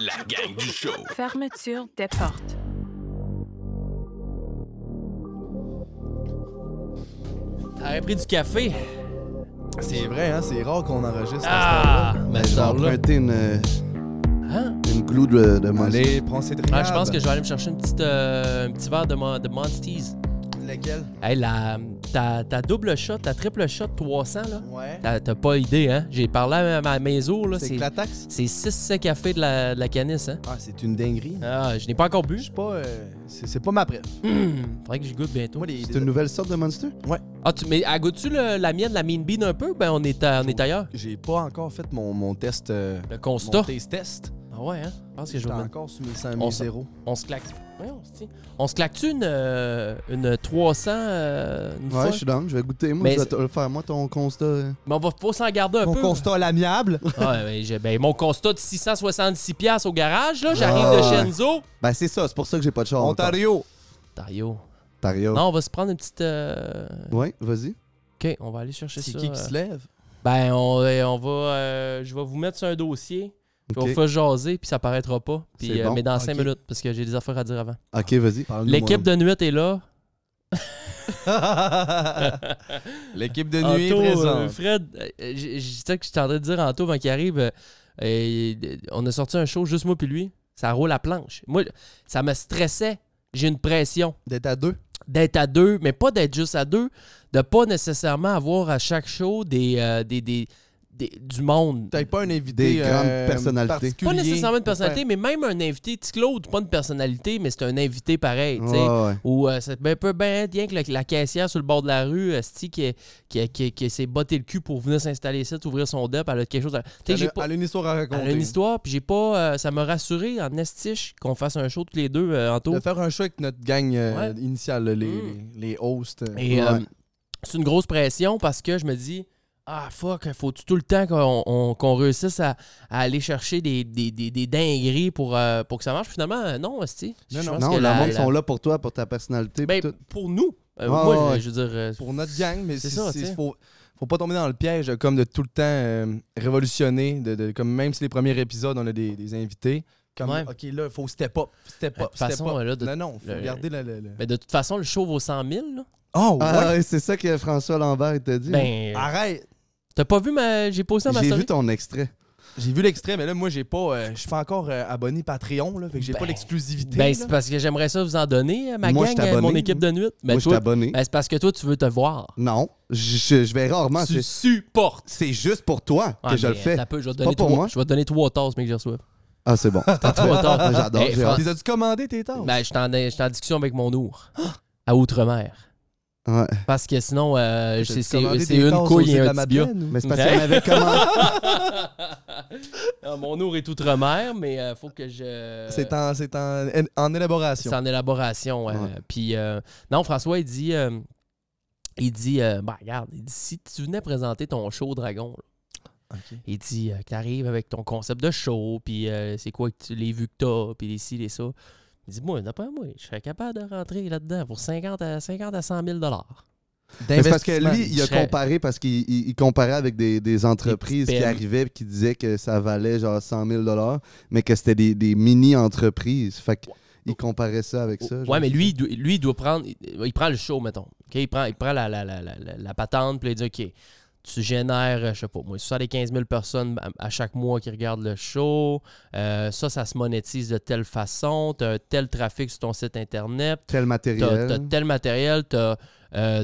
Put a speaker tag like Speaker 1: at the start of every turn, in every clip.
Speaker 1: La gang du show.
Speaker 2: Fermeture des portes.
Speaker 3: T'aurais pris du café.
Speaker 4: C'est vrai, hein? c'est rare qu'on enregistre
Speaker 3: Ah,
Speaker 4: à cette
Speaker 3: mais
Speaker 5: J'ai
Speaker 3: ça là.
Speaker 5: emprunté une, euh,
Speaker 3: Hein?
Speaker 5: une glue de, de
Speaker 4: heure-là.
Speaker 5: Monster.
Speaker 4: Allez, prends ces
Speaker 3: Ah,
Speaker 4: drinables.
Speaker 3: je pense que je vais aller me chercher une petite, euh, un petit verre de, mon, de Monstees.
Speaker 4: Lequel?
Speaker 3: Hey, la, ta, ta double shot, ta triple shot 300, là.
Speaker 4: Ouais.
Speaker 3: T'as, t'as pas idée, hein? J'ai parlé à ma maison, là.
Speaker 4: C'est
Speaker 3: C'est,
Speaker 4: Clatax?
Speaker 3: c'est 6 secs à fait de la, de la canisse, hein?
Speaker 4: Ah, c'est une dinguerie.
Speaker 3: Ah, je n'ai pas encore
Speaker 4: Je
Speaker 3: bu.
Speaker 4: sais pas... euh, c'est c'est pas ma préf.
Speaker 3: Faudrait que j'y goûte bientôt.
Speaker 4: Moi, les...
Speaker 5: C'est une nouvelle sorte de Monster?
Speaker 3: Ah, tu, mais à goûtes-tu le- la mienne, la mean bean un peu? Ben, on est, à- on est ailleurs.
Speaker 4: J'ai pas encore fait mon, mon test... euh,
Speaker 3: Le
Speaker 4: mon
Speaker 3: constat.
Speaker 4: taste test.
Speaker 3: Ah ouais, hein? Je pense que je
Speaker 4: J'étais
Speaker 3: vais me-
Speaker 4: encore sous mes 100
Speaker 3: On
Speaker 4: 000
Speaker 3: s'en-
Speaker 4: zéros.
Speaker 3: On se claque. Voyons, c'est- on se claque-tu une, euh, une 300 euh, une
Speaker 5: Ouais,
Speaker 3: fois?
Speaker 5: je suis down. Je vais goûter. Moi,
Speaker 3: Mais
Speaker 5: je vais
Speaker 3: c'est-
Speaker 5: te le faire. Moi, ton constat. euh,
Speaker 3: Mais on va faut s'en garder un
Speaker 4: Mon
Speaker 3: peu.
Speaker 4: constat à l'amiable.
Speaker 3: Ouais, mais j'ai- ben, mon constat de 666$ piastres au garage, là, j'arrive de
Speaker 5: Ah, Ouais.
Speaker 3: Shenzo.
Speaker 5: Ben, c'est ça. C'est pour ça que j'ai pas de char. encore.
Speaker 4: Ontario.
Speaker 3: Tario.
Speaker 5: Ontario.
Speaker 3: Non, on va se prendre une petite. euh,
Speaker 5: Ouais, vas-y.
Speaker 3: Ok, on va aller chercher
Speaker 4: C'est
Speaker 3: ça.
Speaker 4: qui
Speaker 3: euh.
Speaker 4: qui se lève?
Speaker 3: Ben, on, euh, on va. euh, je vais vous mettre sur un dossier. Puis
Speaker 5: Ok,
Speaker 3: on va jaser, puis ça paraîtra pas. Puis,
Speaker 5: C'est
Speaker 3: euh,
Speaker 5: bon.
Speaker 3: mais dans 5
Speaker 4: Ok.
Speaker 3: minutes, parce que j'ai des affaires à dire avant.
Speaker 5: Ok, vas-y.
Speaker 3: L'équipe de nuit est là.
Speaker 4: L'équipe de nuit est
Speaker 3: Anto, euh,
Speaker 4: présente.
Speaker 3: Fred, euh, euh, j- je sais que je t'entendais dire Anto avant qu'il arrive. euh, euh, on a sorti un show, juste moi puis lui. Ça roule à planche. Moi, ça me stressait. J'ai une pression.
Speaker 4: D'être à deux.
Speaker 3: d'être à deux, mais pas d'être juste à deux, de pas nécessairement avoir à chaque show des, euh, des, des, des- du monde.
Speaker 4: T'as pas un invité. euh,
Speaker 5: Des grandes personnalités.
Speaker 4: particulier.
Speaker 3: Pas nécessairement une personnalité, mais même un invité. Petit Claude, pas une personnalité, mais c'est un invité pareil. tu sais.
Speaker 5: Ouais, ouais.
Speaker 3: Ou euh, ça peut- peut bien être bien que la, la caissière sur le bord de la rue, esti, qui, qui, qui, qui s'est botté le cul pour venir s'installer ici, ouvrir son dep, elle a quelque chose. à- Tu sais,
Speaker 4: Elle
Speaker 3: j'ai
Speaker 4: a-
Speaker 3: pas.
Speaker 4: Elle a une histoire à
Speaker 3: elle
Speaker 4: raconter.
Speaker 3: a une histoire, puis j'ai pas. euh, ça m'a rassuré en estiche qu'on fasse un show tous les deux, euh, Anto.
Speaker 4: De faire un show avec notre gang euh,
Speaker 3: Ouais.
Speaker 4: initiale, là, les,
Speaker 3: Mm.
Speaker 4: les, les hosts.
Speaker 3: Et
Speaker 5: Ouais.
Speaker 3: euh, c'est une grosse pression parce que je me dis Ah fuck, faut-tu tout le temps qu'on on- qu'on réussisse à, à aller chercher des, des, des, des dingueries pour, euh, pour que ça marche? Puis Finalement, euh, non, esti.
Speaker 4: Non,
Speaker 3: Je
Speaker 4: non.
Speaker 3: pense
Speaker 5: Non,
Speaker 3: que
Speaker 5: le
Speaker 3: la-
Speaker 5: monde
Speaker 3: la-
Speaker 5: sont là pour toi, pour ta personnalité.
Speaker 3: Ben,
Speaker 5: pis tout.
Speaker 3: pour nous. Euh,
Speaker 5: Ouais,
Speaker 3: moi,
Speaker 5: ouais,
Speaker 3: je, je veux dire. euh,
Speaker 4: Pour notre gang, mais
Speaker 3: C'est
Speaker 4: c'est ça.
Speaker 3: ça, tu sais.
Speaker 4: Faut, faut pas tomber dans le piège euh, comme de tout le temps euh, révolutionner. De, de- comme même si les premiers épisodes, on a des, des invités. Comme,
Speaker 3: Ouais.
Speaker 4: OK, là, faut step up, step
Speaker 3: De
Speaker 4: up,
Speaker 3: toute
Speaker 4: step
Speaker 3: façon, euh,
Speaker 4: up.
Speaker 3: là, de-
Speaker 4: non, non, faut
Speaker 3: le-
Speaker 4: garder la- la- la-
Speaker 3: ben, de toute façon, le show vaut 100 000. là.
Speaker 4: Oh,
Speaker 5: Ah,
Speaker 4: ouais.
Speaker 5: ouais, c'est ça que François Lambert il t'a dit.
Speaker 3: Ben,
Speaker 4: Arrête!
Speaker 3: t'as pas vu ma. J'ai posté ma
Speaker 5: J'ai
Speaker 3: story.
Speaker 5: vu ton extrait.
Speaker 4: J'ai vu l'extrait, mais là, moi, j'ai pas. euh, je suis pas encore euh, abonné Patreon, là. Fait que j'ai
Speaker 3: Ben,
Speaker 4: pas l'exclusivité.
Speaker 3: Ben,
Speaker 4: là.
Speaker 3: c'est parce que j'aimerais ça vous en donner, euh, ma
Speaker 5: Moi, je
Speaker 3: gang,
Speaker 5: suis
Speaker 3: euh, mon
Speaker 5: abonné.
Speaker 3: équipe de nuit. Ben,
Speaker 5: Moi, je suis
Speaker 3: toi-
Speaker 5: abonné.
Speaker 3: ben, c'est parce que toi, tu veux te voir.
Speaker 5: Non, je- je je vais rarement.
Speaker 3: tu
Speaker 5: c'est-
Speaker 3: supportes.
Speaker 5: C'est juste pour toi que
Speaker 3: Ouais,
Speaker 5: je le
Speaker 3: mais,
Speaker 5: fais.
Speaker 3: t'as peu, je vais te donner
Speaker 5: pour
Speaker 3: trois-
Speaker 5: moi.
Speaker 3: Je vais te donner trois tasses, mais que je reçois.
Speaker 5: Ah, c'est bon.
Speaker 3: Trois tasses.
Speaker 5: Ah, J'adore.
Speaker 3: Hey,
Speaker 5: j'ai hâte.
Speaker 4: Les as-tu commandé, tes tasses?
Speaker 3: Ben, j'étais en, j'étais en discussion avec mon ours à Outre-mer.
Speaker 5: Ouais.
Speaker 3: Parce que sinon, euh,
Speaker 4: T'as-tu
Speaker 3: c'est c'est-
Speaker 4: commandé
Speaker 3: c'est
Speaker 4: des
Speaker 3: une
Speaker 4: tasses aux
Speaker 3: couille
Speaker 4: îles
Speaker 3: et
Speaker 4: de
Speaker 3: un
Speaker 4: la
Speaker 3: tibia.
Speaker 4: Madeleine, ou-
Speaker 5: Mais c'est parce qu'on avait commandé.
Speaker 3: Ah, mon ours est Outre-mer, mais il faut que je.
Speaker 4: C'est en, c'est en, en élaboration.
Speaker 3: C'est en élaboration. ouais.
Speaker 5: Ouais.
Speaker 3: Puis, euh, non, François, il dit. euh, il dit, euh, ben, regarde, il dit, si tu venais présenter ton show Dragon, là, il dit euh, que t'arrives avec ton concept de show, puis euh, c'est quoi que tu, les vues que t'as, puis les ci, les ça. Il dit, moi, d'après moi, je serais capable de rentrer là-dedans pour 50 à, 50 à 100 000
Speaker 5: Mais Ben, c'est parce que lui,
Speaker 4: D'investissement.
Speaker 5: il a
Speaker 3: Je serais-
Speaker 5: comparé parce qu'il il- il comparait avec des, des entreprises
Speaker 3: Des
Speaker 5: qui
Speaker 3: petites
Speaker 5: arrivaient et qui disaient que ça valait genre 100 000 mais que c'était des, des mini-entreprises. Fait qu'il comparait ça avec ça. genre.
Speaker 3: Ouais, mais lui, il doit, lui, il doit prendre. Il, il prend le show, mettons. OK? Il prend, il prend la, la, la, la, la- la patente, puis il dit OK, tu génères, euh, je sais pas, moi, 75 000 personnes à, à chaque mois qui regardent le show. Euh, ça, ça se monétise de telle façon. Tu as tel trafic sur ton site Internet.
Speaker 5: Tel
Speaker 3: Tu as,
Speaker 5: matériel.
Speaker 3: tel matériel. euh,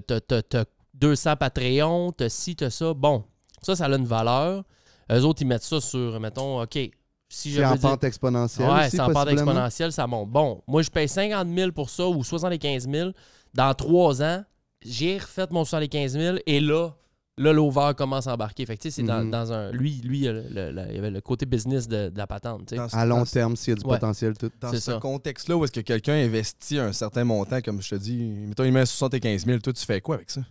Speaker 3: Tu as, 200 Patreon. Tu as ci, tu ça. Bon, ça, ça a une valeur. Eux autres, ils mettent ça sur, mettons, OK. Si je
Speaker 5: C'est en
Speaker 3: veux dire-
Speaker 5: pente exponentielle.
Speaker 3: Ouais,
Speaker 5: aussi,
Speaker 3: ça en part
Speaker 5: possiblement.
Speaker 3: exponentielle, ça monte. Bon, moi, je paye 50 000 pour ça ou 75 000. Dans trois ans, j'ai refait mon 75 000 et là, là, l'over commence à embarquer. Fait que, tu sais, c'est dans-
Speaker 5: Mhm.
Speaker 3: dans, un. Lui, lui il, a le- le- le- il avait le côté business de, de la patente, tu sais.
Speaker 4: Dans ce-
Speaker 5: À long
Speaker 4: dans ce-
Speaker 5: terme, s'il y a du
Speaker 3: Ouais.
Speaker 5: potentiel, tout.
Speaker 4: Dans
Speaker 3: C'est
Speaker 4: ce
Speaker 3: ça.
Speaker 4: contexte-là, où est-ce que quelqu'un investit un certain montant, comme je te dis, mettons, il met 75 000, toi, tu fais quoi avec ça?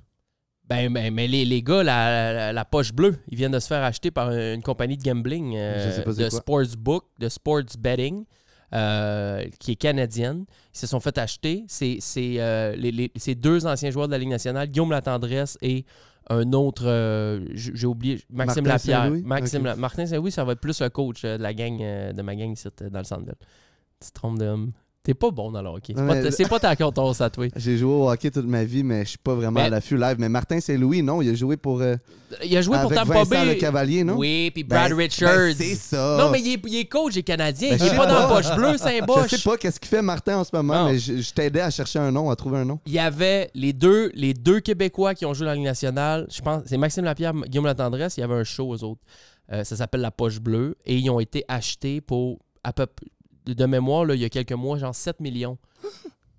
Speaker 3: Ben, ben, mais les, les gars, la, la- la poche bleue, ils viennent de se faire acheter par une, une compagnie de gambling, euh,
Speaker 5: Je sais pas c'est
Speaker 3: de
Speaker 5: quoi.
Speaker 3: sportsbook, de sports betting, euh, qui est canadienne. Ils se sont fait acheter. C'est c'est, euh, les- les- c'est deux anciens joueurs de la Ligue nationale, Guillaume Latendresse et un autre, euh, j- j'ai oublié, Maxime
Speaker 5: Martin
Speaker 3: Lapierre.
Speaker 5: Saint-Louis?
Speaker 3: Maxime
Speaker 5: Ok.
Speaker 3: La- Martin Saint-Louis, ça va être plus un coach euh, de la gang, euh, de ma gang ici, euh, dans le Sandville. Tu te trompes de homme. T'es pas bon dans le hockey. C'est
Speaker 5: Non,
Speaker 3: pas
Speaker 5: mais-
Speaker 3: ta- C'est pas ta compétence à toi.
Speaker 5: J'ai joué au hockey toute ma vie, mais je suis pas vraiment
Speaker 3: Mais-
Speaker 5: à l'affût live. Mais Martin Saint-Louis, non, il a joué pour, euh,
Speaker 3: Il a joué
Speaker 5: avec
Speaker 3: pour Tampa
Speaker 5: Vincent Le
Speaker 3: Bay.
Speaker 5: Cavalier, non?
Speaker 3: Oui, puis
Speaker 5: Ben,
Speaker 3: Brad
Speaker 5: ben,
Speaker 3: Richards.
Speaker 5: c'est ça.
Speaker 3: Non, mais il est, il est coach, il est canadien.
Speaker 5: Ben,
Speaker 3: il
Speaker 5: je
Speaker 3: est
Speaker 5: sais
Speaker 3: pas dans la
Speaker 5: pas.
Speaker 3: poche bleue, c'est un boche.
Speaker 5: Je sais pas qu'est-ce qu'il fait Martin en ce moment,
Speaker 3: Non.
Speaker 5: mais je, je t'aidais à chercher un nom, à trouver un nom.
Speaker 3: Il y avait les deux, les deux Québécois qui ont joué dans la Ligue nationale. Je pense c'est Maxime Lapierre, Guillaume Latendresse. Il y avait un show aux autres. Euh, ça s'appelle La Poche Bleue. Et ils ont été achetés pour, à peu, de mémoire, là, il y a quelques mois, genre 7 millions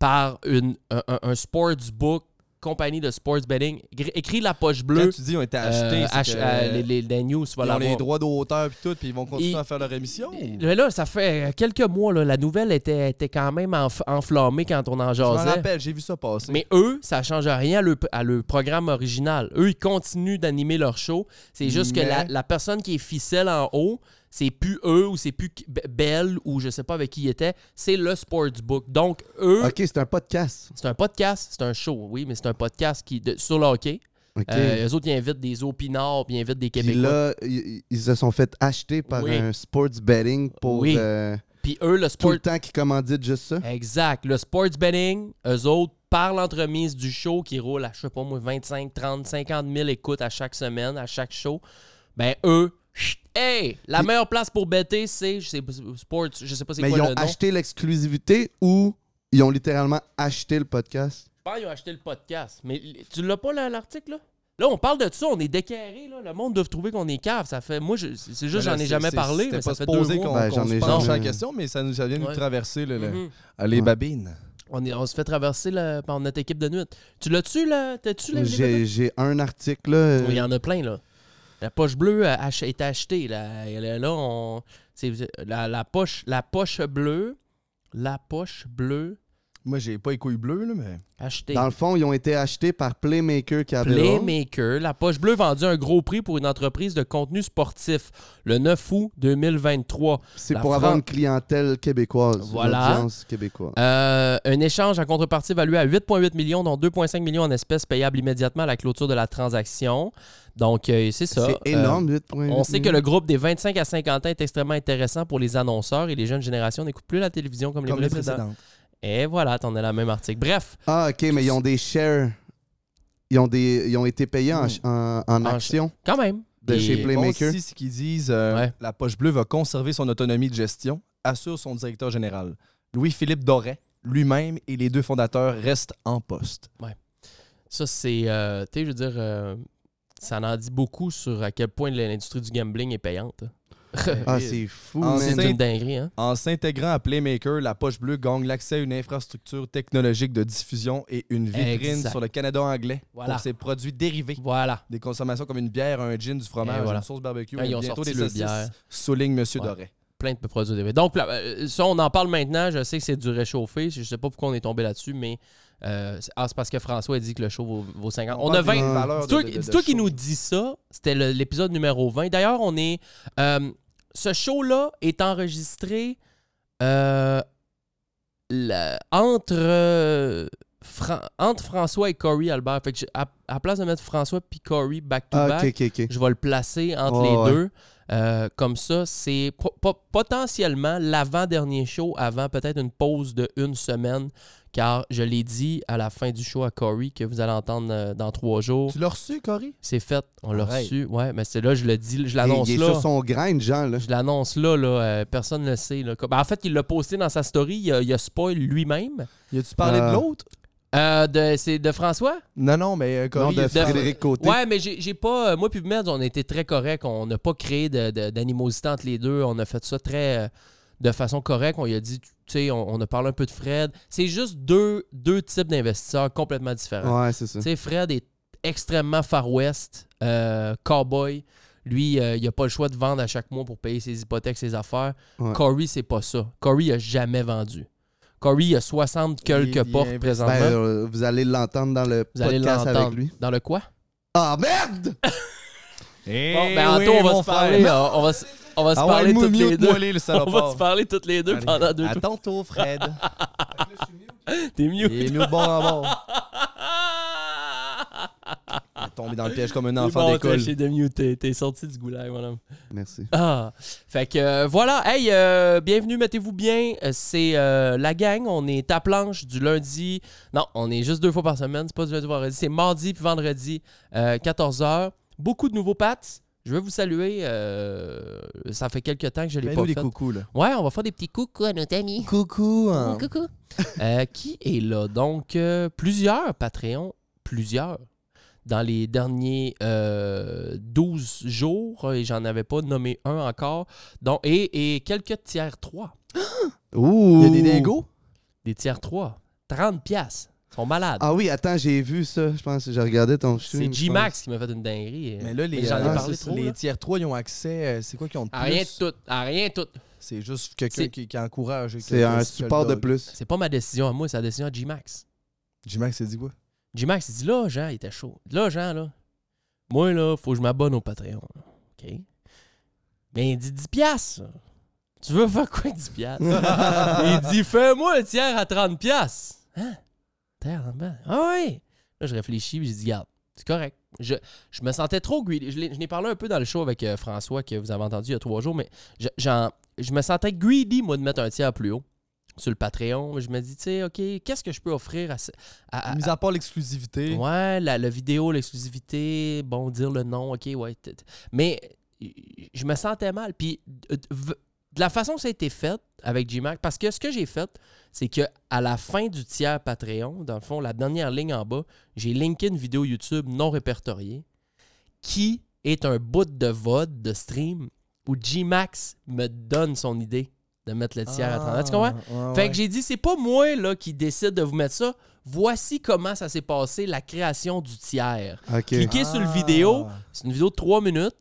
Speaker 3: par une, un, un- un sportsbook, compagnie de sports betting. Gr- Écrit La Poche Bleue.
Speaker 4: Quand tu dis ont été
Speaker 3: euh,
Speaker 4: achetés, c'est
Speaker 3: ach-
Speaker 4: que,
Speaker 3: euh, les, les- les news, tu vas
Speaker 4: ils ont
Speaker 3: l'avoir.
Speaker 4: les droits d'auteur puis tout, puis ils vont continuer
Speaker 3: Et-
Speaker 4: à faire leur émission.
Speaker 3: Mais là, ça fait euh, quelques mois, là, la nouvelle était, était quand même enf- enflammée quand on en
Speaker 4: Je m'en
Speaker 3: jasait.
Speaker 4: rappelle, j'ai vu ça passer.
Speaker 3: Mais eux, ça change rien à leur, à leur programme original. Eux, ils continuent d'animer leur show. C'est juste que
Speaker 4: Mais-
Speaker 3: la, la personne qui est ficelle en haut, c'est plus eux ou c'est plus qui- Be- Belle ou je sais pas avec qui il était. C'est le Sportsbook. Donc, eux,
Speaker 5: Ok, c'est un podcast.
Speaker 3: c'est un podcast, c'est un show, oui, mais c'est un podcast qui de- sur le hockey.
Speaker 5: Ok.
Speaker 3: Euh, eux autres, ils invitent des opinards, puis ils invitent des
Speaker 5: Puis
Speaker 3: Québécois.
Speaker 5: là, ils, ils se sont fait acheter par
Speaker 3: Oui.
Speaker 5: un sports betting pour
Speaker 3: Oui. Euh,
Speaker 5: euh,
Speaker 3: Puis eux, le
Speaker 5: tout
Speaker 3: sport,
Speaker 5: le temps qui commandite juste ça.
Speaker 3: Exact. Le sports betting, eux autres, par l'entremise du show qui roule à, je sais pas moi, 25, 30, 50 000 écoutes à chaque semaine, à chaque show, ben eux, chut, hey, la
Speaker 5: Puis-
Speaker 3: meilleure place pour bêter, c'est je sais pas, sports, je sais pas c'est
Speaker 5: Mais
Speaker 3: quoi
Speaker 5: ils
Speaker 3: le
Speaker 5: ont
Speaker 3: nom.
Speaker 5: acheté l'exclusivité ou ils ont littéralement acheté le podcast.
Speaker 3: Je pense qu'ils ont acheté le podcast. Mais tu l'as pas là, l'article, là? Là, on parle de ça, on est décarré, là. Le monde doit trouver qu'on est cave. Ça fait. Moi, je- c'est juste,
Speaker 4: Mais là,
Speaker 3: j'en ai
Speaker 4: c'est-
Speaker 3: jamais
Speaker 4: c'est-
Speaker 3: parlé,
Speaker 4: c'était
Speaker 3: mais
Speaker 4: pas
Speaker 3: ça fait deux
Speaker 4: supposé
Speaker 3: mois.
Speaker 4: qu'on
Speaker 5: Ben, j'en
Speaker 4: qu'on se
Speaker 5: ai
Speaker 4: penche
Speaker 5: jamais-
Speaker 4: à la question, mais ça, nous, ça vient de
Speaker 3: Ouais.
Speaker 4: nous traverser. Là, le-
Speaker 3: Mhm.
Speaker 4: Allez,
Speaker 5: Ouais.
Speaker 4: babine.
Speaker 3: On, est- on se fait traverser le- par notre équipe de nuit. Tu l'as-tu, là? T'as-tu les- les
Speaker 5: J'ai j'ai un article. là, euh,
Speaker 3: Oui, Il y en a plein, là. La poche bleue a ach- est achetée. Là, Et là, là, on... c'est- la, la poche, la poche bleue, la poche bleue
Speaker 4: Moi, j'ai pas les couilles bleues, là, mais.
Speaker 3: achetée.
Speaker 5: Dans le fond, ils ont été achetés par Playmaker Cabello.
Speaker 3: Playmaker, la poche bleue vendue un gros prix pour une entreprise de contenu sportif le 9 août 2023.
Speaker 5: C'est
Speaker 3: La
Speaker 5: pour avoir
Speaker 3: Fran-
Speaker 5: une clientèle québécoise,
Speaker 3: Voilà.
Speaker 5: une audience québécoise.
Speaker 3: Euh, un échange en contrepartie évalué à 8,8 millions, dont 2,5 millions en espèces payables immédiatement à la clôture de la transaction. Donc, euh, c'est ça.
Speaker 5: C'est énorme, 8,8
Speaker 3: On sait que le groupe des 25 à 50 ans est extrêmement intéressant pour les annonceurs et les jeunes générations n'écoutent plus la télévision comme,
Speaker 4: Comme
Speaker 3: les
Speaker 4: les
Speaker 3: précédents.
Speaker 4: précédentes.
Speaker 3: Et voilà, t'en as la même article. Bref,
Speaker 5: Ah, ok, mais ils ont des shares. Ils ont, des, ils ont été payés en, en, en
Speaker 3: Mm. En-
Speaker 5: action
Speaker 3: quand même.
Speaker 5: de
Speaker 3: Et-
Speaker 5: chez Playmaker.
Speaker 4: Aussi, ce qu'ils disent, euh,
Speaker 3: Ouais.
Speaker 4: la poche bleue va conserver son autonomie de gestion, assure son directeur général. Louis-Philippe Doré, lui-même et les deux fondateurs restent en poste.
Speaker 3: Ça, c'est. euh, tu sais, je veux dire, euh, ça en dit beaucoup sur à quel point l'industrie du gambling est payante.
Speaker 5: ah, c'est fou,
Speaker 4: Ah,
Speaker 5: man.
Speaker 3: C'est une dinguerie, hein?
Speaker 4: En s'intégrant à Playmaker, la poche bleue gagne l'accès à une infrastructure technologique de diffusion et une vitrine
Speaker 3: Exact.
Speaker 4: sur le Canada anglais
Speaker 3: Voilà.
Speaker 4: pour ses produits dérivés.
Speaker 3: Voilà.
Speaker 4: Des consommations comme une bière, un gin, du fromage,
Speaker 3: Et voilà.
Speaker 4: une sauce barbecue,
Speaker 3: Ah,
Speaker 4: et
Speaker 3: ils ont
Speaker 4: bientôt
Speaker 3: sorti
Speaker 4: des
Speaker 3: leur
Speaker 4: saucisses,
Speaker 3: bière.
Speaker 4: souligne Monsieur
Speaker 3: Ouais.
Speaker 4: Doré.
Speaker 3: Plein de produits dérivés. Donc, là, euh, ça, on en parle maintenant. Je sais que c'est du réchauffé. Je sais pas pourquoi on est tombé là-dessus, mais euh, c'est- ah, c'est parce que François a dit que le show vaut, vaut 50. On, a 20,
Speaker 5: d'une
Speaker 3: Dis-toi dis-toi qui nous dit ça. C'était le- l'épisode numéro 20. D'ailleurs, on est. euh, ce show-là est enregistré euh, la- entre, euh, Fran- entre François et Corey Albert. Fait que j'ai- à, à place de mettre François puis Corey
Speaker 5: Ah,
Speaker 3: back-to-back,
Speaker 5: ok, ok, ok.
Speaker 3: je vais le placer entre
Speaker 5: Ouais,
Speaker 3: les
Speaker 5: ouais.
Speaker 3: deux. Euh, comme ça, c'est po- po- potentiellement l'avant-dernier show avant peut-être une pause de une semaine. Car je l'ai dit à la fin du show à Corey que vous allez entendre euh, dans trois jours.
Speaker 4: Tu l'as reçu, Cory?
Speaker 3: C'est fait, on l'a
Speaker 4: Arrête.
Speaker 3: reçu. Ouais, mais c'est là, je le dis, je
Speaker 5: Il-
Speaker 3: l'annonce
Speaker 5: il est
Speaker 3: là.
Speaker 5: sur son grain, Jean, là.
Speaker 3: Je l'annonce là, là euh, personne ne le sait. là. Comme- en fait, il l'a posté dans sa story, il a, il a spoil lui-même.
Speaker 4: Y a-tu parlé
Speaker 5: Euh,
Speaker 4: de l'autre?
Speaker 3: Euh, de- c'est de François?
Speaker 4: Non, non, mais euh, Cory,
Speaker 5: Non, de
Speaker 4: il-
Speaker 5: Frédéric Côté.
Speaker 3: Ouais, mais j'ai j'ai pas. euh, moi puis Meds, on a été très corrects. On n'a pas créé de- de- d'animosité entre les deux. On a fait ça très. euh, de façon correcte. On lui a dit, tu sais, on, on a parlé un peu de Fred. C'est juste deux, deux types d'investisseurs complètement différents.
Speaker 5: Ouais, c'est ça.
Speaker 3: Tu sais, Fred est extrêmement Far West, euh, cowboy. Lui, euh, il n'a pas le choix de vendre à chaque mois pour payer ses hypothèques, ses affaires.
Speaker 5: Ouais.
Speaker 3: Corey, c'est pas ça. Corey, il a jamais vendu. Corey, il a 60 quelques
Speaker 4: Il- il
Speaker 3: portes
Speaker 4: investi-
Speaker 5: Ben,
Speaker 3: présentement.
Speaker 5: euh, vous allez l'entendre dans le
Speaker 3: Vous allez
Speaker 5: podcast avec
Speaker 3: l'entendre.
Speaker 5: lui.
Speaker 3: Dans le quoi?
Speaker 5: Ah, merde!
Speaker 4: Eh
Speaker 3: Bon, ben, Anto,
Speaker 4: oui,
Speaker 3: on va
Speaker 4: mon
Speaker 3: se parler.
Speaker 4: frère.
Speaker 3: euh, On va, se- on va se
Speaker 4: Ah ouais,
Speaker 3: parler
Speaker 4: mou-
Speaker 3: toutes les
Speaker 4: mute-moi
Speaker 3: deux.
Speaker 4: les, le
Speaker 3: On va
Speaker 4: salopard.
Speaker 3: se parler toutes les deux
Speaker 4: Allez.
Speaker 3: pendant deux
Speaker 4: À
Speaker 3: tours. Ah
Speaker 4: tantôt, Fred.
Speaker 3: T'es mieux.
Speaker 4: Il est mieux de bord en bord. tombé dans le piège comme un
Speaker 3: C'est
Speaker 4: enfant
Speaker 3: bon,
Speaker 4: d'école.
Speaker 3: t'es chez The Mute, t'es- t'es sorti du goulag, mon homme.
Speaker 5: Merci.
Speaker 3: Ah, fait que euh, voilà. Hey, euh, bienvenue, mettez-vous bien. Euh, C'est euh, la gang. On est à planche du lundi. Non, on est juste deux fois par semaine. C'est pas du lundi au vendredi. C'est mardi puis vendredi, 14h. Beaucoup de nouveaux pats. Je veux vous saluer. euh, ça fait quelques temps que je l'ai pas
Speaker 4: Fais-nous des
Speaker 3: fait.
Speaker 4: coucous, là.
Speaker 3: Ouais, on va faire des petits coucou à nos amis.
Speaker 4: Coucou. hein.
Speaker 3: Coucou. Euh, qui est là? Donc, euh, plusieurs Patreons, plusieurs. Dans les derniers euh, 12 jours, euh, et j'en avais pas nommé un encore. Donc, et, et quelques tiers 3.
Speaker 4: Il
Speaker 5: Ouh.
Speaker 4: y a des dingos?
Speaker 3: Des tiers 3. 30 piastres. Ils sont malades.
Speaker 5: Ah oui, attends, j'ai vu ça. Je pense que j'ai regardé ton
Speaker 3: C'est
Speaker 5: stream, je
Speaker 3: G-Max qui m'a fait une dinguerie.
Speaker 4: Mais là, les,
Speaker 3: j'en ai
Speaker 4: euh,
Speaker 3: parlé
Speaker 4: c'est-
Speaker 3: trop,
Speaker 4: les
Speaker 3: là.
Speaker 4: tiers 3, ils ont accès. euh, C'est quoi qu'ils ont de
Speaker 3: À rien
Speaker 4: plus?
Speaker 3: de tout. À rien de tout.
Speaker 4: C'est juste quelqu'un
Speaker 3: C'est-
Speaker 4: qui, qui encourage.
Speaker 5: pense. C'est un support de
Speaker 4: plus.
Speaker 5: plus.
Speaker 3: C'est pas ma décision à moi, c'est la décision à G-Max.
Speaker 4: G-Max, c'est dit quoi?
Speaker 3: J-Max, il dit là, Jean, il était chaud. Là, Jean, là, moi, là, faut que je m'abonne au Patreon. là. OK? Mais il dit 10 piastres. là. Tu veux faire quoi avec 10 piastres? il dit, fais-moi le tiers à 30 piastres. Hein? Tiers à 30 piastres? Ah oui! Là, je réfléchis, puis j'ai dit, garde, c'est correct. Je, je me sentais trop guidé. Je l'ai- je n'ai parlé un peu dans le show avec euh, François, que vous avez entendu il y a trois jours, mais je, j'en- je me sentais greedy, moi, de mettre un tiers plus haut sur le Patreon. Je me dis, tu sais, OK, qu'est-ce que je peux offrir à... ce- à- à-
Speaker 4: Mis à part l'exclusivité.
Speaker 3: Ah, Ouais, la, la vidéo, l'exclusivité, bon, dire le nom, ok, ouais. t- t- Mais euh, je me sentais mal. Puis euh, v- de la façon que ça a été fait avec G-Mac, parce que ce que j'ai fait, c'est que à la fin du tiers Patreon, dans le fond, la dernière ligne en bas, j'ai linké une vidéo YouTube non répertoriée qui est un bout de VOD, de stream, où G-Max me donne son idée de mettre le tiers à 30. Tu
Speaker 4: Ah,
Speaker 3: comprends?
Speaker 5: Ah
Speaker 4: ouais,
Speaker 3: Fait
Speaker 4: ouais.
Speaker 3: que j'ai dit, c'est pas moi là, qui décide de vous mettre ça. Voici comment ça s'est passé, la création du tiers.
Speaker 5: Ok.
Speaker 3: Cliquez sur le
Speaker 4: Ah.
Speaker 3: vidéo. C'est une vidéo de 3 minutes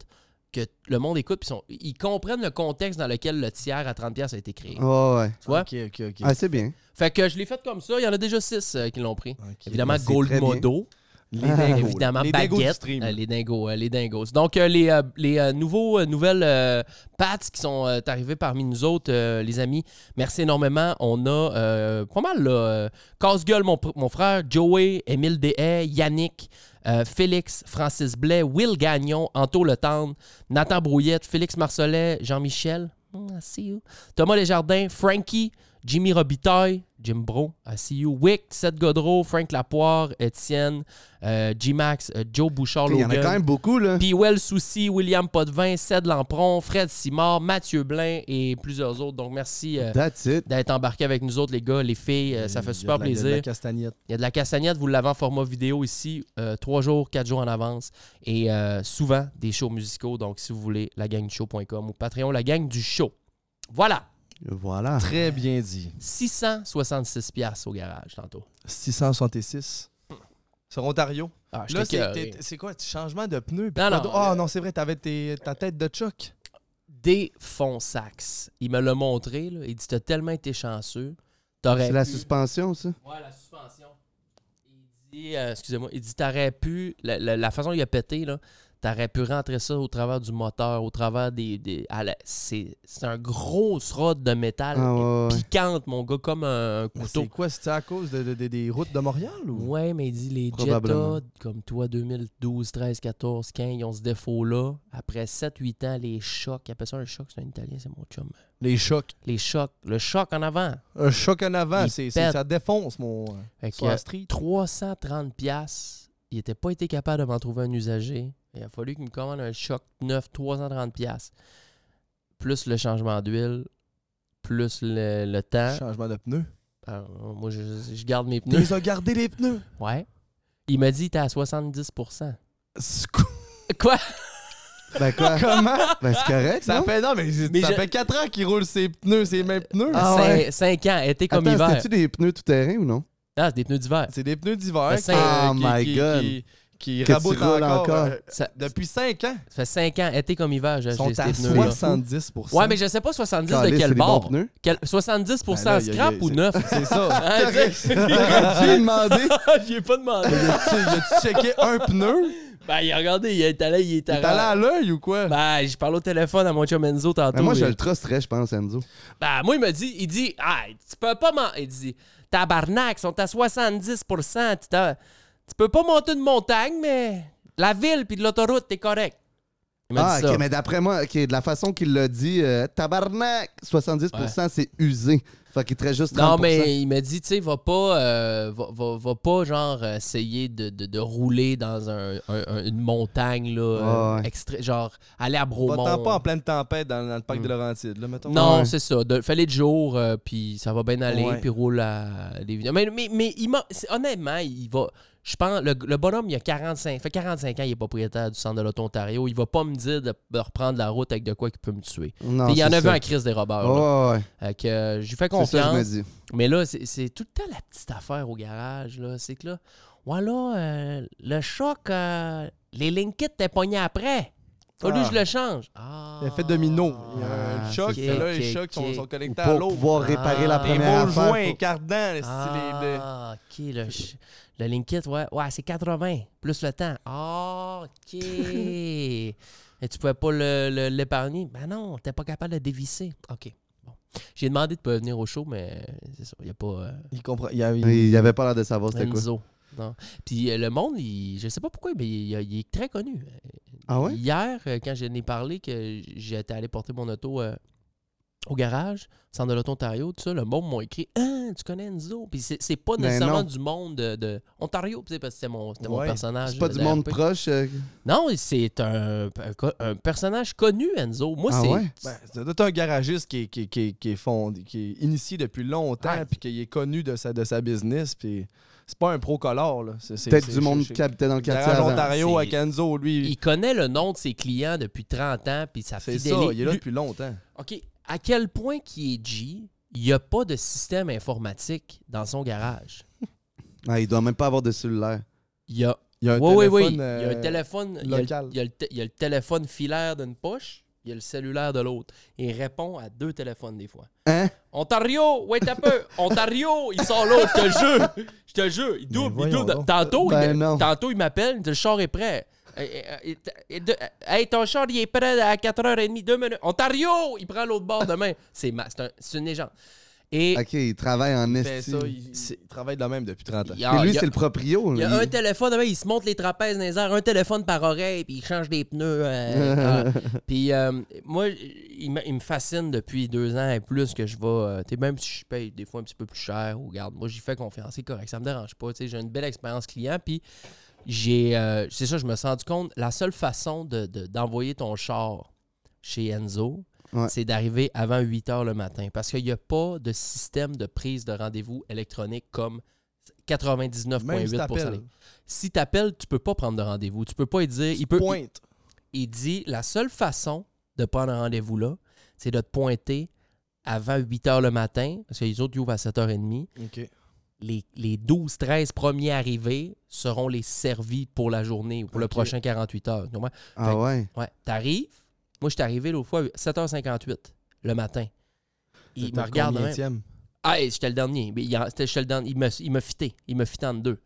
Speaker 3: que le monde écoute puis ils sont- ils comprennent le contexte dans lequel le tiers à 30$ a été créé.
Speaker 5: Oh, ouais.
Speaker 3: Tu vois?
Speaker 4: Ok, ok, ok.
Speaker 5: Ah, c'est bien.
Speaker 3: Fait que je l'ai fait comme ça. Il y en a déjà 6 qui l'ont pris.
Speaker 4: Ok.
Speaker 3: Évidemment,
Speaker 5: ben, c'est
Speaker 3: Gold
Speaker 5: très bien.
Speaker 3: Modo.
Speaker 4: Les
Speaker 5: Ah.
Speaker 4: dingos. là.
Speaker 3: Évidemment,
Speaker 4: les dingos du
Speaker 3: Baguette.
Speaker 4: stream.
Speaker 3: euh, les dingos, euh, les dingos. Donc, euh, les, euh, les, euh, nouveaux, euh, nouvelles euh, pats qui sont euh, arrivés parmi nous autres, euh, les amis, merci énormément. On a euh, pas mal, là. euh, Casse-gueule, mon, pr- mon frère, Joey, Émile Dehaye, Yannick, euh, Félix, Francis Blais, Will Gagnon, Anto Le Tendre, Nathan Brouillette, Félix Marcellet, Jean-Michel, mm, I see you. Thomas Desjardins, Frankie, Jimmy Robitaille, Jim Bro, I see you. Wick, Seth Godreau, Frank Lapoire, Étienne, euh, G-Max, euh, Joe Bouchard,
Speaker 5: Il y en a
Speaker 3: Logan.
Speaker 5: quand même beaucoup, là.
Speaker 3: Puis Well Soucy, William Potvin, Ced Lampron, Fred Simard, Mathieu Blain et plusieurs autres. Donc merci euh,
Speaker 5: That's it.
Speaker 3: d'être embarqué avec nous autres, les gars, les filles. Euh, ça
Speaker 4: Il y a
Speaker 3: fait super
Speaker 4: de la- il y a de la
Speaker 3: plaisir.
Speaker 4: castagnette.
Speaker 3: Il y a de la castagnette, vous l'avez en format vidéo ici, euh, trois jours, quatre jours en avance. Et euh, souvent des shows musicaux. Donc si vous voulez, lagangdushow.com ou Patreon, la gang du show. Voilà,
Speaker 5: Voilà.
Speaker 4: Très bien dit.
Speaker 3: 666$ piastres au garage tantôt.
Speaker 4: 666. Sur Ontario.
Speaker 3: Ah, je
Speaker 4: Là,
Speaker 3: t'ai
Speaker 4: c'est-
Speaker 3: écœuré.
Speaker 4: t'es- c'est quoi? Changement de pneus?
Speaker 3: Non, non,
Speaker 4: Ah
Speaker 3: euh,
Speaker 4: non, c'est vrai, t'avais tes- ta tête de Chuck.
Speaker 3: Des fonds sax. Il me l'a montré, là. il dit T'as tellement été chanceux. T'aurais
Speaker 5: C'est la
Speaker 3: pu-
Speaker 5: suspension, ça.
Speaker 3: Ouais, la suspension. Il dit, euh, excusez-moi, il dit, t'aurais pu, la, la- la façon dont il a pété, là, t'aurais pu rentrer ça au travers du moteur, au travers des. des- à la- c'est, c'est un gros rod de métal
Speaker 5: Ah, ouais, Ah, ouais.
Speaker 3: piquante, mon gars, comme un, un
Speaker 4: Mais
Speaker 3: couteau.
Speaker 4: C'est quoi? C'était à cause de- de- de- des routes de Montréal? Ou...
Speaker 3: Ouais, mais il dit les
Speaker 5: Probablement.
Speaker 3: Jetta, comme toi, 2012, 13, 14, 15, ils ont ce défaut-là. Après 7-8 ans, les chocs, il appelle ça un choc, c'est un italien, c'est mon chum.
Speaker 4: Les chocs.
Speaker 3: Les chocs, le choc en avant.
Speaker 4: Un choc en avant,
Speaker 3: Il
Speaker 4: c'est,
Speaker 3: pète.
Speaker 4: c'est- ça défonce mon. euh,
Speaker 3: Fait que,
Speaker 4: Sur la street.
Speaker 3: 330 pièces. Il n'était pas été capable de m'en trouver un usager. Il a fallu qu'il me commande un choc neuf 330 pièces. Plus le changement d'huile, plus le, le temps.
Speaker 4: Changement de pneus.
Speaker 3: Alors, moi, je, je garde mes pneus.
Speaker 4: Ils ont gardé les pneus.
Speaker 3: Ouais. Il m'a dit, t'es à 70
Speaker 4: Sco-
Speaker 3: Quoi?
Speaker 5: Ben quoi?
Speaker 4: Comment?
Speaker 5: Ben c'est correct,
Speaker 4: Ça
Speaker 5: non?
Speaker 4: fait non, mais,
Speaker 3: Mais
Speaker 4: ça
Speaker 3: je-
Speaker 4: fait 4 ans qu'ils roulent ces pneus, ces mêmes pneus.
Speaker 5: Ah ouais.
Speaker 3: 5 ans, été comme
Speaker 5: Attends,
Speaker 3: hiver.
Speaker 5: c'était-tu des pneus tout-terrain ou non?
Speaker 3: Ah, c'est des pneus d'hiver.
Speaker 4: C'est des pneus d'hiver
Speaker 3: Le
Speaker 4: qui,
Speaker 3: cinq-
Speaker 5: Oh
Speaker 4: qui-
Speaker 5: my
Speaker 4: qui-
Speaker 5: God.
Speaker 4: qui- qui
Speaker 5: Que tu
Speaker 4: rabotent
Speaker 5: roules
Speaker 4: encore.
Speaker 5: encore.
Speaker 4: euh,
Speaker 3: Ça,
Speaker 4: depuis 5 ans,
Speaker 3: ça fait 5 ans, été comme hiver, j'ai
Speaker 4: ils sont
Speaker 3: acheté
Speaker 4: à
Speaker 3: ces pneus-là.
Speaker 4: 70
Speaker 3: Ouais, mais je sais pas 70
Speaker 5: Calais,
Speaker 3: de
Speaker 5: c'est
Speaker 3: quel
Speaker 5: des bons
Speaker 3: bord.
Speaker 5: pneus.
Speaker 3: Quel- 70
Speaker 4: Ben là, y a- y a-
Speaker 3: scrap ou
Speaker 4: c'est-
Speaker 3: neuf?
Speaker 4: C'est ça.
Speaker 3: Hein,
Speaker 4: T'aurais-
Speaker 5: T'aurais-tu demandé?
Speaker 3: J'y ai pas demandé.
Speaker 4: T'aurais-tu- As-tu checké un pneu?
Speaker 3: Ben, il a regardé, il est allé, il est
Speaker 4: T'es
Speaker 3: allé.
Speaker 4: allé à l'œil ou quoi?
Speaker 3: Ben, je parle au téléphone à mon chum Enzo tantôt.
Speaker 5: Ben, moi, je
Speaker 3: il-
Speaker 5: le trusterais, je pense, Enzo.
Speaker 3: Ben, moi, il me dit, il dit, ah, tu peux pas m'en. Il dit, tabarnak, ils sont à 70 tu, t'as- tu peux pas monter une montagne, mais La ville puis de l'autoroute, t'es correct. Il m'a
Speaker 5: Ah,
Speaker 3: dit
Speaker 5: ok,
Speaker 3: ça.
Speaker 5: mais d'après moi, ok, de la façon qu'il l'a dit, euh, tabarnak, 70%, c'est usé. Fait qu'il te reste juste 30%.
Speaker 3: Non, mais il m'a dit, tu sais, va pas, euh, va, va- va pas, genre, essayer de, de- de rouler dans un- un- un- une montagne, là, euh,
Speaker 5: Ouais, ouais.
Speaker 3: extré- genre, aller à
Speaker 4: Va
Speaker 3: Bromont.
Speaker 4: pas en pleine tempête dans, dans le parc de Laurentides, là, mettons.
Speaker 3: Hmm. Non,
Speaker 5: Ouais.
Speaker 3: c'est ça. De, fallait de jour, euh, puis ça va bien aller,
Speaker 4: Ouais.
Speaker 3: puis roule à des vignes. Mais, mais, mais il m'a- c'est- honnêtement, il va. Je pense, le, le bonhomme, il a 45, fait 45 ans, il est propriétaire du centre de l'Auto-Ontario. Il va pas me dire de, de reprendre la route avec de quoi qui peut me tuer.
Speaker 5: Non,
Speaker 3: il y en
Speaker 5: c'est
Speaker 3: avait
Speaker 5: ça.
Speaker 3: un crise des Roberts. là.
Speaker 5: Ouais, ouais,
Speaker 3: Fait que, euh, je lui fais
Speaker 5: c'est ça que je me
Speaker 3: confiance.
Speaker 5: dis.
Speaker 3: Mais là, c'est- c'est tout le temps la petite affaire au garage. là. C'est que là, voilà, euh, le choc, euh, les Linkits t'es pogné après. Fallu
Speaker 4: Ah.
Speaker 3: que je le change. Ah.
Speaker 4: Il a fait domino. Il y a
Speaker 5: Ah,
Speaker 4: un choc,
Speaker 3: c'est
Speaker 4: là,
Speaker 3: ça.
Speaker 4: les
Speaker 3: Ok,
Speaker 4: chocs sont,
Speaker 3: ok.
Speaker 4: sont
Speaker 5: Ou
Speaker 4: connectés à
Speaker 5: Pour
Speaker 4: l'autre.
Speaker 5: pouvoir réparer la
Speaker 3: Ah.
Speaker 4: Les
Speaker 5: première
Speaker 4: mots
Speaker 5: affaire.
Speaker 4: joints
Speaker 5: pour-
Speaker 4: cardans, le style, les- les-
Speaker 3: Ah, ok, le, ch- le Linkit, ouais, ouais c'est 80, plus le temps. Ah, ok. Et tu pouvais pas le- le- l'épargner? Ben non, t'es pas capable de dévisser. Ok, bon. J'ai demandé de pas venir au show, mais c'est ça, il n'y a pas... euh,
Speaker 4: Il comprend. Il y a- il-
Speaker 5: Il n'y avait pas l'air de savoir c'était quoi.
Speaker 3: Enzo. Non. Puis euh, le monde, il- je sais pas pourquoi, mais il, il est très connu.
Speaker 5: Ah ouais?
Speaker 3: Hier, euh, quand je n'ai parlé que j'étais allé porter mon auto euh, au garage, centre de l'auto Ontario, tout ça, le monde m'a écrit Ah, tu connais Enzo Puis c'est c'est pas
Speaker 5: Ben
Speaker 3: nécessairement
Speaker 5: non.
Speaker 3: du monde de, de- Ontario, tu sais, parce que c'était mon, c'était mon
Speaker 4: Ouais.
Speaker 3: personnage.
Speaker 5: C'est pas
Speaker 3: euh,
Speaker 5: du
Speaker 3: de
Speaker 5: monde
Speaker 3: RP.
Speaker 5: proche. euh,
Speaker 3: Non, c'est un, un co- un personnage connu, Enzo. Moi,
Speaker 5: Ah
Speaker 3: c'est.
Speaker 5: ouais?
Speaker 4: Ben, ça doit être un garagiste qui est, qui, est- qui est- qui est fondé- qui est initié depuis longtemps,
Speaker 3: Ouais.
Speaker 4: puis qui est connu de sa, de sa business. Puis c'est pas un pro color. là. C'est- c'est-
Speaker 5: Peut-être
Speaker 4: c'est-
Speaker 5: du monde
Speaker 4: c'est-
Speaker 5: qui habitait dans le quartier
Speaker 4: Garage
Speaker 5: avant.
Speaker 4: Ontario
Speaker 3: C'est-
Speaker 4: à Kenzo, lui.
Speaker 3: Il connaît le nom de ses clients depuis 30 ans, puis ça
Speaker 4: C'est
Speaker 3: fait
Speaker 4: ça, il est là depuis longtemps.
Speaker 3: OK. À quel point qui est G, il n'y a pas de système informatique dans son garage.
Speaker 5: Ah, il doit même pas avoir de cellulaire.
Speaker 3: Il y a.
Speaker 4: Il y a un
Speaker 3: Oui, oui, oui. Il y
Speaker 4: euh,
Speaker 3: a un téléphone. il y a le-
Speaker 4: local.
Speaker 3: Il y, a le te- il y a le téléphone filaire d'une poche, il y a le cellulaire de l'autre. Il répond à deux téléphones des fois.
Speaker 5: Hein?
Speaker 3: Ontario, wait un peu. Ontario, il sort l'autre, je te jure. Je te jure. Il double, il
Speaker 4: voyons
Speaker 3: double.
Speaker 4: donc.
Speaker 3: Tantôt,
Speaker 5: Ben
Speaker 3: il,
Speaker 5: non.
Speaker 3: tantôt, il m'appelle, il dit, le char est prêt. Euh, euh, euh, euh, de- euh, Hey, ton char, il est prêt à 4h30, 2 minutes. Ontario, il prend l'autre bord demain. C'est ma- c'est un- c'est une légende. Et
Speaker 5: Ok, il travaille en
Speaker 4: fait
Speaker 5: esti.
Speaker 4: ça, il,
Speaker 3: C'est-
Speaker 4: il travaille de la même depuis 30 ans.
Speaker 3: il y a-
Speaker 5: Et lui,
Speaker 3: il y a-
Speaker 5: c'est le proprio.
Speaker 3: il y a
Speaker 5: là.
Speaker 3: un téléphone, demain, il se monte les trapèzes dans les airs, un téléphone par oreille, puis il change des pneus. euh, quand- puis euh, moi, il me, il me fascine depuis deux ans et plus que je vais. euh, tu sais, même si je paye des fois un petit peu plus cher, ou garde, moi, j'y fais confiance, c'est correct, ça me dérange pas. tu sais, J'ai une belle expérience client, puis j'ai. euh, c'est ça, je me suis rendu compte, la seule façon de- de- d'envoyer ton char chez Enzo,
Speaker 5: Ouais.
Speaker 3: c'est d'arriver avant 8 h le matin parce qu'il n'y a pas de système de prise de rendez-vous électronique comme
Speaker 4: Même si
Speaker 3: 99,8
Speaker 4: t'appelles,
Speaker 3: si tu appelles, tu peux pas prendre de rendez-vous. Tu peux pas y dire.
Speaker 4: tu
Speaker 3: Il, peut, il,
Speaker 4: pointes.
Speaker 3: il dit la seule façon de prendre un rendez-vous là, c'est de te pointer avant 8 h le matin, parce que les autres ils ouvrent à 7h30.
Speaker 4: OK.
Speaker 3: Les, les 12, 13 premiers arrivés seront les servis pour la journée ou pour le
Speaker 4: Ok.
Speaker 3: prochain 48 heures. Tu comprends?
Speaker 5: Ah ouais?
Speaker 3: Ouais, t'arrives. Moi, je suis arrivé l'autre fois à 7h58 le matin. Il me regarde. de même. Ah, hey, j'étais le dernier. Mais il, en- c'était- j'étais le dernier. Il m'a, il m'a fité. Il m'a fité en deux.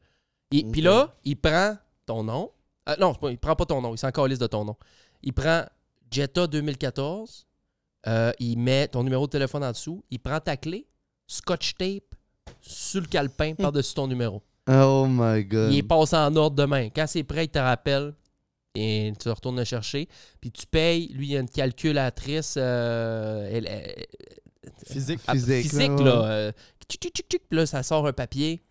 Speaker 3: Et,
Speaker 4: Ok.
Speaker 3: Puis là, il prend ton nom. Ah, non, c'est pas- il prend pas ton nom. Il s'en calisse de ton nom. Il prend Jetta 2014. euh, il met ton numéro de téléphone en dessous. Il prend ta clé, scotch tape, sur le calepin, par-dessus ton numéro.
Speaker 5: Oh my god.
Speaker 3: Il est passé en ordre demain. Quand c'est prêt, il te rappelle et tu retournes le chercher. Puis tu payes. Lui, il y a une calculatrice. euh, elle- elle-
Speaker 4: Physique.
Speaker 3: ah,
Speaker 5: Physique,
Speaker 3: physique,
Speaker 5: là, ouais.
Speaker 3: là. euh, tchic, tchic, tchic, tchic, puis là, ça sort un papier.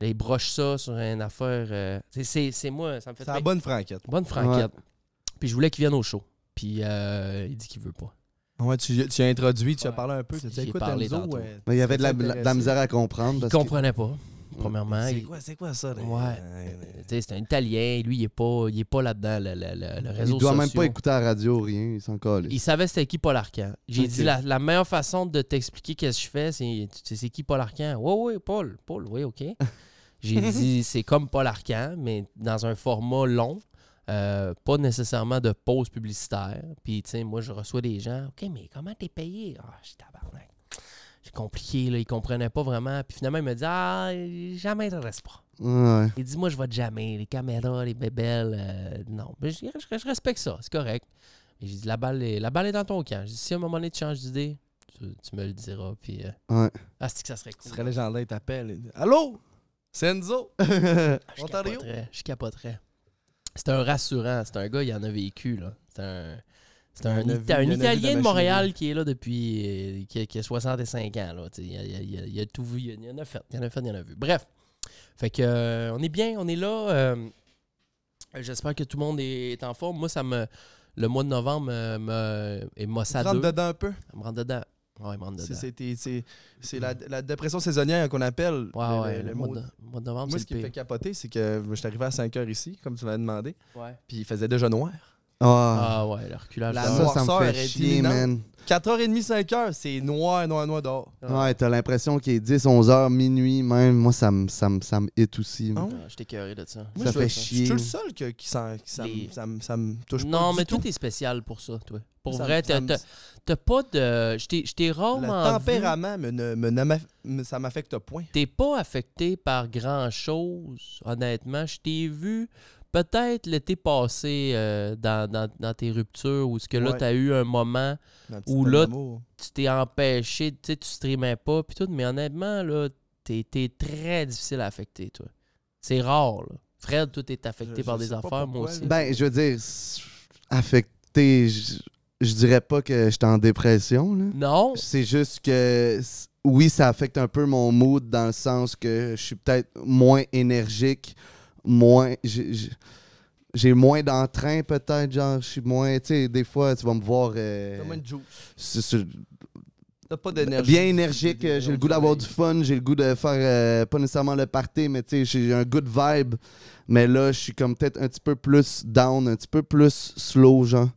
Speaker 3: Là, ils brochent ça sur une affaire. euh, c'est- c'est c'est moi, ça me fait
Speaker 4: C'est la
Speaker 3: bien.
Speaker 4: bonne franquette.
Speaker 3: bonne franquette. Puis je voulais qu'il vienne au show. Puis euh, il dit qu'il veut pas.
Speaker 4: Ouais, tu, tu as introduit, tu as
Speaker 3: Ouais.
Speaker 4: parlé un peu. Tu as dit,
Speaker 3: J'ai
Speaker 4: écoute,
Speaker 3: parlé
Speaker 4: Enzo,
Speaker 3: tantôt.
Speaker 4: euh,
Speaker 5: Mais il y avait de la,
Speaker 4: t'es
Speaker 5: la- de la misère à comprendre.
Speaker 3: Il
Speaker 5: parce que- Mm.
Speaker 3: comprenait pas, premièrement.
Speaker 4: C'est
Speaker 3: Il-
Speaker 4: quoi, c'est quoi ça? là?
Speaker 3: Ouais.
Speaker 4: Euh,
Speaker 3: Tu sais, C'est un Italien. Lui, il est pas, il est pas là-dedans, le, le- le- le réseau
Speaker 5: Il doit même
Speaker 3: sociaux.
Speaker 5: pas écouter la radio, rien. Il s'en colle.
Speaker 3: Il savait c'était qui Paul Arcan. J'ai
Speaker 5: Ok.
Speaker 3: dit la, la meilleure façon de t'expliquer qu'est-ce que je fais, c'est tu sais, c'est qui Paul Arcan. Ouais, ouais, Paul. Paul, oui, OK. J'ai dit c'est comme Paul Arcan, mais dans un format long. euh, pas nécessairement de pause publicitaire. Puis, tu sais, moi, je reçois des gens. OK, mais comment t'es payé? Ah, je suis tabarnak. C'est compliqué, là. Ils comprenaient pas vraiment. Puis finalement, il me dit Ah, jamais m'intéresse pas.
Speaker 5: Ah Ouais.
Speaker 3: Il dit, moi, je vais te jamais. Les caméras, les bébelles, euh, non. Mais je, je- je respecte ça, c'est correct. Et j'ai dit, la balle, est, la balle est dans ton camp. J'ai dit, si à un moment donné, tu changes d'idée, tu, tu me le diras. Puis, euh,
Speaker 5: Ouais.
Speaker 3: ah, c'est que ça serait
Speaker 4: Ce
Speaker 3: cool.
Speaker 4: serait légendaire, il t'appelle. il dit, Allô? C'est Enzo?
Speaker 3: Ah, je
Speaker 4: Ontario?
Speaker 3: capoterais, je capoterais. C'est un rassurant. C'est un gars, il en a vécu, là. C'est un. C'est
Speaker 4: Il
Speaker 3: un,
Speaker 4: en a
Speaker 3: Ita-
Speaker 4: vu- il
Speaker 3: un
Speaker 4: en a vu de la
Speaker 3: Italien de
Speaker 4: machine.
Speaker 3: Montréal qui est là depuis. euh, qui, a, qui a 65 ans, là. Tu sais, Il a, il a- il a- il a tout vu. Il en a fait. Il en a fait, il en a vu. Bref. Fait que, euh, on est bien, on est là. euh, J'espère que tout le monde est, est en forme. Moi, ça me. Le mois de novembre euh, me, est mossa
Speaker 4: Rentre
Speaker 3: 2.
Speaker 4: dedans un peu.
Speaker 3: Ça me rentre dedans. Ouais, il me rentre
Speaker 4: C'est-
Speaker 3: dedans.
Speaker 4: C'est t'es- c'est- c'est la, la dépression saisonnière qu'on appelle.
Speaker 3: Ouais,
Speaker 4: Le-
Speaker 3: ouais,
Speaker 4: le- le
Speaker 3: mois,
Speaker 4: mot-
Speaker 3: de, mois de novembre,
Speaker 4: Moi, ce
Speaker 3: c'est
Speaker 4: qui
Speaker 3: le
Speaker 4: me fait
Speaker 3: pire.
Speaker 4: capoter, c'est que euh, je suis arrivé à 5 heures ici, comme tu m'avais demandé,
Speaker 3: Ouais.
Speaker 4: puis il faisait déjà noir.
Speaker 5: Ah,
Speaker 3: Ah ouais, le reculage.
Speaker 4: La
Speaker 3: ça.
Speaker 5: ça, ça
Speaker 4: noirceur
Speaker 5: me
Speaker 4: est
Speaker 5: fait chier,
Speaker 4: imminente.
Speaker 5: man.
Speaker 4: 4h30, 5h, c'est noir, noir, noir dehors.
Speaker 3: Ah.
Speaker 5: Ouais, t'as l'impression qu'il est 10, 11 heures, minuit même. Moi, ça me ça me- ça me hit aussi.
Speaker 4: Ah
Speaker 5: man.
Speaker 4: ouais?
Speaker 3: Ah, J'étais écœuré de ça.
Speaker 5: Ça
Speaker 4: je-
Speaker 5: fait
Speaker 4: je-
Speaker 5: chier.
Speaker 4: Je suis le seul que- qui s'en- qui ça, me-
Speaker 3: Les-
Speaker 4: ça, me- ça me touche pas.
Speaker 3: Non,
Speaker 4: du
Speaker 3: mais
Speaker 4: tout.
Speaker 3: toi, t'es spécial pour ça, toi. Pour
Speaker 4: Ça me-
Speaker 3: vrai,
Speaker 4: ça
Speaker 3: t'as
Speaker 4: me-
Speaker 3: t'as- oh, t'as pas de. je t'ai- Je t'ai
Speaker 4: Le
Speaker 3: rarement. vu-
Speaker 4: tempérament, me, ne- me ne m'aff- me- ça m'affecte point.
Speaker 3: T'es pas affecté par grand chose, honnêtement. Je t'ai vu peut-être l'été passé euh, dans, dans- dans tes ruptures où ce que là,
Speaker 4: Ouais.
Speaker 3: t'as eu un moment,
Speaker 4: ma petite
Speaker 3: Ou
Speaker 4: dame
Speaker 3: là,
Speaker 4: d'amour.
Speaker 3: tu t'es empêché, tu sais, tu streamais pas, puis tout, mais honnêtement, là, t'es t'es très difficile à affecter, toi. C'est rare, là. Fred, toi, t'es affecté
Speaker 4: Je- je
Speaker 3: par des
Speaker 4: sais pas
Speaker 3: affaires, moi
Speaker 4: pourquoi,
Speaker 3: aussi.
Speaker 4: là.
Speaker 5: Ben, je veux dire, s- affecté, je je dirais pas que j'étais en dépression. Là.
Speaker 3: Non,
Speaker 4: Ben,
Speaker 5: C'est juste que, s- oui, ça affecte un peu mon mood dans le sens que je suis peut-être moins énergique, moins. j'ai- j'ai- J'ai moins d'entrain, peut-être. Genre, je suis moins. Tu sais, des fois, tu vas me voir. euh,
Speaker 4: T'as moins de juice.
Speaker 5: sur- sur-
Speaker 4: T'as pas
Speaker 3: Ben,
Speaker 4: d'énergie.
Speaker 5: bien énergique. euh, J'ai le goût d'avoir du
Speaker 4: soleil.
Speaker 5: fun. J'ai le goût de faire euh, pas nécessairement le party, mais tu sais, j'ai un good vibe. Mais là, je suis comme peut-être un petit peu plus down, un petit peu plus slow, genre.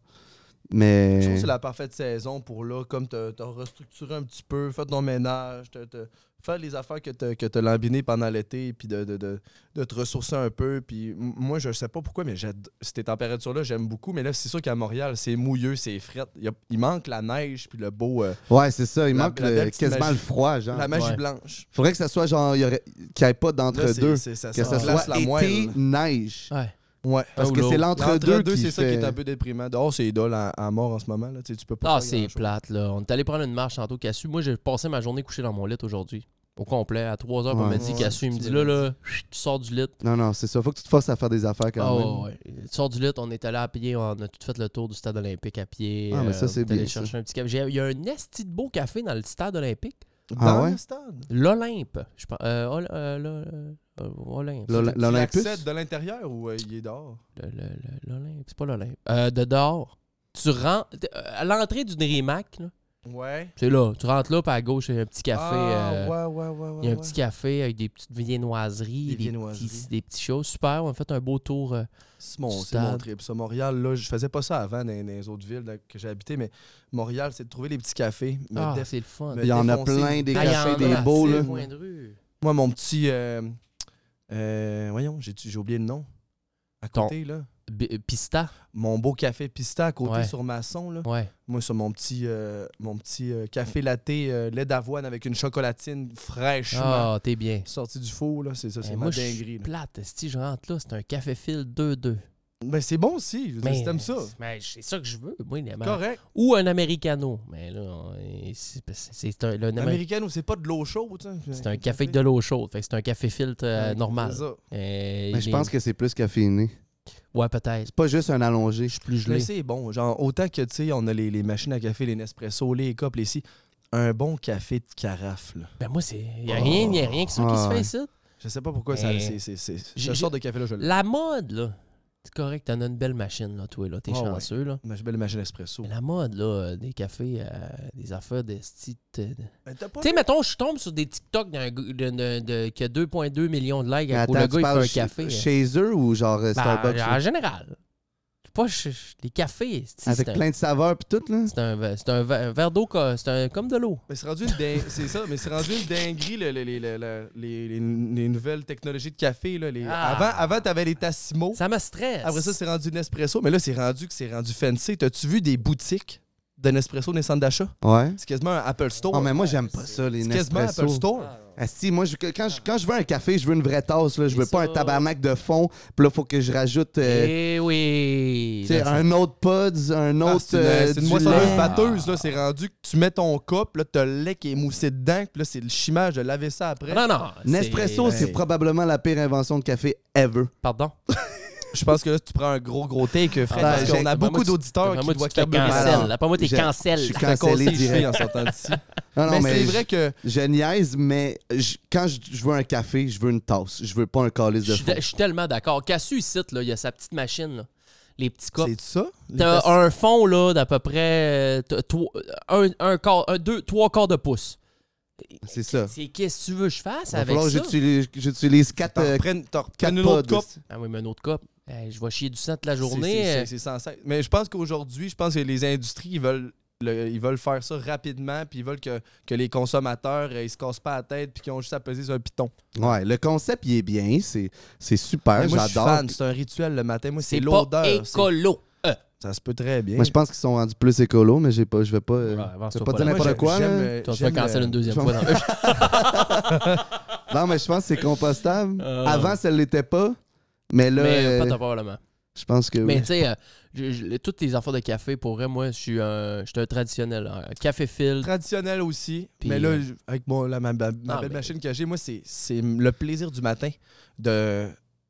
Speaker 4: Je trouve que
Speaker 5: Mais.
Speaker 4: c'est la parfaite saison pour là, comme t'as t'as restructuré un petit peu, fait ton ménage, t'as- t'as- faire les affaires que t'as que t'as lambinées pendant l'été, puis de, de, de, de te ressourcer un peu. Puis m- moi, je sais pas pourquoi, mais j'ad- ces températures-là, j'aime beaucoup. Mais là, c'est sûr qu'à Montréal, c'est mouilleux, c'est fret. Il, y a- il manque la neige, puis le beau. euh,
Speaker 5: Ouais, c'est ça. Il
Speaker 4: La-
Speaker 5: manque
Speaker 4: la
Speaker 5: le-
Speaker 4: belle petite
Speaker 5: quasiment
Speaker 4: magie.
Speaker 5: le froid, genre.
Speaker 4: la magie
Speaker 3: Ouais.
Speaker 4: blanche.
Speaker 5: Faudrait que ça soit genre. il y aurait- Qu'il n'y ait pas
Speaker 4: Là, c'est-
Speaker 5: d'entre-deux.
Speaker 4: c'est-
Speaker 5: Que
Speaker 4: ça
Speaker 5: ça
Speaker 4: se glace
Speaker 5: soit
Speaker 4: la
Speaker 5: été,
Speaker 4: moelle.
Speaker 5: neige.
Speaker 3: Ouais.
Speaker 4: Ouais.
Speaker 5: Parce
Speaker 3: ou
Speaker 5: que c'est
Speaker 3: l'autre.
Speaker 5: l'entre-deux.
Speaker 4: L'entre-deux, c'est ça qui est
Speaker 5: fait-
Speaker 4: un peu déprimant. Dehors, c'est idole en, en mort en ce moment. Là. Tu sais, tu peux pas.
Speaker 3: Ah,
Speaker 4: faire
Speaker 3: c'est
Speaker 4: grand-chose.
Speaker 3: plate, là. On est allé prendre une marche tantôt, Cassu. Moi, j'ai passé ma journée couché dans mon lit aujourd'hui. Au complet, à 3 heures, on
Speaker 5: Ouais.
Speaker 3: m'a dit,
Speaker 4: Ouais,
Speaker 3: Cassu, il me
Speaker 4: tu
Speaker 3: dit, là,
Speaker 4: l'as
Speaker 3: là, chut, tu sors du lit.
Speaker 5: Non, non, c'est ça. Faut que tu te forces à faire des affaires
Speaker 3: Ah,
Speaker 5: quand même.
Speaker 3: ouais, ouais. Tu sors du lit, on est allé à pied, on a tout fait le tour du stade olympique à pied.
Speaker 5: Ah, mais ça,
Speaker 3: on
Speaker 5: c'est
Speaker 3: est allé
Speaker 5: bien,
Speaker 3: chercher un petit café. J'ai- Il y a un esti de beau café dans le stade olympique.
Speaker 5: Ah
Speaker 4: Dans
Speaker 5: ouais?
Speaker 4: le stade.
Speaker 3: L'Olympe, je pense. Euh, Ol- euh, l'Ol- euh, Olympe.
Speaker 5: L'Ol-
Speaker 3: Le-
Speaker 5: L'Olympus?
Speaker 4: Tu l'accèdes de l'intérieur ou euh, il est dehors?
Speaker 3: le- le- L'Olympe, c'est pas l'Olympe. Euh, de dehors. Tu rentres euh, à l'entrée du Nérimac, là.
Speaker 4: Ouais.
Speaker 3: C'est là. Tu rentres là, puis à gauche, il y a un petit café. euh,
Speaker 4: Ah, ouais, ouais, ouais, ouais,
Speaker 3: Il y a un
Speaker 4: ouais.
Speaker 3: petit café avec des petites viennoiseries,
Speaker 4: Des
Speaker 3: des,
Speaker 4: viennoiseries.
Speaker 3: Petits, des petits choses. Super, on a fait un beau tour. euh,
Speaker 4: C'est mon, c'est
Speaker 3: stade.
Speaker 4: mon trip. Ça, Montréal, là, je faisais pas ça avant dans, dans les autres villes là, que j'ai habité, mais Montréal, c'est de trouver les petits cafés. Me
Speaker 3: ah,
Speaker 4: dé-
Speaker 3: c'est le fun.
Speaker 4: me
Speaker 5: Il y en a
Speaker 4: défoncer.
Speaker 5: plein, des
Speaker 3: Ah, il y en
Speaker 5: cachets,
Speaker 3: a
Speaker 5: des
Speaker 3: à
Speaker 5: beaux,
Speaker 3: six
Speaker 5: là.
Speaker 3: coins de rue.
Speaker 4: Moi, mon petit. euh, euh, voyons, j'ai, j'ai oublié le nom. À
Speaker 3: Ton-
Speaker 4: côté, là.
Speaker 3: B- euh, Pista,
Speaker 4: Mon beau café Pista à côté
Speaker 3: Ouais.
Speaker 4: sur Masson, là.
Speaker 3: ouais.
Speaker 4: Moi, sur mon petit, euh, mon petit euh, café latte euh, lait d'avoine avec une chocolatine fraîchement
Speaker 3: Ah, t'es bien.
Speaker 4: sortie du four, là. C'est ça, c'est
Speaker 3: Eh,
Speaker 4: ma
Speaker 3: moi, je suis
Speaker 4: dinguerie. là.
Speaker 3: plate. Si je rentre là, c'est un café fil 2-2.
Speaker 4: Mais Ben, c'est bon aussi. Je veux dire, si t'aimes ça.
Speaker 3: mais c'est ben, ça que je veux. Moi, il y a ma-
Speaker 4: Correct.
Speaker 3: Ou un americano. Mais là, on- et c'est c'est un, le- un Ameri-
Speaker 4: Américaine où c'est pas de l'eau chaude, ça.
Speaker 3: c'est un café avec de l'eau chaude. Fait que c'est un café filtre euh, normal.
Speaker 4: C'est ça. Ben,
Speaker 3: Euh,
Speaker 5: Mais
Speaker 3: il
Speaker 5: je
Speaker 3: est-
Speaker 5: pense que c'est plus caféiné.
Speaker 3: Ouais, peut-être.
Speaker 5: C'est pas juste un allongé.
Speaker 3: Je suis plus
Speaker 4: Mais
Speaker 3: gelé.
Speaker 4: c'est bon. Genre, autant que, tu sais, on a les, les machines à café, les Nespresso, les copes, les si. Un bon café de carafe, là.
Speaker 3: Ben moi, c'est. Il a rien,
Speaker 4: Oh.
Speaker 3: il y a rien que ça qui se
Speaker 5: Ah,
Speaker 3: fait
Speaker 5: ouais.
Speaker 3: ici.
Speaker 4: Je sais pas pourquoi ça.
Speaker 3: Mais-
Speaker 4: c'est- c'est- c'est-
Speaker 3: Eh. J'ai-
Speaker 4: Ce genre de café-là, je le.
Speaker 3: La mode, là. C'est correct, t'en as une belle machine, là, toi, là. T'es
Speaker 4: Ah ouais.
Speaker 3: chanceux, là.
Speaker 4: Ma belle machine espresso.
Speaker 3: Mais la mode, là, euh, des cafés, euh, des affaires de style. Tu
Speaker 4: Mais t'as pas.
Speaker 3: sais, mettons, je tombe sur des TikTok d'un gars- d'un- d'un- de- qui a 2,2 millions de likes
Speaker 5: Mais
Speaker 3: où
Speaker 5: attends,
Speaker 3: le
Speaker 5: tu
Speaker 3: gars,
Speaker 5: parles
Speaker 3: il fait un café.
Speaker 5: ch-
Speaker 3: euh,
Speaker 5: Chez eux ou genre
Speaker 3: ben,
Speaker 5: euh, Starbucks?
Speaker 3: en général. Je sais Pas, je- je- les cafés, c'est
Speaker 5: Avec
Speaker 3: c'est un,
Speaker 5: plein de saveurs puis tout, là?
Speaker 3: c'est un ver- c'est un ver- un verre d'eau, co- c'est un- comme de l'eau.
Speaker 4: Mais c'est rendu une dingue. c'est ça, mais c'est rendu une dinguerie, là, les, les, les, les, les- les- les nouvelles technologies de café, là. Les...
Speaker 3: Ah.
Speaker 4: Avant, avant t'avais les Tassimo.
Speaker 3: Ça me stresse.
Speaker 4: Après ça, c'est rendu Nespresso. Mais là, c'est rendu que c'est rendu fancy. T'as-tu vu des boutiques de Nespresso dans les centres d'achat?
Speaker 5: Ouais.
Speaker 4: C'est quasiment un Apple Store.
Speaker 5: Oh, mais moi, j'aime pas ça, les
Speaker 4: c'est quasiment un Apple
Speaker 5: Nespresso.
Speaker 4: Store.
Speaker 5: Ah, si, moi, je- quand, je, quand je veux un café, je veux une vraie tasse, là. Je
Speaker 3: Et
Speaker 5: veux pas un
Speaker 3: ça-
Speaker 5: tabarnak de fond. Puis là, faut que je rajoute... euh,
Speaker 3: Eh oui.
Speaker 5: tu sais,
Speaker 3: Là,
Speaker 5: un autre pods, un
Speaker 4: Ah,
Speaker 5: autre.
Speaker 4: c'est une,
Speaker 5: euh,
Speaker 4: c'est une
Speaker 5: du
Speaker 4: moissonneuse
Speaker 5: lait.
Speaker 4: batteuse. là. C'est rendu que tu mets ton cup, là, t'as le lait qui est moussé dedans, puis là, c'est le chimage de laver ça après.
Speaker 3: Non, non. c'est-
Speaker 5: Nespresso, c'est
Speaker 3: Ouais.
Speaker 5: probablement la pire invention de café ever.
Speaker 3: Pardon.
Speaker 4: Je pense que là, tu prends un gros, gros take, euh, Fred,
Speaker 5: Ah,
Speaker 4: parce qu'on a
Speaker 3: j'ai-
Speaker 4: beaucoup
Speaker 3: moi, tu-
Speaker 4: d'auditeurs
Speaker 3: Vraiment,
Speaker 4: qui
Speaker 3: tu
Speaker 4: doivent
Speaker 3: te fais
Speaker 4: cabuler.
Speaker 5: cancel.
Speaker 3: cancel. D'après moi, t'es
Speaker 5: Je-
Speaker 3: cancel.
Speaker 5: je suis
Speaker 4: Je suis
Speaker 5: cancellé
Speaker 4: cancellé je suis
Speaker 5: direct. Ah
Speaker 4: en sortant d'ici.
Speaker 5: Non, non,
Speaker 4: mais
Speaker 5: mais
Speaker 4: c'est
Speaker 5: je-
Speaker 4: vrai que
Speaker 5: Je niaise, mais je- quand je, je veux un café, je veux une tasse. Je veux pas un calice
Speaker 3: Je
Speaker 5: de
Speaker 3: suis
Speaker 5: fou.
Speaker 3: je suis tellement d'accord. Cassu, ici, là, il y a sa petite machine, là. les petits cups.
Speaker 4: c'est ça. les
Speaker 3: T'as
Speaker 4: fesses-
Speaker 3: un fond là d'à peu près euh, t- to- un, un quart, un, deux, trois quarts de pouce.
Speaker 5: C'est ça.
Speaker 3: C'est qu'est-ce que tu veux que je fasse
Speaker 5: Il va
Speaker 3: avec
Speaker 5: falloir que
Speaker 3: ça?
Speaker 5: j'utilise- j'utilise quatre,
Speaker 4: T'en
Speaker 5: euh,
Speaker 4: reprennes- t'en
Speaker 5: quatre
Speaker 4: reprennes une autre
Speaker 5: pods.
Speaker 4: coupe.
Speaker 3: Ah oui, mais un autre cup. Eh, je vais chier du sang toute la
Speaker 4: C'est-
Speaker 3: journée.
Speaker 4: c'est-
Speaker 3: euh,
Speaker 4: c'est- C'est sans cesse. Mais je pense qu'aujourd'hui, je pense que les industries, ils veulent. le- ils veulent faire ça rapidement, puis ils veulent que, que les consommateurs, euh, ils se cassent pas la tête, puis qu'ils ont juste à peser sur un piton.
Speaker 5: Ouais, le concept, il est bien. C'est c'est super.
Speaker 4: Mais moi, je suis
Speaker 5: J'adore.
Speaker 4: fan. C'est un rituel le matin. Moi, c'est
Speaker 3: C'est pas
Speaker 4: l'odeur. c'est-
Speaker 3: écolo. Euh,
Speaker 4: Ça se peut très bien.
Speaker 5: Moi, je pense qu'ils sont rendus plus écolo, mais j'ai pas, je vais pas. euh,
Speaker 3: Ouais, avance-toi
Speaker 5: je vais pas
Speaker 3: pas
Speaker 5: dire
Speaker 3: là.
Speaker 5: n'importe
Speaker 4: Moi,
Speaker 5: quoi.
Speaker 4: j'aime,
Speaker 5: là.
Speaker 4: euh,
Speaker 3: Tu vas te
Speaker 4: j'aime,
Speaker 3: faire cancel
Speaker 4: euh,
Speaker 3: une deuxième
Speaker 5: je vais-
Speaker 3: fois. dans-
Speaker 5: Non, mais je pense que c'est compostable.
Speaker 3: Euh.
Speaker 5: Avant, ça l'était pas. Mais là,
Speaker 3: mais
Speaker 5: euh,
Speaker 3: pas tant probablement.
Speaker 5: je pense que.
Speaker 3: Mais
Speaker 5: oui.
Speaker 3: tu sais, euh, je- je- toutes tes affaires de café, pour vrai, moi, je suis un, je suis un traditionnel. hein. Café filtre.
Speaker 4: Traditionnel aussi.
Speaker 3: Puis,
Speaker 4: mais là,
Speaker 3: euh,
Speaker 4: je- avec mon- la- ma, ma- ma
Speaker 3: Ah,
Speaker 4: belle
Speaker 3: mais-
Speaker 4: machine que j'ai, moi, c'est c'est le plaisir du matin de,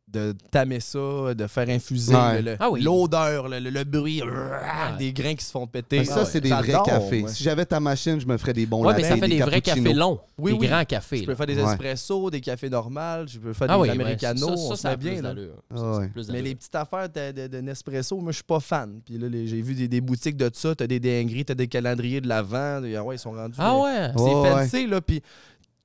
Speaker 4: de tamer ça, de faire infuser
Speaker 5: Ouais.
Speaker 4: le- le-
Speaker 3: Ah oui.
Speaker 4: l'odeur, le, le- le bruit, ah, des grains qui se font péter.
Speaker 5: Mais ça,
Speaker 4: Ah
Speaker 5: c'est
Speaker 4: ouais.
Speaker 5: des vrais
Speaker 4: J'adore,
Speaker 5: cafés.
Speaker 4: moi.
Speaker 5: Si j'avais ta machine, je me ferais des bons
Speaker 3: Ouais, mais ça
Speaker 5: latés,
Speaker 3: fait des, vrais
Speaker 5: cappuccinos.
Speaker 3: cafés longs.
Speaker 4: Oui,
Speaker 3: des
Speaker 4: oui.
Speaker 3: grands cafés.
Speaker 4: Je
Speaker 3: là.
Speaker 4: peux faire des
Speaker 5: Ouais.
Speaker 4: espressos, des cafés normaux, je peux faire
Speaker 3: Ah
Speaker 4: des
Speaker 3: oui, ouais,
Speaker 4: americanos,
Speaker 3: ça,
Speaker 4: on
Speaker 3: ça,
Speaker 4: se
Speaker 3: ça
Speaker 4: met
Speaker 3: a
Speaker 4: bien.
Speaker 3: plus
Speaker 4: là.
Speaker 3: d'allure.
Speaker 5: Ah
Speaker 3: Ça, c'est
Speaker 5: ouais.
Speaker 3: plus
Speaker 4: Mais
Speaker 3: d'allure.
Speaker 4: les petites affaires de, de- de Nespresso, moi, je suis pas fan. Puis là, les- j'ai vu des, des boutiques de ça, t'as des dingueries, t'as des calendriers de l'avant. Ah ouais, ils sont rendus.
Speaker 3: Ah
Speaker 4: mais-
Speaker 3: ouais?
Speaker 5: Ouais,
Speaker 4: C'est
Speaker 5: ouais.
Speaker 4: fancy, là. Puis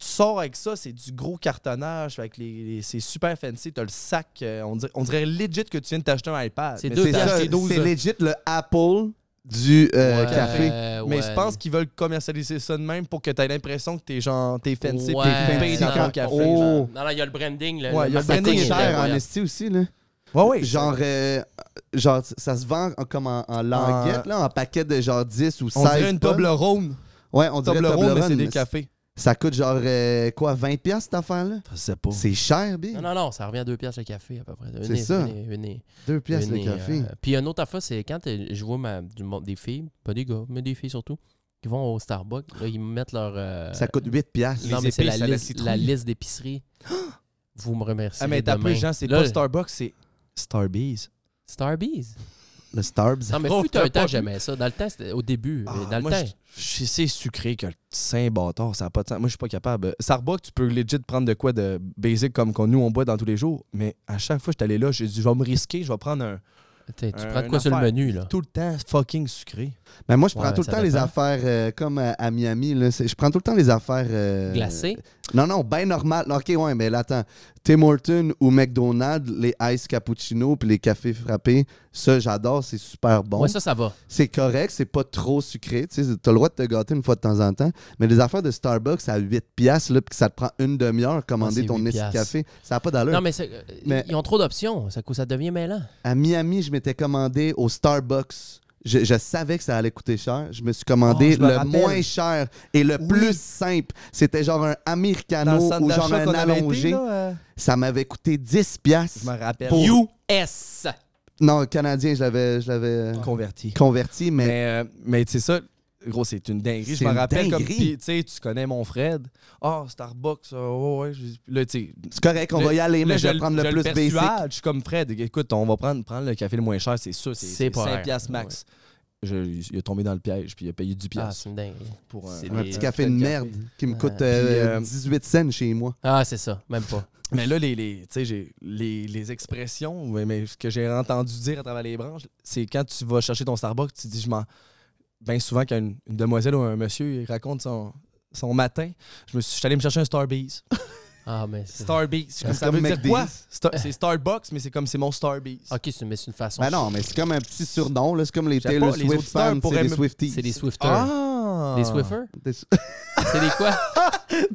Speaker 4: tu sors avec ça, c'est du gros cartonnage. Fait que les, les- c'est super fancy. T'as le sac. euh, on, dirait, on dirait legit que tu viens de t'acheter un iPad.
Speaker 3: C'est
Speaker 4: Mais
Speaker 3: deux
Speaker 5: C'est
Speaker 4: t'as
Speaker 5: ça.
Speaker 3: piastres,
Speaker 4: acheté
Speaker 5: C'est
Speaker 4: 12.
Speaker 5: legit le Apple du euh,
Speaker 3: Ouais,
Speaker 5: café.
Speaker 3: euh,
Speaker 4: Mais
Speaker 3: ouais.
Speaker 4: je pense qu'ils veulent commercialiser ça de même pour que tu aies l'impression que t'es genre t'es fancy
Speaker 3: Ouais.
Speaker 4: pis t'es payé dans ton
Speaker 5: Quand-
Speaker 4: café.
Speaker 5: Oh.
Speaker 4: genre.
Speaker 3: Non, non, il y a le branding. Là,
Speaker 4: Ouais,
Speaker 3: le
Speaker 4: il y a le
Speaker 5: Ça
Speaker 3: marketing
Speaker 4: branding
Speaker 3: est
Speaker 5: coûte cher en
Speaker 3: incroyable.
Speaker 5: esti aussi, là.
Speaker 4: Ouais, ouais.
Speaker 5: Genre, euh, genre, ça se vend en- comme en, en languette,
Speaker 3: Ah.
Speaker 5: là, en paquet de genre 10 ou 16.
Speaker 4: on dirait une
Speaker 5: pommes.
Speaker 4: Toblerone.
Speaker 5: Ouais, on dirait
Speaker 4: Toblerone,
Speaker 5: une
Speaker 4: mais
Speaker 5: Toblerone,
Speaker 4: c'est des
Speaker 5: mais
Speaker 4: cafés.
Speaker 5: Ça coûte genre, euh, quoi, 20 pièces cette affaire-là?
Speaker 4: Je sais pas.
Speaker 5: C'est cher, bien.
Speaker 3: Non, non, non, ça revient à deux piastres le café à peu près. Une
Speaker 5: C'est
Speaker 3: et-
Speaker 5: ça.
Speaker 3: une et- une et-
Speaker 5: 2 pièces
Speaker 3: une
Speaker 5: le
Speaker 3: et,
Speaker 5: café.
Speaker 3: euh, puis une autre affaire, c'est quand euh, je vois ma- du monde- des filles, pas des gars, mais des filles surtout, qui vont au Starbucks, là, ils mettent leur. euh,
Speaker 5: ça coûte 8 pièces.
Speaker 3: Non,
Speaker 4: les
Speaker 3: mais c'est la,
Speaker 4: épices à la
Speaker 3: liste-
Speaker 4: citrouille.
Speaker 3: la liste d'épicerie. Vous me remerciez.
Speaker 4: Ah, mais t'as
Speaker 3: demain.
Speaker 4: plus, genre, c'est
Speaker 3: Là,
Speaker 4: pas Starbucks, c'est Starbees.
Speaker 3: Starbees.
Speaker 5: Le Starbucks.
Speaker 3: Non, mais
Speaker 4: Oh,
Speaker 3: fut
Speaker 4: t'as
Speaker 3: un
Speaker 4: pas
Speaker 3: temps,
Speaker 4: vu.
Speaker 3: j'aimais ça. Dans le temps, c'était au début.
Speaker 4: Ah,
Speaker 3: euh, dans le
Speaker 4: moi,
Speaker 3: temps.
Speaker 4: je- je- C'est sucré que le saint bâtard, ça n'a pas de sens. Moi, je suis pas capable. Starbucks, tu peux legit prendre de quoi de basic comme qu'on, nous, on boit dans tous les jours. Mais à chaque fois que j'étais allé là, j'ai dit, je vais me risquer, je vais prendre un.
Speaker 3: T'sais, Tu
Speaker 4: Euh,
Speaker 3: prends de
Speaker 4: une
Speaker 3: quoi sur le
Speaker 4: affaire.
Speaker 3: menu, là?
Speaker 4: Tout le temps fucking sucré.
Speaker 5: Mais moi, je prends
Speaker 3: Ouais,
Speaker 5: tout le
Speaker 3: ça
Speaker 5: temps les
Speaker 3: dépend.
Speaker 5: affaires euh, comme à, à Miami. Là, c'est- je prends tout le temps les affaires. euh,
Speaker 3: Glacé.
Speaker 5: Non, non, ben normal. Non, Ok, ouais, mais là, attends. Tim Hortons ou McDonald's, les ice cappuccino puis les cafés frappés, ça, j'adore, c'est super bon.
Speaker 3: Ouais, ça, ça va.
Speaker 5: c'est correct, c'est pas trop sucré. Tu sais, t'as le droit de te gâter une fois de temps en temps. Mais les affaires de Starbucks à 8 piastres, là, puis que ça te prend une demi-heure commander
Speaker 3: Ah, c'est
Speaker 5: ton
Speaker 3: 8
Speaker 5: esti de café, ça n'a pas d'allure.
Speaker 3: Non, mais, c'est- euh,
Speaker 5: Mais-
Speaker 3: ils ont trop d'options. Ça, cou- ça devient mêlant.
Speaker 5: À Miami, je m'étais commandé au Starbucks. Je, je savais que ça allait coûter cher. Je me suis commandé
Speaker 4: Oh, je me
Speaker 5: le
Speaker 4: rappelle.
Speaker 5: moins cher et le
Speaker 4: Oui.
Speaker 5: plus simple. C'était genre un
Speaker 4: le
Speaker 5: americano
Speaker 4: centre
Speaker 5: ou
Speaker 4: d'achat
Speaker 5: genre un
Speaker 4: qu'on avait été,
Speaker 5: allongé.
Speaker 4: là, euh,
Speaker 5: ça m'avait coûté 10 piastres.
Speaker 4: Je me rappelle.
Speaker 5: Pour-
Speaker 3: US.
Speaker 5: Non, le canadien, je l'avais, je l'avais euh,
Speaker 4: Converti.
Speaker 5: converti, mais,
Speaker 4: Mais, euh, mais tu sais ça, gros, c'est une dinguerie.
Speaker 5: C'est
Speaker 4: Je me
Speaker 5: une
Speaker 4: rappelle comme.
Speaker 5: dinguerie.
Speaker 4: puis, Tu sais, tu connais mon Fred. Ah, Starbucks, euh, ouais, ouais. je- Là, tu sais,
Speaker 5: c'est correct, on
Speaker 4: le-
Speaker 5: va y aller,
Speaker 4: Là,
Speaker 5: mais je vais prendre le
Speaker 4: je
Speaker 5: plus basic.
Speaker 4: persuade, Je suis comme Fred. Écoute, on va prendre, prendre le café le moins cher, c'est sûr. C'est,
Speaker 3: C'est
Speaker 4: c'est
Speaker 3: pas
Speaker 4: 5
Speaker 3: vrai.
Speaker 4: piastres max. Je- il est tombé dans le piège, puis il a payé 10
Speaker 3: Ah,
Speaker 4: piastres
Speaker 3: c'est une dingue.
Speaker 4: pour un,
Speaker 3: c'est
Speaker 5: Un
Speaker 3: des-
Speaker 5: petit café de merde qui me
Speaker 3: Ah.
Speaker 5: coûte
Speaker 3: Puis,
Speaker 5: euh,
Speaker 4: euh,
Speaker 5: 18 cents chez moi.
Speaker 3: Ah, c'est ça. Même pas.
Speaker 4: Mais là, les, les, tu sais, j'ai- les, les expressions, ouais, mais ce que j'ai entendu dire à travers les branches, c'est quand tu vas chercher ton Starbucks, tu dis, je m'en. Bien souvent, quand une, une demoiselle ou un monsieur il raconte son, son matin, je me suis, je suis allé me chercher un Starbucks.
Speaker 3: Ah, mais c'est...
Speaker 4: Starbucks. Je suis comme,
Speaker 5: C'est
Speaker 4: Ça
Speaker 5: comme
Speaker 4: veut dire
Speaker 5: McDee's.
Speaker 4: quoi? Star- c'est Starbucks, mais c'est comme c'est mon Starbucks.
Speaker 3: OK, c'est- mais c'est une façon...
Speaker 5: Ben non, mais c'est comme un petit surnom, là, c'est comme les
Speaker 4: Je sais
Speaker 5: Taylor
Speaker 4: pas, les
Speaker 5: Swift
Speaker 4: auditeurs
Speaker 5: fans, c'est
Speaker 4: pourraient
Speaker 5: des
Speaker 4: me-
Speaker 5: Swifties.
Speaker 3: C'est des Swifters.
Speaker 4: Ah!
Speaker 3: Des Swiffers?
Speaker 5: Des-
Speaker 3: C'est des quoi?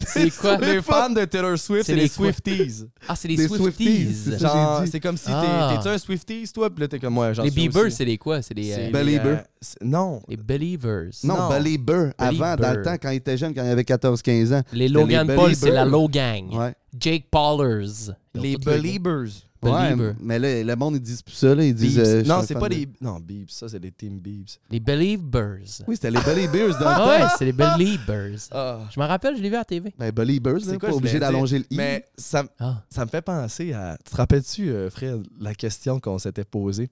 Speaker 3: C'est quoi?
Speaker 4: Les fans de Taylor Swift, c'est
Speaker 3: C'est
Speaker 4: les
Speaker 3: les
Speaker 4: Swifties.
Speaker 3: Ah, c'est des,
Speaker 5: Des Swifties,
Speaker 3: Swifties.
Speaker 5: c'est ça.
Speaker 4: Genre,
Speaker 5: dit.
Speaker 4: c'est comme si t'es-
Speaker 3: Ah.
Speaker 4: t'es-tu un Swifties, toi? Puis là, t'es comme moi, j'en
Speaker 3: Les
Speaker 4: suis
Speaker 3: Bieber,
Speaker 4: aussi.
Speaker 3: c'est des quoi? C'est des... euh,
Speaker 5: Ben,
Speaker 4: les,
Speaker 5: Bieber.
Speaker 4: euh, c'est- Non.
Speaker 3: Les Believers.
Speaker 5: Non,
Speaker 4: Non.
Speaker 5: Belly Burr, avant,
Speaker 3: Belly
Speaker 5: dans
Speaker 3: Burr.
Speaker 5: le temps, quand il était jeune, quand il avait 14-15 ans.
Speaker 3: Les Logan Paul, c'est la
Speaker 5: Believers.
Speaker 3: Logang.
Speaker 5: Ouais.
Speaker 3: Jake Paulers. Ils ont
Speaker 4: Les
Speaker 3: tous le-
Speaker 4: Beliebers.
Speaker 5: Ouais,
Speaker 3: Belieber.
Speaker 5: mais là, le monde, ils disent plus ça, là. Ils disent.
Speaker 4: Biebs.
Speaker 5: euh, je suis
Speaker 4: non,
Speaker 5: un
Speaker 4: c'est
Speaker 5: fan
Speaker 4: pas
Speaker 5: de-
Speaker 4: les. Non, Biebs, ça, c'est les Team Biebs.
Speaker 3: Les Believers.
Speaker 5: Oui, c'était les Belly Bears dans
Speaker 3: Ah
Speaker 5: le
Speaker 3: ouais,
Speaker 5: temps.
Speaker 3: c'est les Believers.
Speaker 4: Ah.
Speaker 3: Je me rappelle, je l'ai vu à la TV.
Speaker 5: Ben, Belly Bears,
Speaker 4: C'est
Speaker 5: là,
Speaker 4: quoi,
Speaker 5: pas
Speaker 4: je
Speaker 5: obligé
Speaker 4: voulais
Speaker 5: d'allonger le i.
Speaker 4: Mais ça,
Speaker 3: Ah.
Speaker 4: ça me fait penser à. Tu te rappelles-tu, euh, Fred, la question qu'on s'était posée?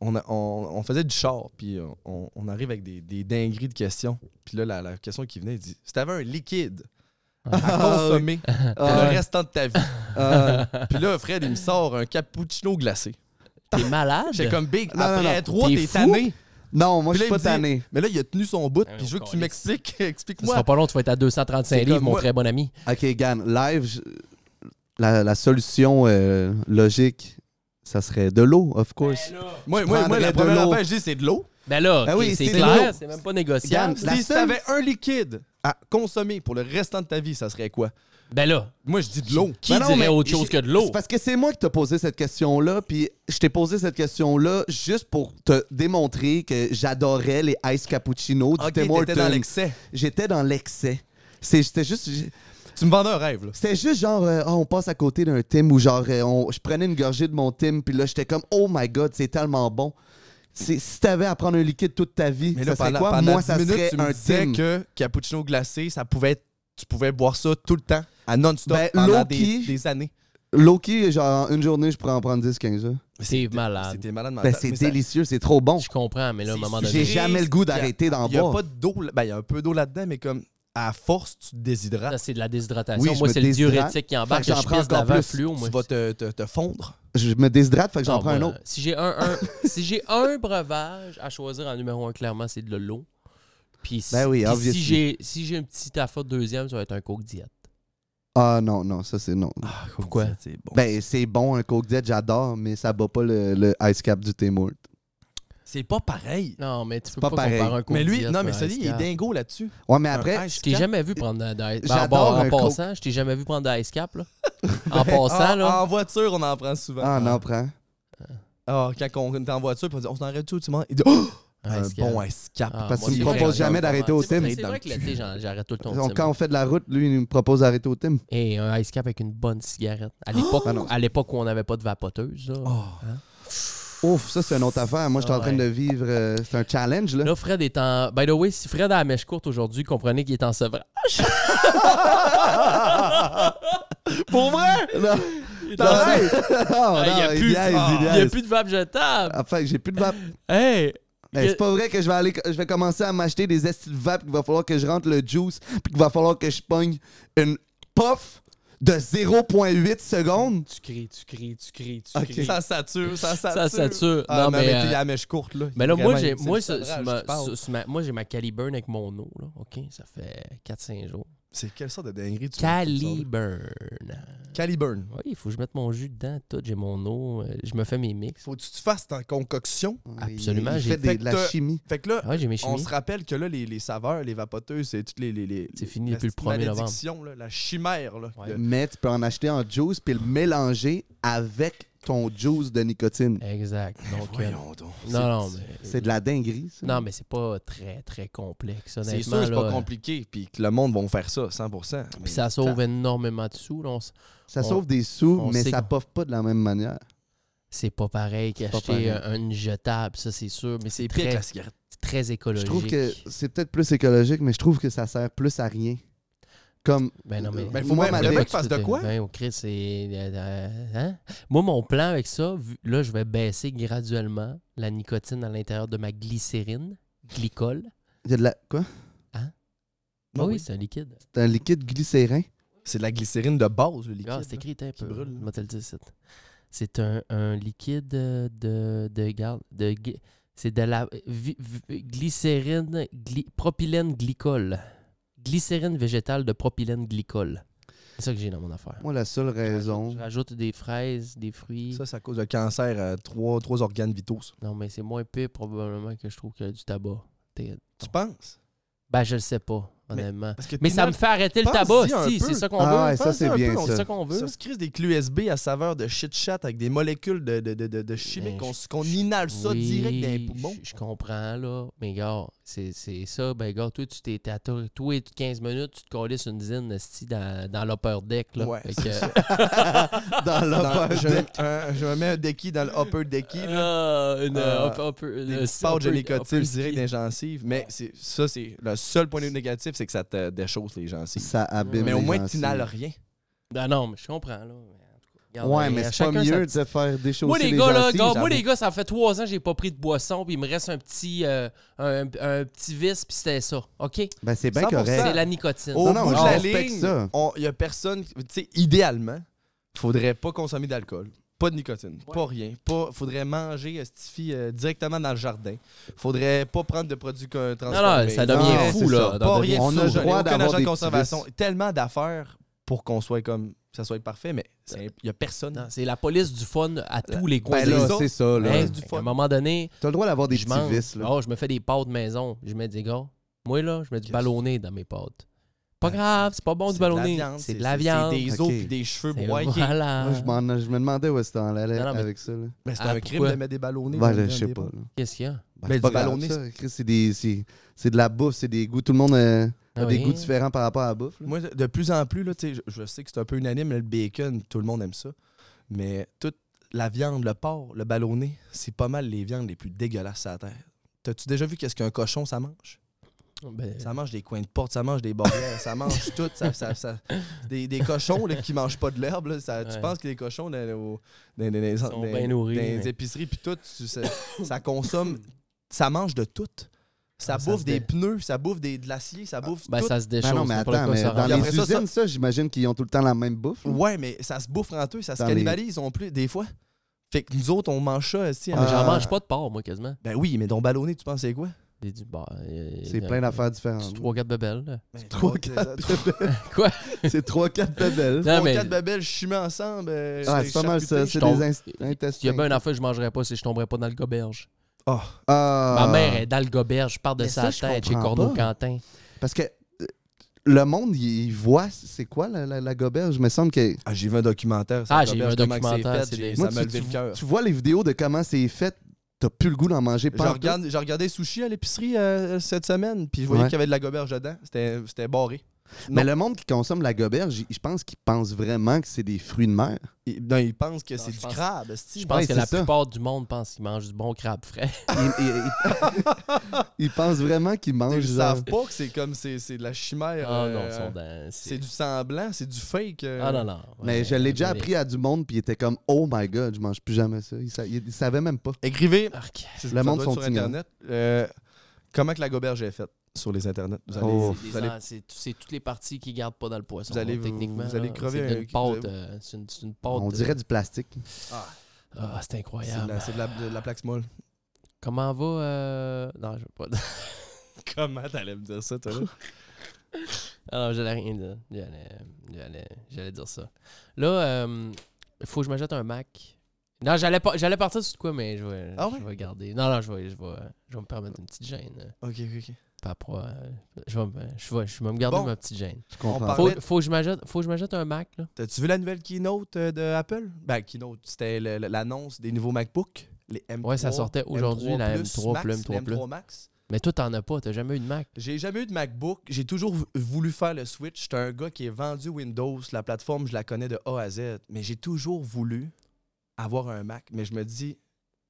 Speaker 4: On, a- on, on faisait du char, puis on- on, on arrive avec des, des dingueries de questions. Puis là, la, la question qui venait, il dit Si t'avais un liquide à consommer pour
Speaker 5: Ah,
Speaker 4: le restant de ta vie.
Speaker 5: ah,
Speaker 4: puis là, Fred, il me sort un cappuccino glacé.
Speaker 3: T'es malade?
Speaker 4: J'étais comme Big,
Speaker 5: Ah, Non, non,
Speaker 4: après
Speaker 5: non.
Speaker 4: trois,
Speaker 3: T'es
Speaker 4: t'es
Speaker 3: fou?
Speaker 4: tanné.
Speaker 5: non, moi, je
Speaker 4: Puis
Speaker 5: suis pas
Speaker 4: là, il me dit-
Speaker 5: tanné.
Speaker 4: Mais là, il a tenu son bout,
Speaker 3: Ah,
Speaker 4: puis je veux que tu
Speaker 3: on
Speaker 4: m'expliques.
Speaker 3: Ce
Speaker 4: Explique-moi.
Speaker 3: sera pas long, tu vas être à 235
Speaker 4: C'est
Speaker 3: livres,
Speaker 4: comme
Speaker 3: mon
Speaker 4: moi.
Speaker 3: très bon ami.
Speaker 5: Ok, Gann, live, je- la, la solution euh, logique, ça serait de l'eau, of course.
Speaker 4: Moi,
Speaker 5: Tu
Speaker 4: moi, moi, la
Speaker 5: prendrais de
Speaker 4: première
Speaker 5: l'eau.
Speaker 4: affaire, je dis, c'est de l'eau.
Speaker 3: Ben là,
Speaker 5: Ah
Speaker 3: ok,
Speaker 5: oui,
Speaker 3: c'est
Speaker 5: c'est
Speaker 3: clair,
Speaker 5: lourd.
Speaker 3: c'est même pas négociable.
Speaker 5: Regarde, La
Speaker 4: si
Speaker 5: seule-
Speaker 4: t'avais un liquide à consommer pour le restant de ta vie, ça serait quoi?
Speaker 3: Ben là,
Speaker 4: Moi, je dis de l'eau.
Speaker 3: qui
Speaker 5: Ben non,
Speaker 3: dirait
Speaker 5: mais
Speaker 3: autre chose que
Speaker 5: j'ai-
Speaker 3: de l'eau?
Speaker 5: C'est parce que c'est moi qui t'ai posé cette question-là, puis je t'ai posé cette question-là juste pour te démontrer que j'adorais les ice cappuccino du
Speaker 4: Ok,
Speaker 5: Tim
Speaker 4: t'étais dans
Speaker 5: Hortons.
Speaker 4: l'excès.
Speaker 5: J'étais dans l'excès. C'est- C'était juste, j'-
Speaker 4: Tu me vendais un rêve, là.
Speaker 5: c'était juste genre, euh, Ah, on passe à côté d'un Tim ou genre, euh, on- je prenais une gorgée de mon Tim, puis là, j'étais comme, oh my god, c'est tellement bon. C'est- Si t'avais à prendre un liquide toute ta vie,
Speaker 4: Mais là,
Speaker 5: ça serait
Speaker 4: pendant,
Speaker 5: quoi?
Speaker 4: pendant
Speaker 5: moi,
Speaker 4: 10
Speaker 5: ça
Speaker 4: minutes,
Speaker 5: serait
Speaker 4: tu me
Speaker 5: un
Speaker 4: disais
Speaker 5: Tim.
Speaker 4: que cappuccino glacé, ça pouvait être- tu pouvais boire ça tout le temps, à non-stop,
Speaker 5: Ben,
Speaker 4: pendant
Speaker 5: l'eau
Speaker 4: des,
Speaker 5: qui-
Speaker 4: des années.
Speaker 5: Loki, genre, en une journée, je pourrais en prendre 10-15 heures.
Speaker 3: C'est malade.
Speaker 4: C'était malade
Speaker 5: Ben,
Speaker 4: mental.
Speaker 5: c'est
Speaker 4: Ah, Mais ça-
Speaker 5: délicieux, c'est trop bon.
Speaker 3: Je comprends, mais là, à un
Speaker 4: C'est
Speaker 3: moment
Speaker 4: sujet.
Speaker 5: J'ai
Speaker 3: donné,
Speaker 4: Triste,
Speaker 5: jamais le
Speaker 4: y
Speaker 5: goût
Speaker 4: a-
Speaker 5: d'arrêter d'en
Speaker 4: Il n'y a
Speaker 5: boire.
Speaker 4: pas d'eau. là- Ben, il y a un peu d'eau là-dedans, mais comme à force, tu te déshydrates.
Speaker 3: ça, c'est de la déshydratation.
Speaker 5: Oui, je
Speaker 3: moi,
Speaker 5: me
Speaker 3: c'est le
Speaker 5: déshydrate.
Speaker 3: diurétique qui embarque.
Speaker 5: Fait que
Speaker 3: Je
Speaker 5: j'en prends
Speaker 3: pisse de la
Speaker 5: encore
Speaker 3: veuve
Speaker 5: plus.
Speaker 3: fluo, moi.
Speaker 4: Tu vas te, te- te fondre.
Speaker 5: Je me déshydrate, fait que j'en
Speaker 3: Ah,
Speaker 5: prends un
Speaker 3: moi,
Speaker 5: autre.
Speaker 3: Si j'ai un, un- si j'ai un breuvage à choisir en numéro un, clairement, c'est de l'eau. Puis si,
Speaker 5: Ben oui,
Speaker 3: puis
Speaker 5: obviously.
Speaker 3: si j'ai si j'ai un petit tafa de deuxième, ça va être un Coke Diet.
Speaker 5: Ah non, non, ça c'est non.
Speaker 3: Ah. Pourquoi?
Speaker 4: C'est bon.
Speaker 5: Ben, c'est bon, un Coke Diet, j'adore, mais ça bat pas le, le Ice Cap du Tim Hortons. Ben,
Speaker 4: C'est pas pareil.
Speaker 3: Non, mais tu peux
Speaker 5: pas
Speaker 3: pas,
Speaker 5: pareil.
Speaker 3: comparer un Coke
Speaker 4: Mais lui,
Speaker 3: Diet
Speaker 4: non,
Speaker 3: à
Speaker 4: mais
Speaker 3: un
Speaker 4: celui, il est
Speaker 3: Ice Cap.
Speaker 4: dingo là-dessus.
Speaker 5: Ouais, mais
Speaker 4: Un
Speaker 5: après,
Speaker 4: ice
Speaker 3: Je t'ai
Speaker 4: cap.
Speaker 3: jamais vu prendre de Ice Cap.
Speaker 5: J'adore
Speaker 3: En
Speaker 5: un
Speaker 3: passant, je t'ai jamais vu prendre de Ice Cap, là. En passant,
Speaker 4: en,
Speaker 3: là.
Speaker 4: en voiture, on en prend souvent.
Speaker 5: ah non, prends.
Speaker 4: Ah, quand on est en voiture, puis on dit on s'en arrête tout, tu m'en. Il dit oh,
Speaker 5: ah,
Speaker 4: un
Speaker 3: Ice Cap.
Speaker 4: bon ice cap.
Speaker 3: Ah,
Speaker 5: Parce
Speaker 3: moi,
Speaker 5: qu'il me
Speaker 3: c'est vrai,
Speaker 5: propose
Speaker 3: j'en
Speaker 5: jamais
Speaker 3: ai
Speaker 5: d'arrêter
Speaker 3: pas.
Speaker 5: au
Speaker 3: C'est vrai-
Speaker 5: Tim.
Speaker 3: C'est vrai que l'été, j'en- j'arrête tout le temps. au
Speaker 5: Donc,
Speaker 3: Tim.
Speaker 5: quand on fait de la route, lui, il me propose d'arrêter au Tim.
Speaker 3: Et un ice cap avec une bonne cigarette. À l'époque,
Speaker 5: Ah non. Ah,
Speaker 3: à l'époque où on n'avait pas de vapoteuse. Là.
Speaker 4: Oh,
Speaker 5: Ouf, ça c'est une autre affaire. Moi, je suis
Speaker 3: Ah
Speaker 5: en train
Speaker 3: ouais.
Speaker 5: de vivre. euh, c'est un challenge, là.
Speaker 3: Là, Fred est en. By the way, si Fred a la mèche courte aujourd'hui, comprenez qu'il est en sevrage.
Speaker 5: Pour vrai? Non,
Speaker 3: en-
Speaker 5: T'arrêtes? Non,
Speaker 3: Ah, il y a
Speaker 5: non,
Speaker 3: plus-
Speaker 5: il niaise,
Speaker 4: ah,
Speaker 5: il
Speaker 3: Il n'y a
Speaker 5: niaise.
Speaker 3: plus de vape jetable.
Speaker 5: Ah, fait que j'ai plus de vape.
Speaker 3: Hey!
Speaker 5: Hey, c'est pas vrai que je vais aller, je vais commencer à m'acheter des estis de vape qu'il va falloir que je rentre le juice puis qu'il va falloir que je pogne une puff de 0.8 secondes.
Speaker 3: Tu cries, tu cries, tu cries, tu
Speaker 5: Ok.
Speaker 3: cries.
Speaker 4: Ça sature, ça sature.
Speaker 3: Ça sature.
Speaker 4: Ah,
Speaker 3: non,
Speaker 4: mais,
Speaker 3: mais.
Speaker 4: mais il y
Speaker 3: euh,
Speaker 4: a la mèche courte, là.
Speaker 3: Mais là, moi,
Speaker 4: Vraiment,
Speaker 3: j'ai,
Speaker 4: c'est
Speaker 3: moi,
Speaker 4: le
Speaker 3: sur- sur
Speaker 4: sevrage,
Speaker 3: ma,
Speaker 4: je parle.
Speaker 3: sur- sur ma- moi, j'ai ma Caliburn avec mon eau, là. OK? Ça fait 4-5 jours.
Speaker 4: C'est quelle sorte de dinguerie tu
Speaker 3: Caliburn.
Speaker 4: Caliburn.
Speaker 3: Oui, il faut que je mette mon jus dedans, tout. J'ai mon eau, euh, je me fais mes mix.
Speaker 4: Faut que tu te fasses ta concoction.
Speaker 3: Absolument,
Speaker 5: Il
Speaker 3: j'ai
Speaker 5: fait des-
Speaker 4: fait
Speaker 5: de la
Speaker 4: que-
Speaker 5: chimie.
Speaker 4: Fait que là,
Speaker 3: Ah, j'ai mes
Speaker 4: on
Speaker 3: chimies.
Speaker 4: se rappelle que là, les, les saveurs, les vapoteuses, c'est toutes les. les, les
Speaker 3: C'est fini
Speaker 4: la
Speaker 3: depuis le
Speaker 4: petite
Speaker 3: 1er novembre.
Speaker 4: malédiction, là, la chimère. Là,
Speaker 3: Ouais.
Speaker 4: de-
Speaker 5: Mais tu peux en acheter en juice puis le mélanger avec ton juice de nicotine.
Speaker 3: Exact. Donc, euh,
Speaker 4: Voyons donc.
Speaker 3: non, non,
Speaker 4: C'est-
Speaker 3: mais. euh,
Speaker 5: C'est de la dinguerie, ça.
Speaker 3: Non, mais c'est pas très, très complexe, honnêtement.
Speaker 4: C'est sûr, c'est
Speaker 3: là. euh,
Speaker 4: pas compliqué. Puis que le monde va faire ça, 100%. mais-
Speaker 3: Puis ça sauve énormément de sous. là. On s-
Speaker 5: ça
Speaker 3: on-
Speaker 5: sauve des sous,
Speaker 3: on
Speaker 5: mais
Speaker 3: sait
Speaker 5: ça
Speaker 3: qu'on-
Speaker 5: poffe pas de la même manière.
Speaker 3: C'est pas pareil
Speaker 5: pas
Speaker 3: qu'acheter
Speaker 5: pareil.
Speaker 3: un, une jetable, ça, c'est sûr. Mais c'est
Speaker 4: C'est pire que
Speaker 3: très,
Speaker 4: la cigarette.
Speaker 3: c'est très
Speaker 5: Je
Speaker 3: écologique.
Speaker 5: trouve que c'est peut-être plus écologique, mais je trouve que ça sert plus à rien. Comme
Speaker 3: Ben non, mais.
Speaker 5: Ben,
Speaker 4: faut
Speaker 5: Moi,
Speaker 4: bien-
Speaker 5: ma
Speaker 4: faut bien
Speaker 5: dé-
Speaker 4: qu'il fasse de quoi?
Speaker 3: Ben, oh, Chris, c'est. euh, euh, hein? Moi, mon plan avec ça, vu- là, je vais baisser graduellement la nicotine à l'intérieur de ma glycérine, glycol.
Speaker 5: il y a de la quoi
Speaker 3: Ah
Speaker 4: Non, Ah
Speaker 3: oui,
Speaker 4: oui.
Speaker 3: c'est un liquide.
Speaker 5: C'est un liquide glycérin.
Speaker 4: C'est de la glycérine de base, le liquide. hein,
Speaker 3: Ah, c'est écrit, t'as un peu.
Speaker 4: brûle, là.
Speaker 3: Je vais te le dire, c'est- C'est un, un liquide euh, de. de, garde- de, gui- c'est de la vi- vi- glycérine, gly- propylène glycol. Glycérine végétale de propylène glycol. C'est ça que j'ai dans mon affaire.
Speaker 5: Moi, la seule raison.
Speaker 3: Je rajoute des fraises, des fruits.
Speaker 4: Ça, c'est à cause de cancer, euh, trois, trois organes vitaux. ça.
Speaker 3: Non, mais c'est moins pire probablement que je trouve que du tabac. T'es-
Speaker 4: Tu penses?
Speaker 3: Ben, je le sais pas. honnêtement.
Speaker 4: Parce que
Speaker 3: Mais ça me
Speaker 4: Peanut,
Speaker 3: fait arrêter le
Speaker 4: pense-y
Speaker 3: tabac,
Speaker 4: un
Speaker 3: si,
Speaker 4: peu.
Speaker 3: c'est ça qu'on
Speaker 5: Ah
Speaker 3: veut.
Speaker 5: ouais, ça,
Speaker 4: Pensez
Speaker 5: c'est
Speaker 4: un peu,
Speaker 5: bien,
Speaker 4: on
Speaker 3: C'est
Speaker 5: ça.
Speaker 3: ça qu'on veut.
Speaker 4: Ça se crise des clés USB à saveur de shit-chat avec des molécules de, de, de, de, de chimie
Speaker 3: Ben,
Speaker 4: qu'on
Speaker 3: je-
Speaker 4: qu'on
Speaker 3: je-
Speaker 4: inhale ça
Speaker 3: oui,
Speaker 4: direct dans les poumons.
Speaker 3: Je je comprends, là. Mais gars, c'est c'est ça. Ben, gars, toi, tu t'es t'es à toi, toi, 15 minutes, tu te collisses une zine esti, dans, dans l'upper deck, là.
Speaker 4: Ouais,
Speaker 3: Fait
Speaker 4: c'est
Speaker 3: que-
Speaker 5: Dans
Speaker 4: Dans-
Speaker 5: l'upper
Speaker 4: je,
Speaker 5: deck.
Speaker 4: un- je me mets un decky dans le upper decky. là.
Speaker 3: Ah, une,
Speaker 4: Euh,
Speaker 3: up- upper-
Speaker 4: Des
Speaker 3: euh,
Speaker 4: petites pâtes de
Speaker 3: upper-
Speaker 4: nicotine
Speaker 3: upper-
Speaker 4: direct dans les gencives. Mais c'est- ça, c'est le seul point négatif, c'est que ça te déchausse les gencives.
Speaker 5: Ça abîme
Speaker 4: Mais au
Speaker 5: les
Speaker 4: moins, tu
Speaker 5: gencives.
Speaker 4: n'as rien.
Speaker 3: Ah non, mais je comprends, là. Mais en tout cas, regarde,
Speaker 5: Ouais,
Speaker 3: ben,
Speaker 5: mais
Speaker 3: à
Speaker 5: c'est pas
Speaker 3: chacun sa
Speaker 5: mieux
Speaker 3: petite-
Speaker 5: de faire des choses
Speaker 3: Moi, les gars, là, gars, moi, les gars, ça fait trois ans que j'ai pas pris de boisson, puis il me reste un petit, euh, un, un petit vice, puis c'était ça. OK?
Speaker 5: Ben, c'est
Speaker 4: 100%.
Speaker 5: bien correct.
Speaker 3: C'est la nicotine.
Speaker 4: Au
Speaker 5: Non, non,
Speaker 4: bout de
Speaker 5: je
Speaker 4: la
Speaker 5: respecte
Speaker 4: ligne,
Speaker 5: ça.
Speaker 4: il y a personne. qui- Tu sais, idéalement, faudrait pas consommer d'alcool, pas de nicotine, pas rien. Pas, faudrait manger euh, cette fille, euh, directement dans le jardin. Faudrait pas prendre de produits co-
Speaker 3: non,
Speaker 4: transformés.
Speaker 3: non, ça devient
Speaker 5: Non,
Speaker 3: fou,
Speaker 5: c'est
Speaker 3: là.
Speaker 5: ça.
Speaker 3: Ça
Speaker 4: Pas
Speaker 3: devient
Speaker 4: rien
Speaker 5: On
Speaker 4: de
Speaker 3: fou,
Speaker 5: a
Speaker 4: ça,
Speaker 5: le
Speaker 3: là.
Speaker 4: j'en ai
Speaker 5: droit
Speaker 4: aucun
Speaker 5: d'avoir
Speaker 4: agent de
Speaker 5: des
Speaker 4: conservation.
Speaker 5: petits
Speaker 4: Tellement d'affaires pour qu'on soit comme ça soit parfait, mais c'est- il y a personne.
Speaker 3: Non, C'est la police du fun à tous les coins
Speaker 5: Ben
Speaker 3: de
Speaker 5: là,
Speaker 3: rue.
Speaker 5: c'est ça, là.
Speaker 3: Hein?
Speaker 4: du
Speaker 3: Fait qu'à
Speaker 4: fun.
Speaker 3: un moment donné,
Speaker 5: T'as le droit d'avoir des
Speaker 3: je
Speaker 5: petits
Speaker 3: mange.
Speaker 5: vices, là.
Speaker 3: Oh, je me fais des pâtes maison. Je mets des gars. Moi, là, je mets du
Speaker 4: Qu'est-ce-
Speaker 3: ballonné dans mes pâtes. Pas
Speaker 5: Ah,
Speaker 4: Ben,
Speaker 3: grave, c'est pas bon
Speaker 4: C'est
Speaker 3: du
Speaker 4: de la
Speaker 3: ballonné.
Speaker 4: viande,
Speaker 3: C'est de la viande.
Speaker 4: C'est des os
Speaker 5: Ok.
Speaker 4: puis des cheveux
Speaker 3: C'est-
Speaker 4: broyés.
Speaker 3: Voilà.
Speaker 5: Moi, je, m'en- je me demandais où est-ce que t'en allais
Speaker 3: Non, non, mais-
Speaker 5: avec ça, là.
Speaker 4: Mais c'est
Speaker 3: Ah,
Speaker 4: un crime
Speaker 3: pourquoi?
Speaker 4: de mettre des ballonnés.
Speaker 5: Ben,
Speaker 4: dans
Speaker 5: là,
Speaker 4: le
Speaker 5: je sais
Speaker 4: viande
Speaker 5: pas,
Speaker 4: des
Speaker 5: là.
Speaker 3: Qu'est-ce qu'il y a?
Speaker 5: Ben,
Speaker 4: Ben,
Speaker 5: c'est
Speaker 4: du
Speaker 5: pas grave,
Speaker 4: ballonné,
Speaker 5: ça. Chris, c'est des- c'est- c'est de la bouffe, c'est des goûts. Tout le monde a, a
Speaker 3: Ah
Speaker 5: des
Speaker 3: oui.
Speaker 5: goûts différents par rapport à la bouffe. là.
Speaker 4: Moi, de- de plus en plus, là, tu sais, je, je sais que c'est un peu unanime, le bacon, tout le monde aime ça. Mais toute la viande, le porc, le ballonné, c'est pas mal les viandes les plus dégueulasses à la terre. T'as-tu déjà vu qu'est-ce qu'un cochon, ça mange?
Speaker 3: Ben,
Speaker 4: Ça mange des coins de porte, ça mange des barrières, ça mange tout. Ça, ça- ça- des, des cochons là, qui mangent pas de l'herbe. là, ça- Tu
Speaker 3: Ouais.
Speaker 4: penses que les cochons dans, au- dans- dans- dans-
Speaker 3: Ils sont
Speaker 4: dans-
Speaker 3: bien nourris,
Speaker 4: dans les
Speaker 3: mais-
Speaker 4: épiceries, puis tout, tu- ça, ça consomme, ça mange de tout. Ça
Speaker 3: Ah, ça
Speaker 4: bouffe
Speaker 3: se
Speaker 4: des
Speaker 3: dé-
Speaker 4: pneus, ça bouffe des, de l'acier, ça bouffe
Speaker 3: ben,
Speaker 4: tout.
Speaker 3: ça se
Speaker 5: Ben
Speaker 3: déchausse.
Speaker 5: non, mais
Speaker 3: n'importe
Speaker 5: attends,
Speaker 3: quoi,
Speaker 5: mais
Speaker 3: ça
Speaker 5: dans
Speaker 3: rentre.
Speaker 5: les
Speaker 4: Après ça, ça-
Speaker 5: usines, ça, j'imagine qu'ils ont tout le temps la même bouffe. là.
Speaker 4: Ouais, mais ça se bouffe entre eux, ça se
Speaker 5: Dans les-
Speaker 4: cannibalise en plus, des fois. Fait que nous autres, on mange ça aussi.
Speaker 3: Ah, mais J'en
Speaker 5: Euh,
Speaker 3: mange pas de porc, moi, quasiment.
Speaker 4: Ben oui, mais ton ballonné, tu penses c'est quoi?
Speaker 3: Des du- bah, euh,
Speaker 5: C'est
Speaker 3: euh,
Speaker 5: plein d'affaires
Speaker 4: Ah,
Speaker 5: différentes.
Speaker 3: 3-4 bebelles. là.
Speaker 4: Ben,
Speaker 5: Trois, quatre bébelles.
Speaker 3: Quoi?
Speaker 5: C'est trois, quatre bébelles.
Speaker 3: Non, mais-
Speaker 4: quatre babelles chimées ensemble. euh,
Speaker 5: Ah,
Speaker 4: des
Speaker 5: c'est pas mal ça.
Speaker 4: charcuteries.
Speaker 5: C'est
Speaker 3: tombe-
Speaker 5: des inst-
Speaker 3: Il y a
Speaker 5: intestins.
Speaker 3: bien une affaire que je mangerais pas si je tomberais pas dans le goberge.
Speaker 4: Ah,
Speaker 3: Ma
Speaker 5: Ah.
Speaker 3: mère est dans le goberge, je pars de
Speaker 5: Mais
Speaker 3: sa
Speaker 5: ça, je
Speaker 3: tête chez
Speaker 5: comprends
Speaker 3: Corneau
Speaker 5: pas.
Speaker 3: Quentin.
Speaker 5: Parce que euh, le monde, il il voit c'est quoi la, la, la goberge. Il me semble que.
Speaker 4: Ah, j'ai vu un documentaire. sur
Speaker 3: Ah,
Speaker 4: la
Speaker 3: j'ai
Speaker 4: goberge,
Speaker 3: vu un
Speaker 4: comment que
Speaker 3: documentaire,
Speaker 4: c'est fait,
Speaker 3: c'est
Speaker 4: j'ai-
Speaker 3: des-
Speaker 4: Ça
Speaker 5: tu-
Speaker 4: m'a
Speaker 5: tu,
Speaker 4: levé le cœur.
Speaker 5: tu vois les vidéos de comment c'est fait, t'as plus le goût d'en manger
Speaker 4: Je
Speaker 5: pas.
Speaker 4: regarde- J'ai regardé Sushi à l'épicerie euh, cette semaine, puis je voyais
Speaker 5: Ouais.
Speaker 4: qu'il y avait de la goberge dedans. C'était c'était barré.
Speaker 5: Mais
Speaker 4: Non.
Speaker 5: le monde qui consomme la goberge, il- je pense qu'il pense vraiment que c'est des fruits de mer.
Speaker 4: Il- Non, ils pensent que
Speaker 3: Non,
Speaker 4: c'est
Speaker 3: je
Speaker 4: du
Speaker 3: pense-
Speaker 4: crabe.
Speaker 3: Je
Speaker 4: esti.
Speaker 3: pense
Speaker 5: Ouais,
Speaker 3: que
Speaker 5: c'est
Speaker 3: la
Speaker 5: ça.
Speaker 3: plupart du monde pense qu'ils mangent du bon crabe frais.
Speaker 5: Il, il- il- il pense vraiment qu'il mange.
Speaker 4: Ils
Speaker 5: genre-
Speaker 4: savent pas que c'est comme c'est c'est de la chimère.
Speaker 3: Ah non,
Speaker 4: euh,
Speaker 3: ils sont dans- c'est-
Speaker 4: C'est du semblant, c'est du fake. euh.
Speaker 3: Ah non, non.
Speaker 5: Mais
Speaker 3: Ouais,
Speaker 5: je l'ai déjà
Speaker 3: désolé.
Speaker 5: appris à du monde, puis il était comme Oh my god, je mange plus jamais ça. Il, sa- il- il savait même pas.
Speaker 4: Écrivez,
Speaker 3: Arc.
Speaker 4: si
Speaker 5: Le monde sont
Speaker 4: sur
Speaker 5: ignorants.
Speaker 4: Internet, euh, comment que la goberge est faite sur les Internets. Vous allez,
Speaker 5: Oh.
Speaker 4: vous
Speaker 3: C'est des
Speaker 4: allez-
Speaker 3: en- C'est tout- c'est toutes les parties qui gardent pas dans le poisson.
Speaker 4: Vous allez-
Speaker 3: là,
Speaker 4: vous-
Speaker 3: techniquement,
Speaker 4: vous allez
Speaker 3: là.
Speaker 4: crever
Speaker 3: C'est
Speaker 4: un-
Speaker 3: une pâte.
Speaker 4: vous-
Speaker 3: euh, c'est une, c'est une
Speaker 4: Oh,
Speaker 3: pâte.
Speaker 5: On
Speaker 3: euh,
Speaker 5: dirait du plastique.
Speaker 3: Ah, c'est
Speaker 4: c'est de
Speaker 3: incroyable.
Speaker 4: la- c'est de, la- de la plaque molle.
Speaker 3: Comment va. euh, Non, je veux pas.
Speaker 4: Comment t'allais me dire ça, toi? là?
Speaker 3: Alors, Ah j'allais rien dire. J'allais, j'allais, j'allais dire ça. Là, il faut que je m'achète un Mac. Non, j'allais, pas, j'allais partir sur de quoi, mais je vais,
Speaker 4: Ah ouais?
Speaker 3: je vais garder. Non, non, je vais, je, vais, je vais me permettre une petite gêne. euh,
Speaker 4: ok, ok, ok.
Speaker 3: Pas pour, euh, je, vais, me- je, vais, je vais me garder
Speaker 4: Bon.
Speaker 3: ma petite gêne.
Speaker 5: Je comprends.
Speaker 4: parle-
Speaker 3: Faut,
Speaker 4: Parfait.
Speaker 3: faut, que je m'achète, faut que je m'achète un Mac, là.
Speaker 4: T'as-tu vu la nouvelle keynote euh, de Apple? Ben, keynote, c'était le- le- l'annonce des nouveaux MacBook. Les M3.
Speaker 3: Ouais, ça sortait aujourd'hui, la M3
Speaker 4: Max,
Speaker 3: plus, M3
Speaker 4: le M3 Max.
Speaker 3: Mais toi, t'en as pas. T'as jamais eu de Mac.
Speaker 4: J'ai jamais eu de MacBook. J'ai toujours v- voulu faire le Switch. J'étais un gars qui est vendu Windows. La plateforme, je la connais de A à Z. Mais j'ai toujours voulu avoir un Mac. Mais je me dis,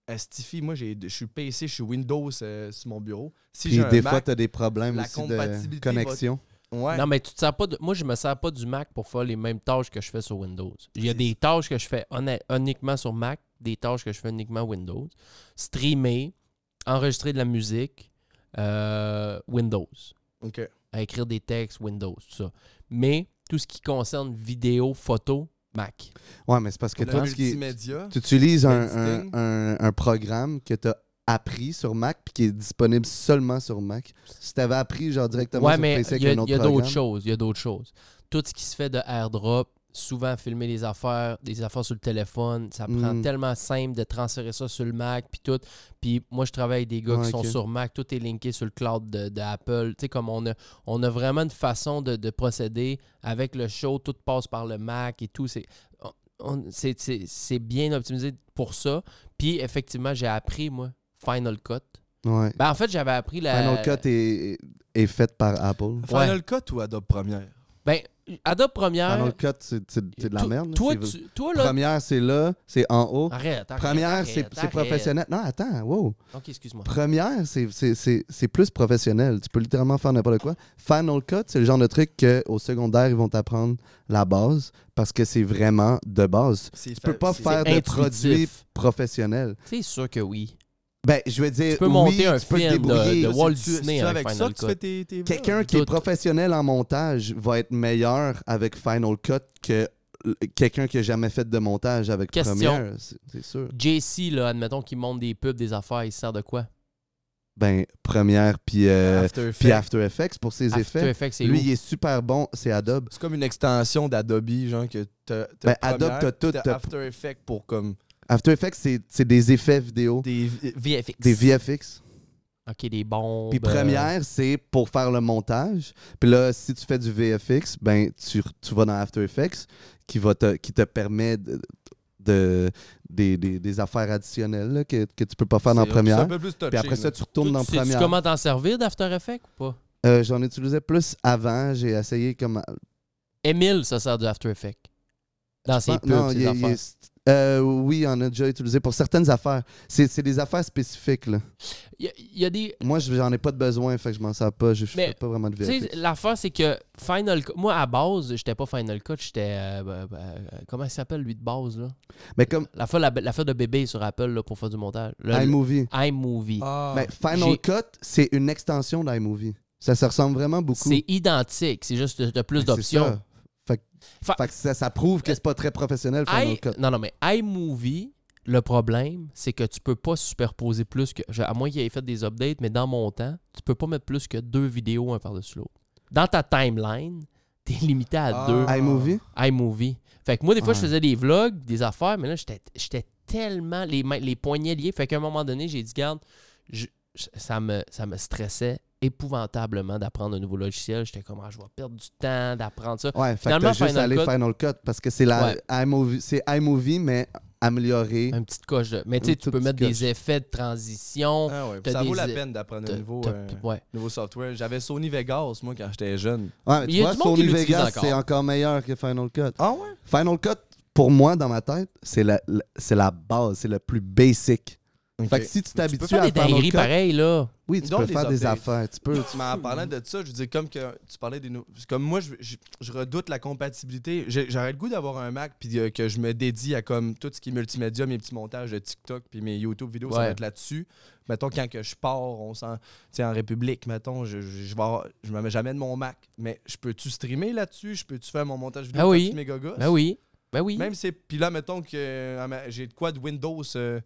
Speaker 4: Astifi, moi, j'ai- je suis PC, je suis Windows euh, sur mon bureau. Si
Speaker 5: Puis
Speaker 4: j'ai un
Speaker 5: des fois,
Speaker 4: Mac,
Speaker 5: t'as des problèmes
Speaker 4: la
Speaker 5: aussi de
Speaker 4: compatibilité
Speaker 5: connexion.
Speaker 4: ouais.
Speaker 3: Non, mais tu te sers pas de- Moi, je me sers pas du Mac pour faire les mêmes tâches que je fais sur Windows. Il y a
Speaker 4: C'est
Speaker 3: des tâches que je fais honnêt- uniquement sur Mac, des tâches que je fais uniquement Windows. Streamer, enregistrer de la musique, euh, Windows.
Speaker 4: OK.
Speaker 3: À écrire des textes, Windows, tout ça. Mais tout ce qui concerne vidéo, photo, Mac.
Speaker 5: Ouais, mais c'est parce que
Speaker 4: Pour le
Speaker 5: toi, tu-
Speaker 4: multimédia.
Speaker 5: tu utilises un, un,
Speaker 4: Editing.
Speaker 5: un- un programme que t'as appris sur Mac puis qui est disponible seulement sur Mac. Si t'avais appris genre directement
Speaker 3: ouais,
Speaker 5: sur
Speaker 3: mais
Speaker 5: PC
Speaker 3: il
Speaker 5: avec
Speaker 3: y a,
Speaker 5: un autre
Speaker 3: il y a
Speaker 5: programme,
Speaker 3: d'autres choses. Il y a d'autres choses. Tout ce qui se fait de airdrop, souvent filmer des affaires, des affaires sur le téléphone. Ça
Speaker 5: Mm.
Speaker 3: prend tellement simple de transférer ça sur le Mac, puis tout. Puis moi, je travaille avec des gars
Speaker 5: Ouais,
Speaker 3: qui sont
Speaker 5: ok.
Speaker 3: sur Mac, tout est linké sur le cloud de, de Apple. Tu sais, comme on a, on a vraiment une façon de, de procéder avec le show, tout passe par le Mac et tout. C'est on- on- c'est- c'est- c'est bien optimisé pour ça. Puis effectivement, j'ai appris, moi, Final Cut.
Speaker 5: Ouais.
Speaker 3: Ben, en fait, j'avais appris la.
Speaker 5: Final Cut est, est fait par Apple.
Speaker 4: Final Cut ou Adobe Premiere?
Speaker 3: Ben, Adobe Première.
Speaker 5: Final Cut, c'est c'est- c'est de la
Speaker 3: toi-
Speaker 5: merde. là.
Speaker 3: Toi,
Speaker 5: C'est-
Speaker 3: tu- toi, là. Ah,
Speaker 5: Première, c'est là, c'est en haut.
Speaker 3: Arrête, arrête,
Speaker 5: Première,
Speaker 3: arrête,
Speaker 5: c'est c'est
Speaker 3: arrête.
Speaker 5: professionnel. Non, attends, wow.
Speaker 3: Ok, excuse-moi.
Speaker 5: Première, c'est- c'est- c'est c'est plus professionnel. Tu peux littéralement faire n'importe quoi. Final Cut, c'est le genre de truc qu'au secondaire, ils vont t'apprendre la base parce que c'est vraiment de base.
Speaker 4: Tu
Speaker 5: Tu peux pas faire de
Speaker 3: intuitif.
Speaker 5: produit professionnel.
Speaker 3: C'est sûr que oui.
Speaker 5: Ben, je veux dire,
Speaker 3: Tu peux
Speaker 5: oui,
Speaker 3: monter un
Speaker 5: tu peux te
Speaker 3: film de-
Speaker 5: débrouiller.
Speaker 3: de
Speaker 5: C'est-
Speaker 3: Walt Disney avec
Speaker 4: avec ça
Speaker 3: Final
Speaker 4: que tu
Speaker 3: Cut.
Speaker 4: fais tes, tes vlogs?
Speaker 5: Quelqu'un qui
Speaker 3: Tout.
Speaker 5: est professionnel en montage va être meilleur avec Final Cut que euh, quelqu'un qui a jamais fait de montage avec
Speaker 3: Question.
Speaker 5: Premiere, c'est c'est sûr.
Speaker 3: JC, là, admettons qu'il monte des pubs, des affaires, il se sert de quoi?
Speaker 5: Ben, Premiere puis euh,
Speaker 4: After Effects.
Speaker 5: puis After Effects pour ses
Speaker 3: Ah, After
Speaker 5: effets.
Speaker 3: Effects, c'est
Speaker 5: Lui,
Speaker 3: où?
Speaker 5: il est super bon, c'est Adobe.
Speaker 4: C'est comme une extension d'Adobe, genre que t'as.
Speaker 5: Ben, Adobe, t'as tout,
Speaker 4: T'as
Speaker 5: t'as-
Speaker 4: After Effects pour comme
Speaker 5: After Effects, c'est c'est des effets vidéo,
Speaker 4: des vi-
Speaker 3: VFX.
Speaker 5: des VFX.
Speaker 3: Ok, des bombes.
Speaker 5: Puis
Speaker 3: euh,
Speaker 5: Première, c'est pour faire le montage. Puis là, si tu fais du VFX, ben tu, tu vas dans After Effects qui, va te, qui te permet de, de- des, des- des affaires additionnelles là, que, que tu peux pas faire dans
Speaker 4: c'est- C'est un
Speaker 5: Première.
Speaker 4: peu plus touché.
Speaker 5: Puis après ça,
Speaker 4: là.
Speaker 5: tu retournes dans
Speaker 3: tu sais-tu
Speaker 5: Première.
Speaker 3: comment t'en servir d'After Effects ou pas?
Speaker 5: Euh, J'en utilisais plus avant. J'ai essayé comme.
Speaker 3: Emile, ça sert d'After Effects. Dans ses
Speaker 5: Ah,
Speaker 3: pubs,
Speaker 5: non,
Speaker 3: ses
Speaker 5: il- il-
Speaker 3: affaires.
Speaker 5: Euh, oui, on a déjà utilisé pour certaines affaires. C'est c'est des affaires spécifiques. Là.
Speaker 3: Il y a- il y a des.
Speaker 5: Moi, je- j'en ai pas de besoin, fait que je m'en sers pas. Je je
Speaker 3: Mais,
Speaker 5: fais pas vraiment de
Speaker 3: Tu sais,
Speaker 5: VFX.
Speaker 3: l'affaire, c'est que Final Cut. Moi, à base, j'étais pas Final Cut, j'étais. euh, ben, ben, euh, comment il s'appelle, lui, de base, là?
Speaker 5: Mais comme
Speaker 3: L'affaire la, l'affaire de bébé sur Apple, là, pour faire du montage. Le-
Speaker 5: iMovie.
Speaker 3: iMovie.
Speaker 4: Ah.
Speaker 5: Ben, Final
Speaker 3: j'ai-
Speaker 5: Cut, c'est une extension d'iMovie. Ça se ressemble vraiment beaucoup.
Speaker 3: C'est identique, c'est juste que t'as plus
Speaker 5: Ben, c'est
Speaker 3: d'options.
Speaker 5: ça. Fait, que-
Speaker 3: Fa-
Speaker 5: fait que ça, ça prouve que c'est pas très professionnel, Final
Speaker 3: I-
Speaker 5: Cut.
Speaker 3: Non, non, mais iMovie, le problème, c'est que tu peux pas superposer plus que. je- À moins qu'il ait fait des updates, mais dans mon temps, tu peux pas mettre plus que deux vidéos un par-dessus l'autre. Dans ta timeline, t'es limité à
Speaker 4: Ah.
Speaker 3: deux
Speaker 4: I-
Speaker 5: iMovie?
Speaker 3: iMovie. Fait que moi, des fois, je
Speaker 5: Ouais.
Speaker 3: faisais des vlogs, des affaires, mais là, j'étais j'étais tellement les, mains- les poignets liés. Fait qu'à un moment donné, j'ai dit, garde, je- je- ça, me, ça me stressait épouvantablement d'apprendre un nouveau logiciel. J'étais comme, ah, je vais perdre du temps d'apprendre ça.
Speaker 5: Ouais, fait que
Speaker 3: Finalement,
Speaker 5: t'as juste
Speaker 3: Final
Speaker 5: aller
Speaker 3: Cut-
Speaker 5: Final Cut parce que c'est la
Speaker 3: Ouais.
Speaker 5: iMovie, c'est iMovie, mais amélioré.
Speaker 3: Une petite coche de. Mais tu sais,
Speaker 5: Une
Speaker 3: tu peux
Speaker 5: toute
Speaker 3: mettre
Speaker 5: petite
Speaker 3: des effets de transition.
Speaker 4: Ah ouais,
Speaker 3: t'as
Speaker 4: ça vaut
Speaker 3: des-
Speaker 4: la peine d'apprendre un
Speaker 3: T'as-
Speaker 4: nouveau,
Speaker 3: t'as-
Speaker 4: euh,
Speaker 3: ouais.
Speaker 4: nouveau software. J'avais Sony Vegas, moi, quand j'étais jeune.
Speaker 5: Ouais, mais
Speaker 3: Il
Speaker 5: tu
Speaker 3: y a
Speaker 5: vois,
Speaker 3: du monde qui
Speaker 5: Sony
Speaker 3: l'utilise
Speaker 5: Vegas,
Speaker 3: encore.
Speaker 5: c'est encore meilleur que Final Cut.
Speaker 4: Ah ouais?
Speaker 5: Final Cut, pour moi, dans ma tête, c'est la, la- c'est la base, c'est le plus basic. Fait que si tu
Speaker 3: Tu peux
Speaker 5: t'habitues
Speaker 3: faire
Speaker 5: à
Speaker 3: des
Speaker 5: Final
Speaker 3: dingueries
Speaker 5: Cut,
Speaker 3: pareilles, là.
Speaker 5: oui, tu
Speaker 4: Donc,
Speaker 5: peux
Speaker 4: des
Speaker 5: faire des
Speaker 4: updates.
Speaker 5: affaires. Tu peux,
Speaker 4: Mais en parlant de ça, je veux dire, comme que tu parlais des nou- Comme moi, je, je- je redoute la compatibilité. J'ai- J'aurais le goût d'avoir un Mac puis euh, que je me dédie à comme tout ce qui est multimédia, mes petits montages de TikTok puis mes YouTube vidéos, ça
Speaker 3: Ouais.
Speaker 4: va être là-dessus. Mettons, quand que je pars, on s'en. Tu sais, en République, mettons, je, je, je, vais avoir- je me mets jamais de mon Mac. Mais je peux-tu streamer là-dessus? Je peux-tu faire mon montage vidéo
Speaker 3: Ah oui.
Speaker 4: mes gogos?
Speaker 3: Ben oui. Ben oui.
Speaker 4: Même si. Puis là, mettons que euh, à ma- j'ai de quoi de Windows. euh,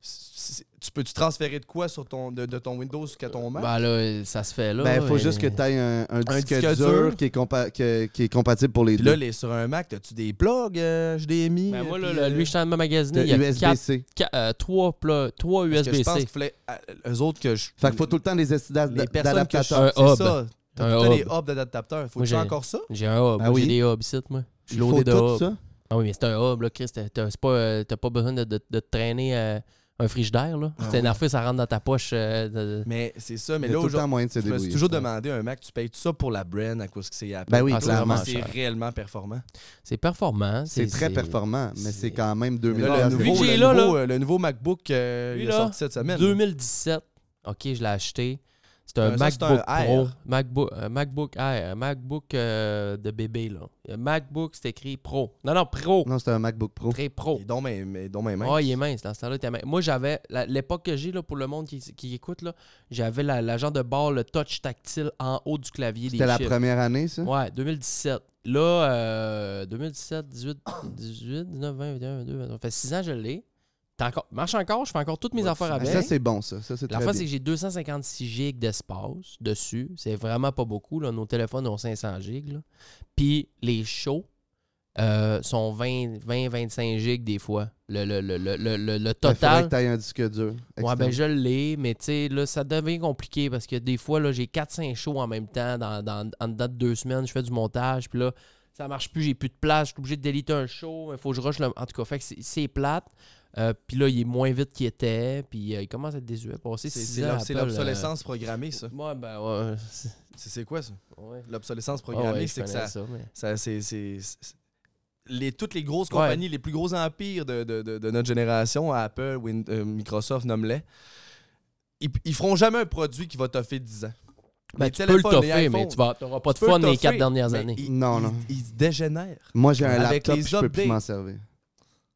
Speaker 4: c- c- tu peux-tu transférer de quoi sur ton, de, de ton Windows qu'à ton
Speaker 5: Euh, bah,
Speaker 4: Mac?
Speaker 3: Ben là, ça se fait là.
Speaker 5: ben, faut
Speaker 3: euh,
Speaker 5: juste que tu ailles un, un disque,
Speaker 4: disque
Speaker 5: dur
Speaker 4: dur.
Speaker 5: qui est, compa- que- qui est compatible pour les
Speaker 4: Puis
Speaker 5: deux.
Speaker 4: là, les, sur un Mac, t'as-tu des plugs, euh, HDMI?
Speaker 3: Ben, moi, là,
Speaker 4: puis,
Speaker 3: là,
Speaker 4: euh,
Speaker 3: lui, je suis en train de me magasiner.
Speaker 5: T'as
Speaker 3: Il y a quatre-
Speaker 5: USB-C.
Speaker 3: quatre- euh, trois, pla- trois
Speaker 4: parce que
Speaker 3: USB-C.
Speaker 4: Je pense qu'il fallait. à- Eux autres que je.
Speaker 5: Fait qu'il faut tout le temps des esti- d'a-
Speaker 4: Les personnes que je. C'est
Speaker 5: d'adaptateurs.
Speaker 3: Un hub.
Speaker 4: ça.
Speaker 3: Un
Speaker 4: T'as tout le temps
Speaker 3: hub.
Speaker 4: des hubs d'adaptateurs. Faut
Speaker 3: Moi,
Speaker 4: que
Speaker 3: j'ai-
Speaker 4: j'ai encore ça?
Speaker 3: J'ai un hub.
Speaker 5: Ah
Speaker 3: Moi, J'ai
Speaker 5: oui.
Speaker 3: des hubs ici, moi. Je suis
Speaker 5: Il faut
Speaker 3: loadé de
Speaker 5: tout
Speaker 3: hubs.
Speaker 5: ça.
Speaker 3: Ah oui, mais c'est un hub, là, Chris. T'as t'as- c'est pas, euh, t'as pas besoin de, de, de te traîner euh, un frigidaire, là.
Speaker 4: Ah
Speaker 3: c'est un
Speaker 4: oui.
Speaker 3: affaire, ça rentre dans ta poche. euh, de-
Speaker 4: Mais c'est ça. Mais
Speaker 5: Il y a
Speaker 4: là,
Speaker 5: tout le temps
Speaker 4: aujourd'hui.
Speaker 5: moyen de se
Speaker 4: Je me suis
Speaker 5: débrouiller.
Speaker 4: toujours demandé un Mac, tu payes tout ça pour la brand à cause que c'est Apple.
Speaker 5: Ben oui,
Speaker 4: Parce que
Speaker 5: clairement,
Speaker 4: C'est
Speaker 3: cher.
Speaker 4: réellement performant.
Speaker 3: C'est performant.
Speaker 5: C'est très performant, mais
Speaker 3: c'est-
Speaker 5: c'est quand même 2000
Speaker 4: Là, le,
Speaker 3: Lui,
Speaker 4: nouveau,
Speaker 3: j'ai
Speaker 4: le,
Speaker 3: là,
Speaker 4: nouveau, euh, le nouveau MacBook euh,
Speaker 3: Lui,
Speaker 4: il est
Speaker 3: là,
Speaker 4: sorti cette semaine.
Speaker 3: 2017. OK, je l'ai acheté. C'est un
Speaker 4: Euh, ça, c'est
Speaker 3: MacBook
Speaker 4: un
Speaker 3: Pro.
Speaker 4: Air.
Speaker 3: MacBook, euh, MacBook Air. MacBook euh, de bébé, là. Euh, MacBook, c'est écrit Pro. Non, non, Pro.
Speaker 5: Non, c'était un MacBook Pro.
Speaker 3: Très Pro.
Speaker 4: Il est donc bien- il est donc bien mince.
Speaker 3: Ah, Oh. il est mince. Dans ce temps-là, il était mince. Moi, j'avais... la- L'époque que j'ai, là, pour le monde qui, qui écoute, là, j'avais la, la genre de barre, le touch tactile en haut du clavier.
Speaker 5: C'était
Speaker 3: les
Speaker 5: la
Speaker 3: chiffres.
Speaker 5: première année, ça?
Speaker 3: Ouais, 2017. Là, euh, 2017, 18, 18, 19, 20, 21, 22, 23. Ça fait 6 ans que je l'ai. T'as Encore, marche encore, je fais encore toutes mes
Speaker 4: Ouais,
Speaker 3: affaires
Speaker 5: Ah,
Speaker 3: avec.
Speaker 5: Ça, c'est bon, ça. Ça, c'est
Speaker 3: La
Speaker 5: très
Speaker 3: fois, c'est
Speaker 5: bien.
Speaker 3: que j'ai 256 gigs d'espace dessus. C'est vraiment pas beaucoup. Là. Nos téléphones ont 500 gigs. là. Puis les shows, euh, sont 20-25 gigs des fois. Le, le, le, le, le- le- le
Speaker 5: Il faudrait que
Speaker 3: total.
Speaker 5: tu un disque dur.
Speaker 3: Ouais, ben
Speaker 5: externe.
Speaker 3: je l'ai, mais tu sais, là, ça devient compliqué parce que des fois, là, j'ai 4-5 shows en même temps. Dans, dans, en dedans de deux semaines, je fais du montage, puis là, ça marche plus, j'ai plus de place, je suis obligé de déliter un show, il faut que je rush le. En tout cas, fait que c'est- c'est plate. Euh, puis là, il est moins vite qu'il était, puis euh, il commence à être désuet. Passer
Speaker 4: C'est
Speaker 3: six
Speaker 4: c'est
Speaker 3: ans
Speaker 4: l'ob-
Speaker 3: à
Speaker 4: c'est
Speaker 3: Apple,
Speaker 4: l'obsolescence programmée, ça.
Speaker 3: euh, Ouais, ben ouais. c'est-
Speaker 4: C'est c'est quoi ça?
Speaker 3: ouais.
Speaker 4: L'obsolescence
Speaker 3: Ah
Speaker 4: programmée,
Speaker 3: ouais, je
Speaker 4: c'est que
Speaker 3: connais
Speaker 4: ça,
Speaker 3: mais-
Speaker 4: ça- c'est- c'est- c'est- les, toutes les grosses
Speaker 3: Ouais.
Speaker 4: compagnies, les plus gros empires de, de- de- de notre génération, Apple, Win- euh, Microsoft, nomme-les, ils, ils feront jamais un produit qui va t'offrir 10 ans.
Speaker 3: Ben,
Speaker 4: Les
Speaker 3: tu peux le
Speaker 4: téléphones, les
Speaker 3: toffer, mais
Speaker 4: iPhones,
Speaker 3: tu n'auras pas de
Speaker 4: tu peux
Speaker 3: fun
Speaker 4: le
Speaker 3: les
Speaker 4: toffer,
Speaker 3: quatre dernières
Speaker 4: mais
Speaker 3: années.
Speaker 4: ils-
Speaker 5: Non,
Speaker 4: ils-
Speaker 5: non.
Speaker 4: Ils se dégénèrent.
Speaker 5: Moi, j'ai un
Speaker 4: Avec
Speaker 5: laptop,
Speaker 4: les
Speaker 5: je peux plus
Speaker 4: updates.
Speaker 5: m'en servir.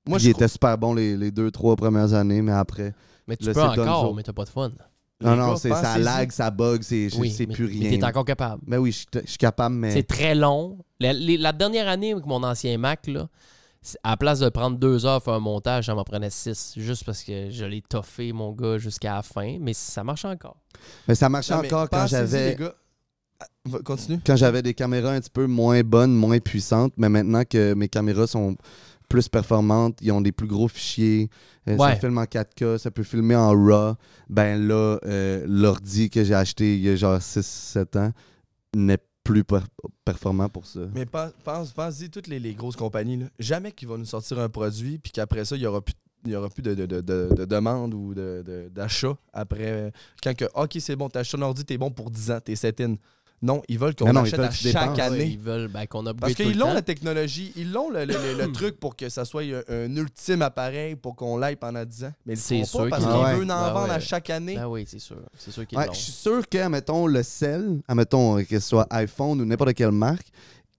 Speaker 4: Moi,
Speaker 5: Puis il
Speaker 4: je crois-
Speaker 5: était super bon les, les deux, trois premières années, mais après.
Speaker 3: Mais tu
Speaker 5: Là,
Speaker 3: peux
Speaker 5: c'est
Speaker 3: encore,
Speaker 5: Gonzo.
Speaker 3: mais t'as pas de fun.
Speaker 5: Non,
Speaker 4: Les
Speaker 5: non,
Speaker 4: gars,
Speaker 5: c'est- ça
Speaker 4: pensez-y.
Speaker 5: lag, ça bug, c'est je-
Speaker 3: Oui,
Speaker 5: c'est
Speaker 3: mais-
Speaker 5: plus
Speaker 3: mais
Speaker 5: rien.
Speaker 3: t'es encore capable.
Speaker 5: Ben oui, je suis- je suis capable, mais.
Speaker 3: C'est très long. La, les- la dernière année avec mon ancien Mac, là, c'est- à la place de prendre deux heures pour faire un montage, ça m'en prenait six. Juste parce que je l'ai toffé, mon gars, jusqu'à la fin. Mais ça marche encore.
Speaker 5: Mais ça marchait
Speaker 4: Non, mais
Speaker 5: encore quand
Speaker 4: pensez-y, les
Speaker 5: j'avais.
Speaker 4: gars. Ah, va- Continue.
Speaker 5: Quand j'avais des caméras un petit peu moins bonnes, moins puissantes, mais maintenant que mes caméras sont plus performantes, ils ont des plus gros fichiers, euh,
Speaker 3: Ouais.
Speaker 5: ça filme en 4K, ça peut filmer en RAW, ben là, euh, l'ordi que j'ai acheté il y a genre 6-7 ans n'est plus per- performant pour ça.
Speaker 4: Mais pense, pense, pense-y, toutes les, les grosses compagnies, là. jamais qu'ils vont nous sortir un produit, puis qu'après ça, il n'y aura plus, il y aura plus de, de, de- de- de demande ou de, de- d'achat après. Quand que, OK, c'est bon, t'as acheté un ordi, t'es bon pour 10 ans, t'es set-in. Non, ils veulent
Speaker 5: Mais
Speaker 4: qu'on
Speaker 5: non,
Speaker 4: achète
Speaker 5: ils veulent
Speaker 4: à
Speaker 5: que tu
Speaker 4: chaque
Speaker 5: dépenses.
Speaker 4: année.
Speaker 3: Ils veulent ben, qu'on upgrade
Speaker 4: Parce
Speaker 3: tout le
Speaker 4: qu'ils l'ont
Speaker 3: temps.
Speaker 4: la technologie, ils l'ont le, le- le- le truc pour que ça soit un, un ultime appareil pour qu'on l'aille pendant 10 ans. Mais ils le
Speaker 3: C'est
Speaker 4: font
Speaker 3: sûr
Speaker 4: pas parce
Speaker 5: qu'ils
Speaker 4: qu'ils
Speaker 5: l'ont.
Speaker 4: veulent en
Speaker 3: Ah ouais.
Speaker 4: vendre à chaque année.
Speaker 3: Ben oui, c'est sûr. C'est sûr qu'ils
Speaker 5: Ouais,
Speaker 3: l'ont.
Speaker 5: je suis sûr que, admettons, le sel, admettons, euh, que ce soit iPhone ou n'importe quelle marque,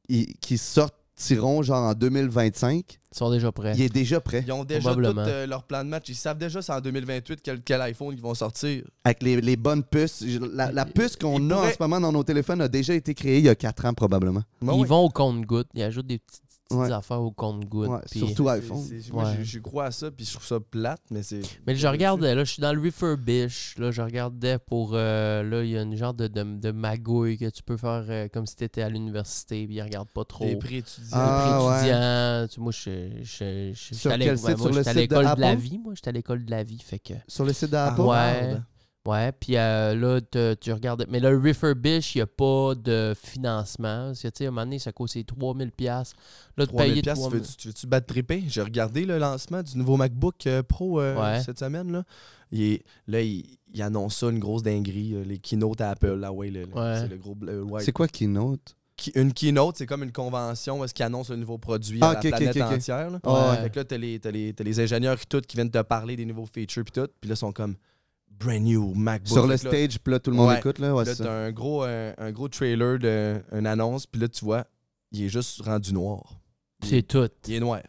Speaker 5: i- qui sortiront genre en 2025,
Speaker 3: Ils sont déjà prêts.
Speaker 5: il est déjà prêt.
Speaker 4: Ils ont déjà tout
Speaker 3: Probablement.
Speaker 4: euh, leur plan de match. Ils savent déjà c'est en 2028 quel, quel iPhone ils vont sortir.
Speaker 5: Avec les, les bonnes puces. Je- La, la puce qu'on
Speaker 4: Euh, il
Speaker 5: a en
Speaker 4: pourrait-
Speaker 5: ce moment dans nos téléphones a déjà été créée il y a 4 ans probablement.
Speaker 4: Non,
Speaker 3: ils
Speaker 4: ouais.
Speaker 3: vont au compte-goutte. Ils ajoutent des petites, petites
Speaker 5: Ouais.
Speaker 3: affaires au compte-goutte.
Speaker 5: Ouais,
Speaker 3: puis-
Speaker 5: surtout
Speaker 4: C'est-
Speaker 5: iPhone.
Speaker 4: c'est- Moi,
Speaker 3: Ouais.
Speaker 4: je- je crois à ça, puis je trouve ça plate, mais c'est.
Speaker 3: Mais je regardais, là, je suis dans le refurbish. Là, je regardais pour. euh, là, il y a une genre de, de, de magouille que tu peux faire euh, comme si tu étais à l'université, puis ils regardent pas trop.
Speaker 4: Les prix étudiants.
Speaker 5: Ah,
Speaker 3: Les prix
Speaker 5: ouais.
Speaker 3: étudiants. Tu- moi, je je- je- je suis
Speaker 5: Sur
Speaker 3: allé-
Speaker 5: quel
Speaker 3: ouais,
Speaker 5: site?
Speaker 3: moi,
Speaker 5: Sur le
Speaker 3: j'étais à
Speaker 5: site de
Speaker 3: l'école de, la
Speaker 5: Apple?
Speaker 3: vie. Moi, j'étais à l'école de la vie. Fait que.
Speaker 5: Sur le site
Speaker 4: Ah,
Speaker 5: d'Apple.
Speaker 3: ouais. Ouais, puis euh, là, te- tu regardes. Mais le refurbish, il n'y a pas de financement. Parce que, tu sais, à un moment donné, ça coûte c'est 3000$. piastres. Là, de
Speaker 4: 3000
Speaker 3: payer
Speaker 4: piastres,
Speaker 3: 3000$.
Speaker 4: tu veux-tu tu veux-tu battre triper? J'ai regardé le lancement du nouveau MacBook euh, Pro euh,
Speaker 3: Ouais.
Speaker 4: cette semaine. Là, il, est- là il, il annonce ça, une grosse dinguerie, euh, les keynotes à Apple. Là, ouais, le- le-
Speaker 3: Ouais.
Speaker 4: c'est le gros. bl- euh, ouais.
Speaker 5: C'est quoi Keynote?
Speaker 4: Qui- une keynote, c'est comme une convention où est-ce qu'ils annoncent un nouveau produit à
Speaker 5: Ah,
Speaker 4: la
Speaker 5: ok, ok,
Speaker 4: planète
Speaker 5: ok, ok.
Speaker 4: entière. là.
Speaker 5: Ah,
Speaker 3: ouais.
Speaker 4: Fait que là, t'as les, t'as les, t'as les ingénieurs qui, tout, qui viennent te parler des nouveaux features puis tout. Puis là, ils sont comme brand new MacBook.
Speaker 5: Sur le
Speaker 4: Fait que là,
Speaker 5: stage, puis là, tout le monde
Speaker 4: Ouais.
Speaker 5: écoute. Là, ouais,
Speaker 4: Là,
Speaker 5: c'est ça.
Speaker 4: t'as un gros, un, un gros trailer d'une annonce, puis là, tu vois, il est juste rendu noir.
Speaker 3: C'est tout.
Speaker 4: Il est noir.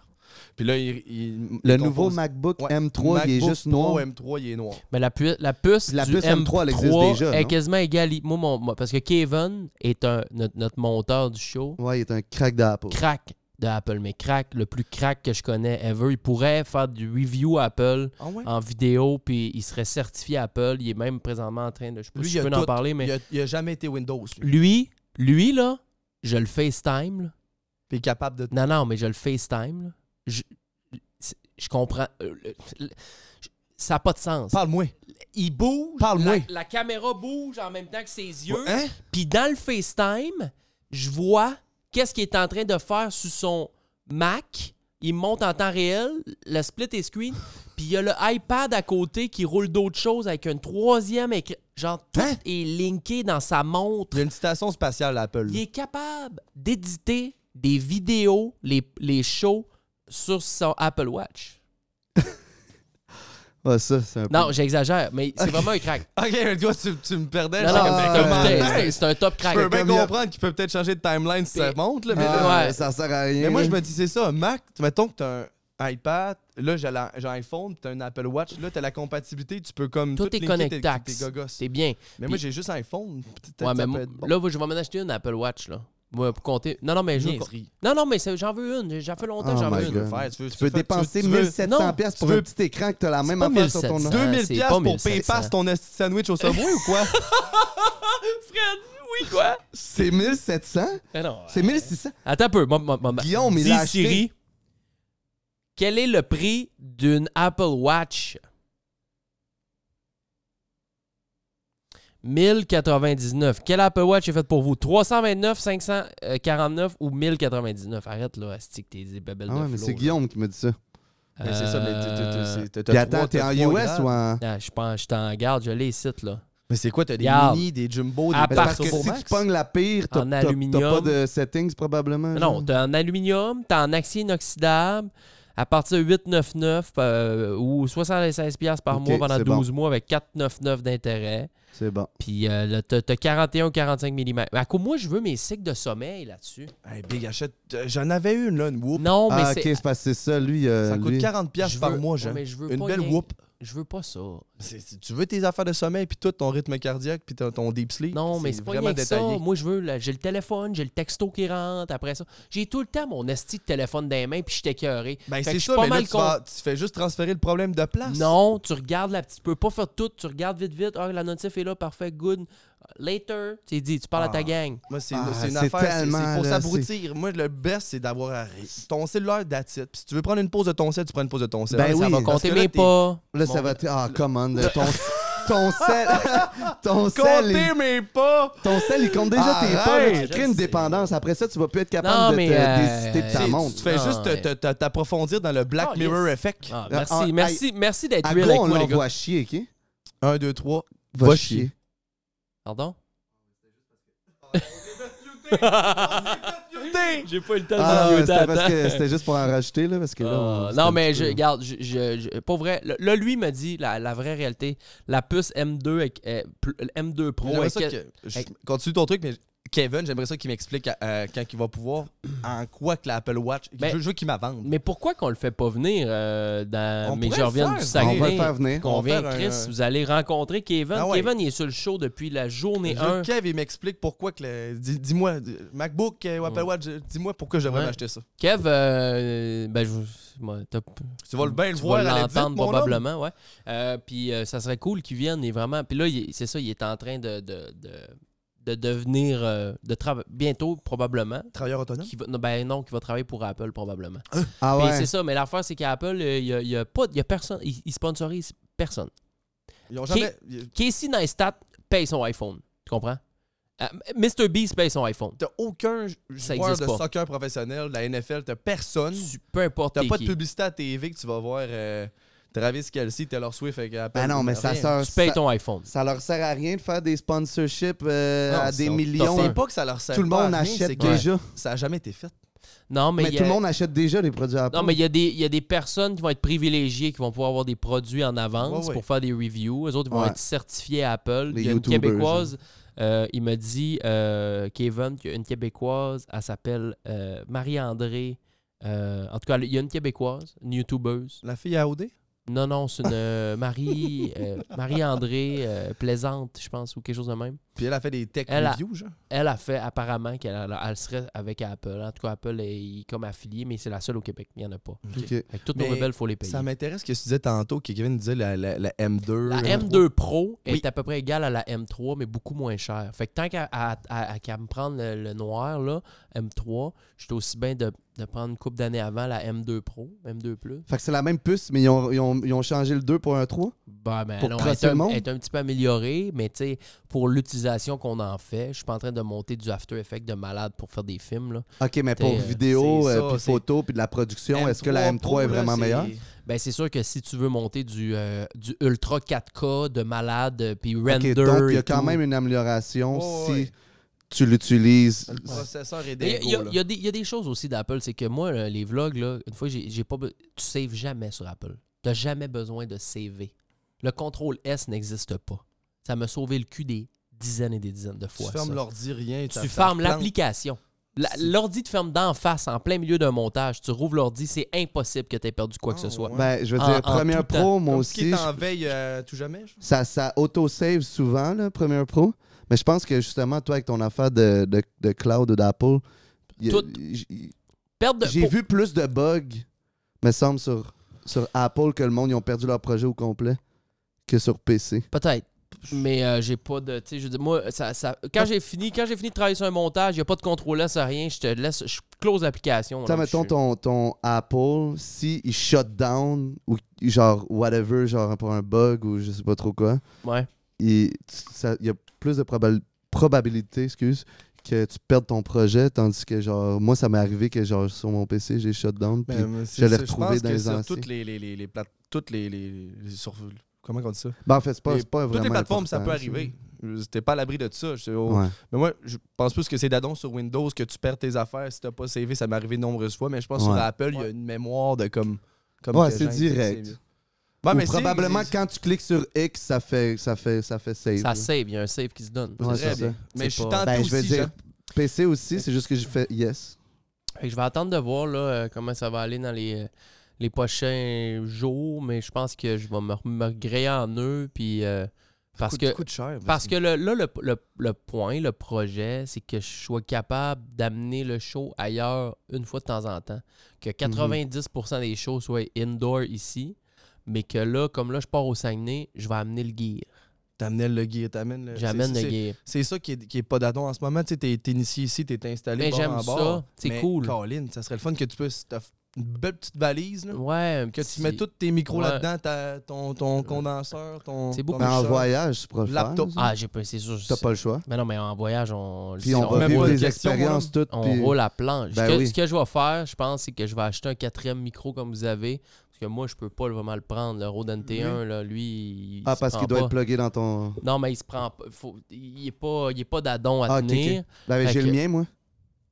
Speaker 4: Puis là, il. il-
Speaker 5: Le
Speaker 4: il
Speaker 5: nouveau
Speaker 4: compose-
Speaker 5: MacBook
Speaker 4: Ouais,
Speaker 5: M3, il est
Speaker 4: MacBook
Speaker 5: juste
Speaker 4: Pro
Speaker 5: noir.
Speaker 4: M3, il est noir.
Speaker 3: Mais la, pu- la puce
Speaker 5: La
Speaker 3: du
Speaker 5: puce M3, elle existe déjà,
Speaker 3: est
Speaker 5: non?
Speaker 3: quasiment égale. Moi, mon, moi, parce que Kevin est un, notre, notre monteur du show.
Speaker 5: Ouais, il est un crack d'Apple.
Speaker 3: Crack de Apple, mais crack, le plus crack que je connais ever. Il pourrait faire du review à Apple
Speaker 4: Ah ouais?
Speaker 3: en vidéo, puis il serait certifié Apple. Il est même présentement en train de. Je sais pas
Speaker 4: Lui,
Speaker 3: si
Speaker 4: il
Speaker 3: je
Speaker 4: a
Speaker 3: peux en
Speaker 4: tout.
Speaker 3: parler,
Speaker 4: Il
Speaker 3: mais.
Speaker 4: a, il a jamais été Windows. Lui.
Speaker 3: Lui, lui, là, je le FaceTime. là.
Speaker 4: Puis il est capable de.
Speaker 3: Non, non, mais je le FaceTime. là. Je, c'est- je comprends. euh, le- le- je- ça n'a pas de sens.
Speaker 4: Parle-moi.
Speaker 3: Il bouge.
Speaker 4: Parle-moi.
Speaker 3: La, la caméra bouge en même temps que ses yeux.
Speaker 4: Hein?
Speaker 3: Puis dans le FaceTime, je vois qu'est-ce qu'il est en train de faire sur son Mac. Il monte en temps réel, le split est screen. Puis il y a le iPad à côté qui roule d'autres choses avec un troisième écran. Genre, tout
Speaker 4: Hein?
Speaker 3: est linké dans sa montre.
Speaker 4: Il y a une station spatiale à Apple.
Speaker 3: Il est capable d'éditer des vidéos, les, les shows sur son Apple Watch.
Speaker 5: Ouais, ça, c'est un peu.
Speaker 3: Non, j'exagère, mais c'est vraiment un crack.
Speaker 4: Ok, toi, tu, tu me perdais.
Speaker 3: Non, non,
Speaker 4: j'étais comme, mais
Speaker 3: c'est un-
Speaker 4: comment
Speaker 3: c'est
Speaker 4: ça?
Speaker 3: un- c'est un top crack.
Speaker 4: Je peux bien
Speaker 5: Comme il y a-
Speaker 4: comprendre qu'il peut peut-être changer de timeline si ça
Speaker 3: C'est-
Speaker 4: monte, là, mais là,
Speaker 5: Ah,
Speaker 3: ouais.
Speaker 5: ça sert à rien.
Speaker 4: Mais moi,
Speaker 5: là.
Speaker 4: je me dis, c'est ça, Mac, tu- mettons que t'as un iPad, là, j'ai la- j'ai un iPhone, puis t'as un Apple Watch, là, t'as la compatibilité, tu peux comme.
Speaker 3: Tout
Speaker 4: tout
Speaker 3: est
Speaker 4: linker tes-
Speaker 3: connectax.
Speaker 4: tes gogos.
Speaker 3: C'est bien.
Speaker 4: Mais moi,
Speaker 3: Puis-
Speaker 4: j'ai juste un iPhone. peut-être
Speaker 3: Ouais,
Speaker 4: ça
Speaker 3: mais
Speaker 4: peut
Speaker 3: moi-
Speaker 4: être bon.
Speaker 3: là, je vais m'en acheter une Apple Watch, là. Moi, pour compter. Non, non, mais je veux-
Speaker 4: Niaiserie.
Speaker 3: Non, non, mais c'est- j'en veux une. J'en fais longtemps,
Speaker 5: Oh
Speaker 3: que j'en
Speaker 5: my
Speaker 3: veux
Speaker 4: Tu
Speaker 3: une.
Speaker 5: God.
Speaker 4: veux le faire, tu veux-
Speaker 5: Tu peux
Speaker 4: le faire,
Speaker 5: dépenser
Speaker 4: tu veux-
Speaker 5: 1700
Speaker 3: Non,
Speaker 5: pièces
Speaker 4: tu
Speaker 5: pour
Speaker 4: veux-
Speaker 5: un petit écran que t'as la même
Speaker 3: pas
Speaker 5: affaire sur ton
Speaker 3: 1700.
Speaker 5: ordi.
Speaker 4: 2000
Speaker 3: c'est
Speaker 4: piastres
Speaker 3: pas
Speaker 4: pour
Speaker 3: 1700.
Speaker 4: PayPass ton esti de sandwich au Subway ou quoi?
Speaker 3: Fred, oui, quoi?
Speaker 5: C'est 1700?
Speaker 3: Mais non,
Speaker 5: C'est 1600?
Speaker 3: Attends un peu. Mom, mom,
Speaker 4: Bah,
Speaker 3: mom.
Speaker 5: Guillaume, il
Speaker 3: Dis,
Speaker 5: a acheté-
Speaker 3: Siri, quel est le prix d'une Apple Watch? 1099. Quelle Apple Watch est faite pour vous? 329, 549 euh, ou 1099? Arrête là, Asti, que t'es des babelles
Speaker 5: Ah
Speaker 3: de
Speaker 5: ouais, mais
Speaker 3: flow,
Speaker 5: c'est
Speaker 3: là.
Speaker 5: Guillaume qui me dit ça.
Speaker 4: Mais c'est ça, mais t'as- t'as- t'as-
Speaker 3: Euh,
Speaker 4: c'est- t'as- t'as
Speaker 5: Puis attends,
Speaker 4: trois-
Speaker 5: t'es
Speaker 4: t'as
Speaker 5: en US
Speaker 4: trois
Speaker 5: ou
Speaker 4: grammes.
Speaker 5: en.
Speaker 3: ah, je pense, je t'en garde, je les cite là.
Speaker 4: Mais c'est quoi, t'as des
Speaker 3: Regarde.
Speaker 4: mini, des jumbo, des
Speaker 3: À
Speaker 4: Bell-
Speaker 3: part
Speaker 5: Parce que
Speaker 3: Turbo
Speaker 5: si
Speaker 3: Max.
Speaker 5: tu pognes la pire, t'as
Speaker 3: En
Speaker 5: t'as- t'as pas
Speaker 3: aluminium.
Speaker 5: de settings probablement.
Speaker 4: Mm-hmm.
Speaker 3: Mais
Speaker 5: genre.
Speaker 3: Non, t'as en aluminium, t'as en acier inoxydable à partir de 8,99 euh, ou 76$ piastres par
Speaker 5: Ok,
Speaker 3: mois pendant
Speaker 5: c'est bon.
Speaker 3: 12 mois avec 4,99 d'intérêt.
Speaker 5: C'est bon.
Speaker 3: Puis euh, là, t'as t'as 41 45 mm. À quoi moi, je veux mes cycles de sommeil là-dessus?
Speaker 4: Hey, Big, achète. euh, J'en avais une, là, une whoop.
Speaker 3: Non, Oh, mais
Speaker 5: Ah, ok,
Speaker 3: c'est.
Speaker 5: c'est parce que c'est ça, lui. euh,
Speaker 4: Ça coûte
Speaker 5: lui.
Speaker 4: 40$ piastres
Speaker 3: Je
Speaker 4: par
Speaker 3: veux-
Speaker 4: mois,
Speaker 3: ouais,
Speaker 4: Jean.
Speaker 3: mais je veux
Speaker 4: Une
Speaker 3: pas
Speaker 4: belle
Speaker 3: rien-
Speaker 4: whoop.
Speaker 3: Je veux pas ça.
Speaker 4: C'est- c'est- tu veux tes affaires de sommeil, puis tout ton rythme cardiaque, puis ton, ton deep sleep.
Speaker 3: Non, mais c'est pas
Speaker 4: vraiment
Speaker 3: rien que ça.
Speaker 4: détaillé.
Speaker 3: Moi, je veux. là, J'ai le téléphone, j'ai le texto qui rentre après ça. J'ai tout le temps mon esti de téléphone dans les mains, puis je suis écœuré.
Speaker 4: Ben,
Speaker 3: Fait que
Speaker 4: c'est
Speaker 3: je suis
Speaker 4: ça,
Speaker 3: pas
Speaker 4: mais là,
Speaker 3: mal
Speaker 4: tu, vas- tu fais juste transférer le problème de place.
Speaker 3: Non, tu regardes la petite. Tu peux pas faire tout. Tu regardes vite, vite. Ah, la notif est là, parfait, good. Later, tu dis, tu parles à
Speaker 4: Ah.
Speaker 3: ta gang.
Speaker 4: Moi, c'est
Speaker 5: Ah,
Speaker 4: c'est une
Speaker 5: c'est
Speaker 4: affaire, c'est- c'est
Speaker 5: tellement,
Speaker 4: pour
Speaker 5: là,
Speaker 4: s'abrutir. Moi, le best, c'est d'avoir à- ton cellulaire d'attitude. Puis si tu veux prendre une pause de ton set, tu prends une pause de ton set.
Speaker 5: Ben
Speaker 4: Ah,
Speaker 5: oui,
Speaker 4: ça va
Speaker 5: parce
Speaker 3: Comptez
Speaker 4: compter
Speaker 3: mes pas.
Speaker 5: Là, ça
Speaker 4: Mon-
Speaker 5: va. être- Ah, comment? Ton, ton sel. ton sel. il-
Speaker 4: Comptez mes pas!
Speaker 5: Ton sel, il compte déjà tes
Speaker 4: Arrête!
Speaker 5: pas. là, Tu crées
Speaker 3: Je
Speaker 5: une
Speaker 3: sais.
Speaker 5: dépendance. Après ça, tu vas plus être
Speaker 3: Non,
Speaker 5: capable
Speaker 3: mais,
Speaker 5: de te
Speaker 3: euh,
Speaker 5: désister de ta
Speaker 3: c'est-
Speaker 5: montre.
Speaker 4: Tu fais
Speaker 3: Non,
Speaker 4: juste te-
Speaker 3: mais-
Speaker 4: te- te- t'approfondir dans le Black
Speaker 3: Oh,
Speaker 4: Mirror
Speaker 3: yes.
Speaker 4: effect.
Speaker 3: Ah,
Speaker 5: Ah,
Speaker 3: merci,
Speaker 5: ah,
Speaker 3: merci, merci d'être
Speaker 5: À
Speaker 3: real
Speaker 5: gros,
Speaker 3: avec
Speaker 5: on
Speaker 3: moi, les gars.
Speaker 5: l'envoie chier, OK?
Speaker 3: Ah.
Speaker 4: 1, 2, 3.
Speaker 5: Va,
Speaker 4: Va
Speaker 5: chier.
Speaker 4: chier.
Speaker 3: Pardon?
Speaker 4: J'ai pas eu le temps
Speaker 5: Ah,
Speaker 3: Mario
Speaker 5: c'était
Speaker 3: Dad,
Speaker 5: parce
Speaker 3: hein?
Speaker 5: que c'était juste pour en rajouter, là, parce que là... on-
Speaker 3: Ah,
Speaker 5: c'était
Speaker 3: non,
Speaker 5: un
Speaker 3: mais
Speaker 5: petit
Speaker 3: je,
Speaker 5: peu-
Speaker 3: regarde, je, je- je- pour vrai, le- là, lui me dit la, la vraie réalité. La puce M2, avec, euh, pl- M2 Pro.
Speaker 4: J'aimerais
Speaker 3: avec
Speaker 4: ça
Speaker 3: quel-
Speaker 4: que- je-
Speaker 3: Hey.
Speaker 4: Continue ton truc, mais Kevin, j'aimerais ça qu'il m'explique euh, quand il va pouvoir en quoi que l'Apple Watch.
Speaker 3: Ben,
Speaker 4: je, je veux qu'il m'avance.
Speaker 3: Mais pourquoi qu'on le fait pas venir euh, dans
Speaker 4: On
Speaker 3: Mais
Speaker 4: pourrait
Speaker 3: je
Speaker 4: le
Speaker 3: reviens
Speaker 4: faire.
Speaker 3: du
Speaker 5: On
Speaker 3: Saguenay?
Speaker 5: va le faire venir.
Speaker 3: Qu'on
Speaker 4: On va
Speaker 3: vient,
Speaker 4: faire un-
Speaker 3: Chris, vous allez rencontrer Kevin.
Speaker 4: Ah ouais.
Speaker 3: Kevin, il est sur le show depuis la journée
Speaker 4: Je veux
Speaker 3: 1.
Speaker 4: que Kev, il m'explique pourquoi que le- dis- Dis-moi, euh, MacBook euh, ou Apple
Speaker 3: Ouais.
Speaker 4: Watch, euh, dis-moi pourquoi je devrais
Speaker 3: Ouais.
Speaker 4: m'acheter ça.
Speaker 3: Kev, euh, ben, je, vous- moi, t'as-
Speaker 4: Tu vas le bien le
Speaker 3: tu
Speaker 4: voir à
Speaker 3: vas
Speaker 4: la visite,
Speaker 3: l'entendre
Speaker 4: mon homme.
Speaker 3: probablement, ouais. Euh, puis euh, ça serait cool qu'il vienne et vraiment. Puis là, il est- c'est ça, il est en train de, de, de- de devenir. euh, de trava- bientôt, probablement.
Speaker 4: Travailleur autonome.
Speaker 3: Qui va, non, ben non, qui va travailler pour Apple, probablement.
Speaker 5: Ah
Speaker 3: Puis
Speaker 5: ouais?
Speaker 3: c'est ça, mais l'affaire, c'est qu'Apple, euh, il y a, il y a pas. Il y a personne. Il, il sponsorise personne.
Speaker 4: Ils ont
Speaker 3: Qui-
Speaker 4: jamais. ils-
Speaker 3: Casey Neistat paye son iPhone. Tu comprends? Euh, Mr. Beast paye son iPhone.
Speaker 4: T'as aucun j-
Speaker 3: Ça
Speaker 4: joueur de
Speaker 3: existe pas.
Speaker 4: soccer professionnel, de la NFL, t'as personne.
Speaker 3: Tu- peu importe.
Speaker 4: T'as
Speaker 3: t'es
Speaker 4: pas de
Speaker 3: qui.
Speaker 4: publicité à TV que tu vas voir euh, Travis Kelsey, Taylor Swift avec Apple.
Speaker 5: Ben non, mais ça
Speaker 4: Rien.
Speaker 5: sert...
Speaker 3: Tu payes
Speaker 5: ça-
Speaker 3: ton iPhone.
Speaker 5: Ça leur sert à rien de faire des sponsorships euh,
Speaker 4: Non,
Speaker 5: à
Speaker 4: c'est-
Speaker 5: des
Speaker 4: on-
Speaker 5: millions.
Speaker 4: C'est pas que ça leur sert
Speaker 5: Tout le
Speaker 4: pas à
Speaker 5: monde
Speaker 4: rien, c'est
Speaker 5: achète
Speaker 4: que
Speaker 5: déjà.
Speaker 4: Ça a jamais été fait.
Speaker 3: Non, mais,
Speaker 5: Mais
Speaker 3: il y
Speaker 5: tout le
Speaker 3: a-
Speaker 5: monde achète déjà des produits Apple.
Speaker 3: Non, mais il y, a des- il y a des personnes qui vont être privilégiées, qui vont pouvoir avoir des produits en avance
Speaker 4: Ouais, ouais.
Speaker 3: pour faire des reviews. Eux autres, ils vont
Speaker 5: Ouais.
Speaker 3: être certifiés à Apple.
Speaker 5: Les
Speaker 3: il y a une
Speaker 5: YouTubers,
Speaker 3: Québécoise, euh, il me dit, euh, Kevin, qu'il y a une Québécoise, elle s'appelle euh, Marie-André. Euh, en tout cas, il y a une Québécoise, une YouTubeuse.
Speaker 4: La fille à OD?
Speaker 3: Non, non, c'est une euh, Marie, euh, Marie-André euh, Plaisante, je pense, ou quelque chose de même.
Speaker 4: Puis elle a fait des tech
Speaker 3: Elle a-
Speaker 4: reviews, genre.
Speaker 3: Elle a fait apparemment qu'elle elle serait avec Apple. En tout cas, Apple est comme affilié, mais c'est la seule au Québec. Il n'y en a pas.
Speaker 5: Ok.
Speaker 3: Fait que toutes
Speaker 4: Mais
Speaker 3: nos rebelles, il faut les payer.
Speaker 4: Ça m'intéresse ce que tu disais tantôt, que Kevin disait la, la- la M2.
Speaker 3: La
Speaker 4: euh,
Speaker 3: M2 Pro est
Speaker 4: Oui.
Speaker 3: à peu près égale à la M3, mais beaucoup moins chère. Fait que tant qu'à à- à- à- qu'à me prendre le, le noir, là, M3, j'étais aussi bien de, de prendre une couple d'années avant la M2 Pro, M2 Plus.
Speaker 5: Fait que c'est la même puce, mais ils ont, ils ont- ils ont changé le 2 pour un 3.
Speaker 3: Ben, ben,
Speaker 5: Pour
Speaker 3: non, elle, est
Speaker 5: crosser le
Speaker 3: un,
Speaker 5: monde?
Speaker 3: elle est un petit peu améliorée, mais tu sais, pour l'utilisation qu'on en fait, je suis pas en train de monter du After Effects de malade pour faire des films. Là.
Speaker 5: OK, mais
Speaker 3: T'es,
Speaker 5: pour
Speaker 3: euh,
Speaker 5: vidéo,
Speaker 4: c'est
Speaker 5: euh,
Speaker 4: ça,
Speaker 5: puis
Speaker 4: c'est-
Speaker 5: photo, puis de la production, est-ce que la M3
Speaker 4: Pro,
Speaker 5: est
Speaker 4: là,
Speaker 5: vraiment
Speaker 4: c'est-
Speaker 5: meilleure?
Speaker 3: Ben, c'est sûr que si tu veux monter du, euh, du Ultra 4K de malade, euh, puis
Speaker 5: OK,
Speaker 3: render.
Speaker 5: donc, il y a
Speaker 3: et
Speaker 5: quand
Speaker 3: tout.
Speaker 5: même une amélioration
Speaker 4: Ouais,
Speaker 5: si
Speaker 4: Oh, ouais.
Speaker 5: tu l'utilises.
Speaker 4: Le processeur est
Speaker 3: Il y a-
Speaker 4: dingo,
Speaker 3: il y, a-
Speaker 4: là.
Speaker 3: il y a des- il y a des choses aussi d'Apple, c'est que moi, là, les vlogs, là, une fois, j'ai j'ai pas be- tu saves jamais sur Apple. Tu n'as jamais besoin de CV. Le contrôle S n'existe pas. Ça m'a sauvé le cul des dizaines et des dizaines de
Speaker 4: Tu
Speaker 3: fois. ça.
Speaker 4: fermes l'ordi, rien.
Speaker 3: Tu fermes l'application. La-
Speaker 4: C'est-
Speaker 3: L'ordi te ferme d'en face, en plein milieu d'un montage. Tu rouvres l'ordi, c'est impossible que tu aies perdu quoi que
Speaker 4: Ah,
Speaker 3: ce soit.
Speaker 4: ouais.
Speaker 5: Ben, je veux
Speaker 3: En-
Speaker 5: dire,
Speaker 3: en
Speaker 5: Premiere
Speaker 3: tout temps.
Speaker 5: Pro, moi
Speaker 4: Moi
Speaker 5: aussi,
Speaker 4: aussi.
Speaker 5: je-
Speaker 4: en veille euh, tout jamais, genre.
Speaker 5: ça, ça auto-save souvent, là, Premiere Pro. Mais je pense que justement, toi, avec ton affaire de, de, de cloud ou d'Apple, il y a-
Speaker 3: Tout.
Speaker 5: j- j-
Speaker 3: Perdre de-
Speaker 5: j'ai
Speaker 3: pour-
Speaker 5: vu plus de bugs, me semble, sur, sur Apple que le monde, ils ont perdu leur projet au complet que sur PC.
Speaker 3: Peut-être. Mais euh, j'ai pas de. Tu sais, je veux dire, moi, ça, ça- quand j'ai fini, quand j'ai fini de travailler sur un montage, il n'y a pas de contrôle là, ça rien. Je te laisse. Je close l'application.
Speaker 5: Tu sais,
Speaker 3: là,
Speaker 5: mettons
Speaker 3: je-
Speaker 5: ton, ton Apple, si il shut down ou genre whatever, genre pour un bug ou je sais pas trop quoi,
Speaker 3: Ouais.
Speaker 5: il ça- il y a plus de probal- probabilité, excuse, que tu perdes ton projet, tandis que genre, moi ça m'est arrivé que genre sur mon PC j'ai shut down. puis-
Speaker 4: Ben, moi, c'est-
Speaker 5: je l'ai
Speaker 4: c'est-
Speaker 5: retrouvé
Speaker 4: pense
Speaker 5: dans
Speaker 4: que
Speaker 5: les
Speaker 4: sur
Speaker 5: anciens.
Speaker 4: Toutes les, les, les, les plate- toutes les, les, les sur- comment on dit ça?
Speaker 5: ben, en fait, c'est pas,
Speaker 4: les-
Speaker 5: c'est pas
Speaker 4: Toutes
Speaker 5: vraiment.
Speaker 4: les plateformes, ça peut
Speaker 5: important,
Speaker 4: arriver. Oh. Je- T'es pas à l'abri de ça. Je- au-
Speaker 5: Ouais.
Speaker 4: Mais moi, je pense plus que c'est d'adon sur Windows que tu perds tes affaires si t'as pas savé. Ça m'est arrivé de nombreuses fois, mais je pense que
Speaker 5: Ouais.
Speaker 4: sur Apple, il y a une mémoire de comme. comme
Speaker 5: Ouais,
Speaker 4: que
Speaker 5: c'est
Speaker 4: j'aime,
Speaker 5: direct.
Speaker 4: c'est- Ouais,
Speaker 5: Ou
Speaker 4: Ben, mais c'est-
Speaker 5: probablement
Speaker 4: c'est-
Speaker 5: quand tu cliques sur X, ça fait, ça fait, ça fait save.
Speaker 3: Ça
Speaker 5: là.
Speaker 3: save, il y a un save qui se donne.
Speaker 5: Ouais,
Speaker 4: Très
Speaker 5: c'est
Speaker 4: bien.
Speaker 5: ça.
Speaker 4: Mais je suis
Speaker 3: pas-
Speaker 4: tenté
Speaker 5: Ben,
Speaker 4: aussi.
Speaker 5: je veux dire,
Speaker 4: Jean.
Speaker 5: PC aussi, c'est juste que j'ai fait yes.
Speaker 3: Fait que je vais attendre de voir là, euh, comment ça va aller dans les, euh, les prochains jours, mais je pense que je vais me, me gréer en eux. Puis, euh, parce
Speaker 4: Coûte-
Speaker 3: que,
Speaker 4: coûte cher, parce
Speaker 3: parce que le- là, le, le- le point, le projet, c'est que je sois capable d'amener le show ailleurs une fois de temps en temps. Que
Speaker 5: Mhm.
Speaker 3: 90% des shows soient indoor ici, mais que là, comme là, je pars au Saguenay, je vais amener le gear.
Speaker 4: T'amènes le gear, t'amènes
Speaker 5: Euh,
Speaker 4: le.
Speaker 3: J'amène
Speaker 4: c'est-
Speaker 3: le
Speaker 4: c'est-
Speaker 3: gear.
Speaker 4: C'est ça qui est, qui est pas d'adon en ce moment. Tu sais, t'es t'es initié ici, t'es installé.
Speaker 3: Mais
Speaker 4: bord
Speaker 3: j'aime
Speaker 4: en
Speaker 3: ça,
Speaker 4: bord.
Speaker 3: c'est
Speaker 4: Mais
Speaker 3: cool.
Speaker 4: Colin, ça serait le fun que tu puisses. T'as une belle petite valise, là.
Speaker 3: Ouais, un
Speaker 4: Que
Speaker 3: petit-
Speaker 4: tu mets tous tes micros
Speaker 3: Ouais.
Speaker 4: là-dedans, ta- ton, ton condenseur, ton.
Speaker 3: C'est
Speaker 4: ton
Speaker 3: beaucoup
Speaker 5: Mais en
Speaker 4: mixeur.
Speaker 5: voyage, tu pourras le faire.
Speaker 4: Laptop.
Speaker 5: ça.
Speaker 3: Ah, j'ai pas, c'est sûr.
Speaker 5: T'as pas le choix.
Speaker 3: Mais non, mais en voyage, on.
Speaker 5: Puis on
Speaker 4: on
Speaker 5: va
Speaker 4: même
Speaker 5: vivre
Speaker 4: pas de
Speaker 5: des
Speaker 4: questions,
Speaker 5: expériences toutes.
Speaker 3: On
Speaker 5: puis-
Speaker 3: roule à planche.
Speaker 5: Ben
Speaker 3: ce, que,
Speaker 5: oui.
Speaker 3: ce que je vais faire, je pense, c'est que je vais acheter un quatrième micro comme vous avez. Parce que moi, je peux pas vraiment le prendre. Le Rode NT1, là, lui, il
Speaker 5: Ah,
Speaker 3: se
Speaker 5: parce
Speaker 3: prend
Speaker 5: qu'il doit
Speaker 3: pas.
Speaker 5: être plugué dans ton.
Speaker 3: Non, mais il se prend pas. Faut- Il est pas, il est pas d'adon à
Speaker 5: Ah, ok, ok.
Speaker 3: tenir.
Speaker 5: Ben, ben,
Speaker 3: Fait
Speaker 5: j'ai
Speaker 3: que-
Speaker 5: le mien, moi.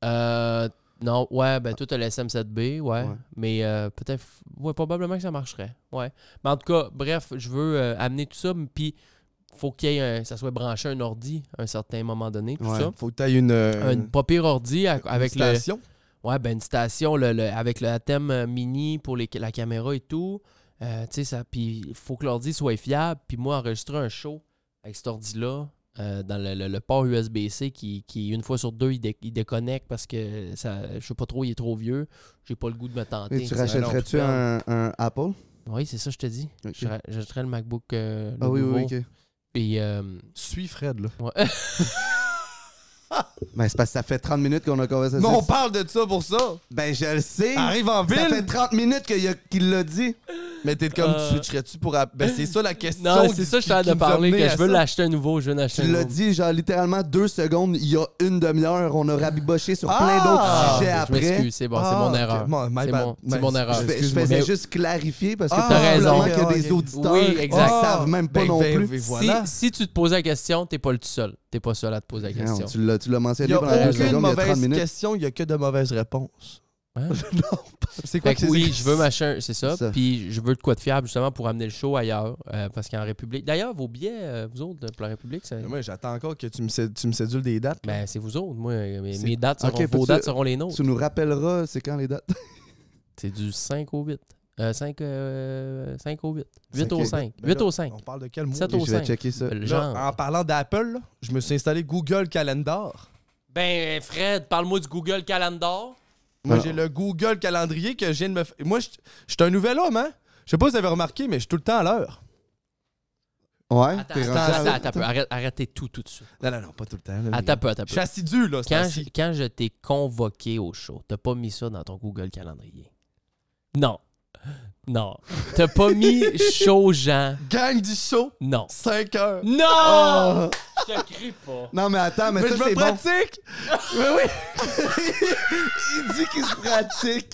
Speaker 3: Euh, non, ouais, ben tout à le SM7B, ouais.
Speaker 5: Ouais.
Speaker 3: Mais euh, peut-être, ouais, probablement que ça marcherait. Ouais. Mais en tout cas, bref, je veux euh, amener tout ça, m- puis faut qu'il y ait un- ça soit branché un ordi à un certain moment donné, tout
Speaker 5: Ouais.
Speaker 3: ça.
Speaker 4: Faut que t'ailles une. euh,
Speaker 3: Un pas pire ordi à- avec
Speaker 4: une
Speaker 3: le.
Speaker 4: station.
Speaker 3: Ouais, ben une station le- le- avec le thème euh, mini pour les- la caméra et tout. Euh, tu sais, ça. Puis il faut que l'ordi soit fiable. Puis moi, enregistrer un show avec cet ordi-là, euh, dans le, le- le port USB-C qui, qui, une fois sur deux, il, dé- il déconnecte parce que ça, je sais pas trop, il est trop vieux. J'ai pas le goût de me tenter.
Speaker 5: Et tu
Speaker 3: sais, ça va tout
Speaker 5: rachèterais-tu
Speaker 3: perdre.
Speaker 5: un, un Apple
Speaker 3: Oui, c'est ça, je te dis.
Speaker 5: Ok.
Speaker 3: Je ra- J'achèterais le MacBook. euh, le
Speaker 5: Ah oui,
Speaker 3: nouveau.
Speaker 5: oui, ok.
Speaker 3: Puis, euh,
Speaker 4: Suis Fred, là.
Speaker 3: ouais.
Speaker 5: Ben, c'est parce que ça fait 30 minutes qu'on a conversé.
Speaker 4: Mais on
Speaker 5: ça.
Speaker 4: parle de ça pour ça.
Speaker 5: Ben, je le sais.
Speaker 4: Arrive en
Speaker 5: Ça
Speaker 4: ville.
Speaker 5: fait 30 minutes qu'il y a- qu'il l'a dit.
Speaker 4: Mais t'es comme,
Speaker 3: Euh.
Speaker 4: tu switcherais-tu pour. app- Ben, c'est ça la question.
Speaker 3: Non,
Speaker 4: qui-
Speaker 3: c'est ça, je
Speaker 4: qui-
Speaker 3: suis en train de
Speaker 4: qui nous a
Speaker 3: parler
Speaker 4: mené
Speaker 3: que
Speaker 4: à
Speaker 3: je veux
Speaker 4: ça.
Speaker 3: l'acheter un nouveau. Je veux en acheter un
Speaker 5: Tu l'as
Speaker 3: nouveau.
Speaker 5: dit, genre, littéralement deux secondes, il y a une demi-heure, on a rabiboché sur
Speaker 4: Ah!
Speaker 5: plein d'autres
Speaker 3: Ah,
Speaker 5: sujets
Speaker 3: je
Speaker 5: après.
Speaker 3: m'excuse, c'est bon, c'est
Speaker 4: Ah,
Speaker 3: mon
Speaker 4: ok.
Speaker 3: erreur.
Speaker 4: Mon- my
Speaker 3: C'est
Speaker 4: bad.
Speaker 3: mon- c'est
Speaker 4: My-
Speaker 3: mon erreur.
Speaker 5: Je, fais- je
Speaker 4: Excuse-moi.
Speaker 5: faisais
Speaker 3: Mais-
Speaker 5: juste clarifier parce que
Speaker 4: Ah,
Speaker 5: t'as
Speaker 3: t'as raison.
Speaker 5: raison qu'il y a
Speaker 4: Ok,
Speaker 5: des
Speaker 4: ok.
Speaker 5: auditeurs
Speaker 3: Oui,
Speaker 5: qui
Speaker 3: exact.
Speaker 5: savent même pas
Speaker 4: Ben,
Speaker 5: non
Speaker 4: ben,
Speaker 5: plus.
Speaker 4: ben,
Speaker 3: Si-
Speaker 4: voilà.
Speaker 3: Si, tu te poses la question, t'es pas le seul. T'es pas seul à te poser la
Speaker 5: Non,
Speaker 3: question.
Speaker 5: tu l'as- tu l'as
Speaker 4: Il
Speaker 5: mentionné
Speaker 4: n'y a
Speaker 5: pendant deux
Speaker 4: aucune
Speaker 5: secondes, il y a 30
Speaker 4: mauvaise
Speaker 5: minutes.
Speaker 4: question, il n'y a que de mauvaises réponses.
Speaker 3: Hein?
Speaker 4: non, c'est quoi
Speaker 3: Fait
Speaker 4: que
Speaker 3: que
Speaker 4: c'est-
Speaker 3: oui, je veux machin, c'est ça.
Speaker 5: C'est ça.
Speaker 3: Puis je veux de quoi de fiable justement pour amener le show ailleurs. euh, parce qu'en République. D'ailleurs, vos billets, euh, vous autres, pour la République, ça-
Speaker 4: Moi, j'attends encore que tu me, sé- tu me sédules des dates.
Speaker 3: ben, c'est vous autres. Moi, euh, mes,
Speaker 4: C'est-
Speaker 3: mes dates seront,
Speaker 5: Ok,
Speaker 3: vos
Speaker 5: faut-tu-
Speaker 3: dates seront les nôtres.
Speaker 5: Tu nous rappelleras, c'est quand les dates?
Speaker 3: C'est du 5 au 8. 5, euh, 5 au 8. 8
Speaker 5: Cinq
Speaker 3: au
Speaker 5: au
Speaker 3: 5.
Speaker 4: Ben
Speaker 3: 8
Speaker 4: là,
Speaker 3: au 5.
Speaker 4: On parle de quel mois?
Speaker 3: Sept
Speaker 4: là?
Speaker 3: au
Speaker 5: Je vais
Speaker 3: cinq.
Speaker 5: checker ça.
Speaker 3: Le
Speaker 4: Là,
Speaker 3: genre.
Speaker 4: en parlant d'Apple, là, je me suis installé Google Calendar.
Speaker 3: Ben, Fred, parle-moi du Google Calendar.
Speaker 4: Moi,
Speaker 5: Alors.
Speaker 4: j'ai le Google Calendrier que je viens de me... fa- Moi, je je suis un nouvel homme, hein? Je sais pas si vous avez remarqué, mais je suis tout le temps à l'heure.
Speaker 5: Ouais,
Speaker 3: Attends,
Speaker 5: t'es rendu
Speaker 3: attends,
Speaker 5: à-
Speaker 3: attends, attends, peu. Arrête- arrêtez tout tout de suite.
Speaker 4: Non, non, non, pas tout le temps. là, les
Speaker 3: Attends,
Speaker 4: gars.
Speaker 3: un peu, attends, un
Speaker 4: Je suis
Speaker 3: peu.
Speaker 4: assidu, là, ce
Speaker 3: quand je,
Speaker 4: temps-ci.
Speaker 3: quand je t'ai convoqué au show, t'as pas mis ça dans ton Google Calendrier. Non. Non. T'as pas mis show Jean.
Speaker 4: Gang du show,
Speaker 3: Non.
Speaker 4: 5 heures. Oh!
Speaker 3: Non!
Speaker 5: Ah!
Speaker 3: Je te crie pas.
Speaker 5: Non, mais attends, mais,
Speaker 4: Mais
Speaker 5: ça,
Speaker 4: je me
Speaker 5: c'est bon.
Speaker 4: pratique! mais oui!
Speaker 5: Il dit qu'il se pratique.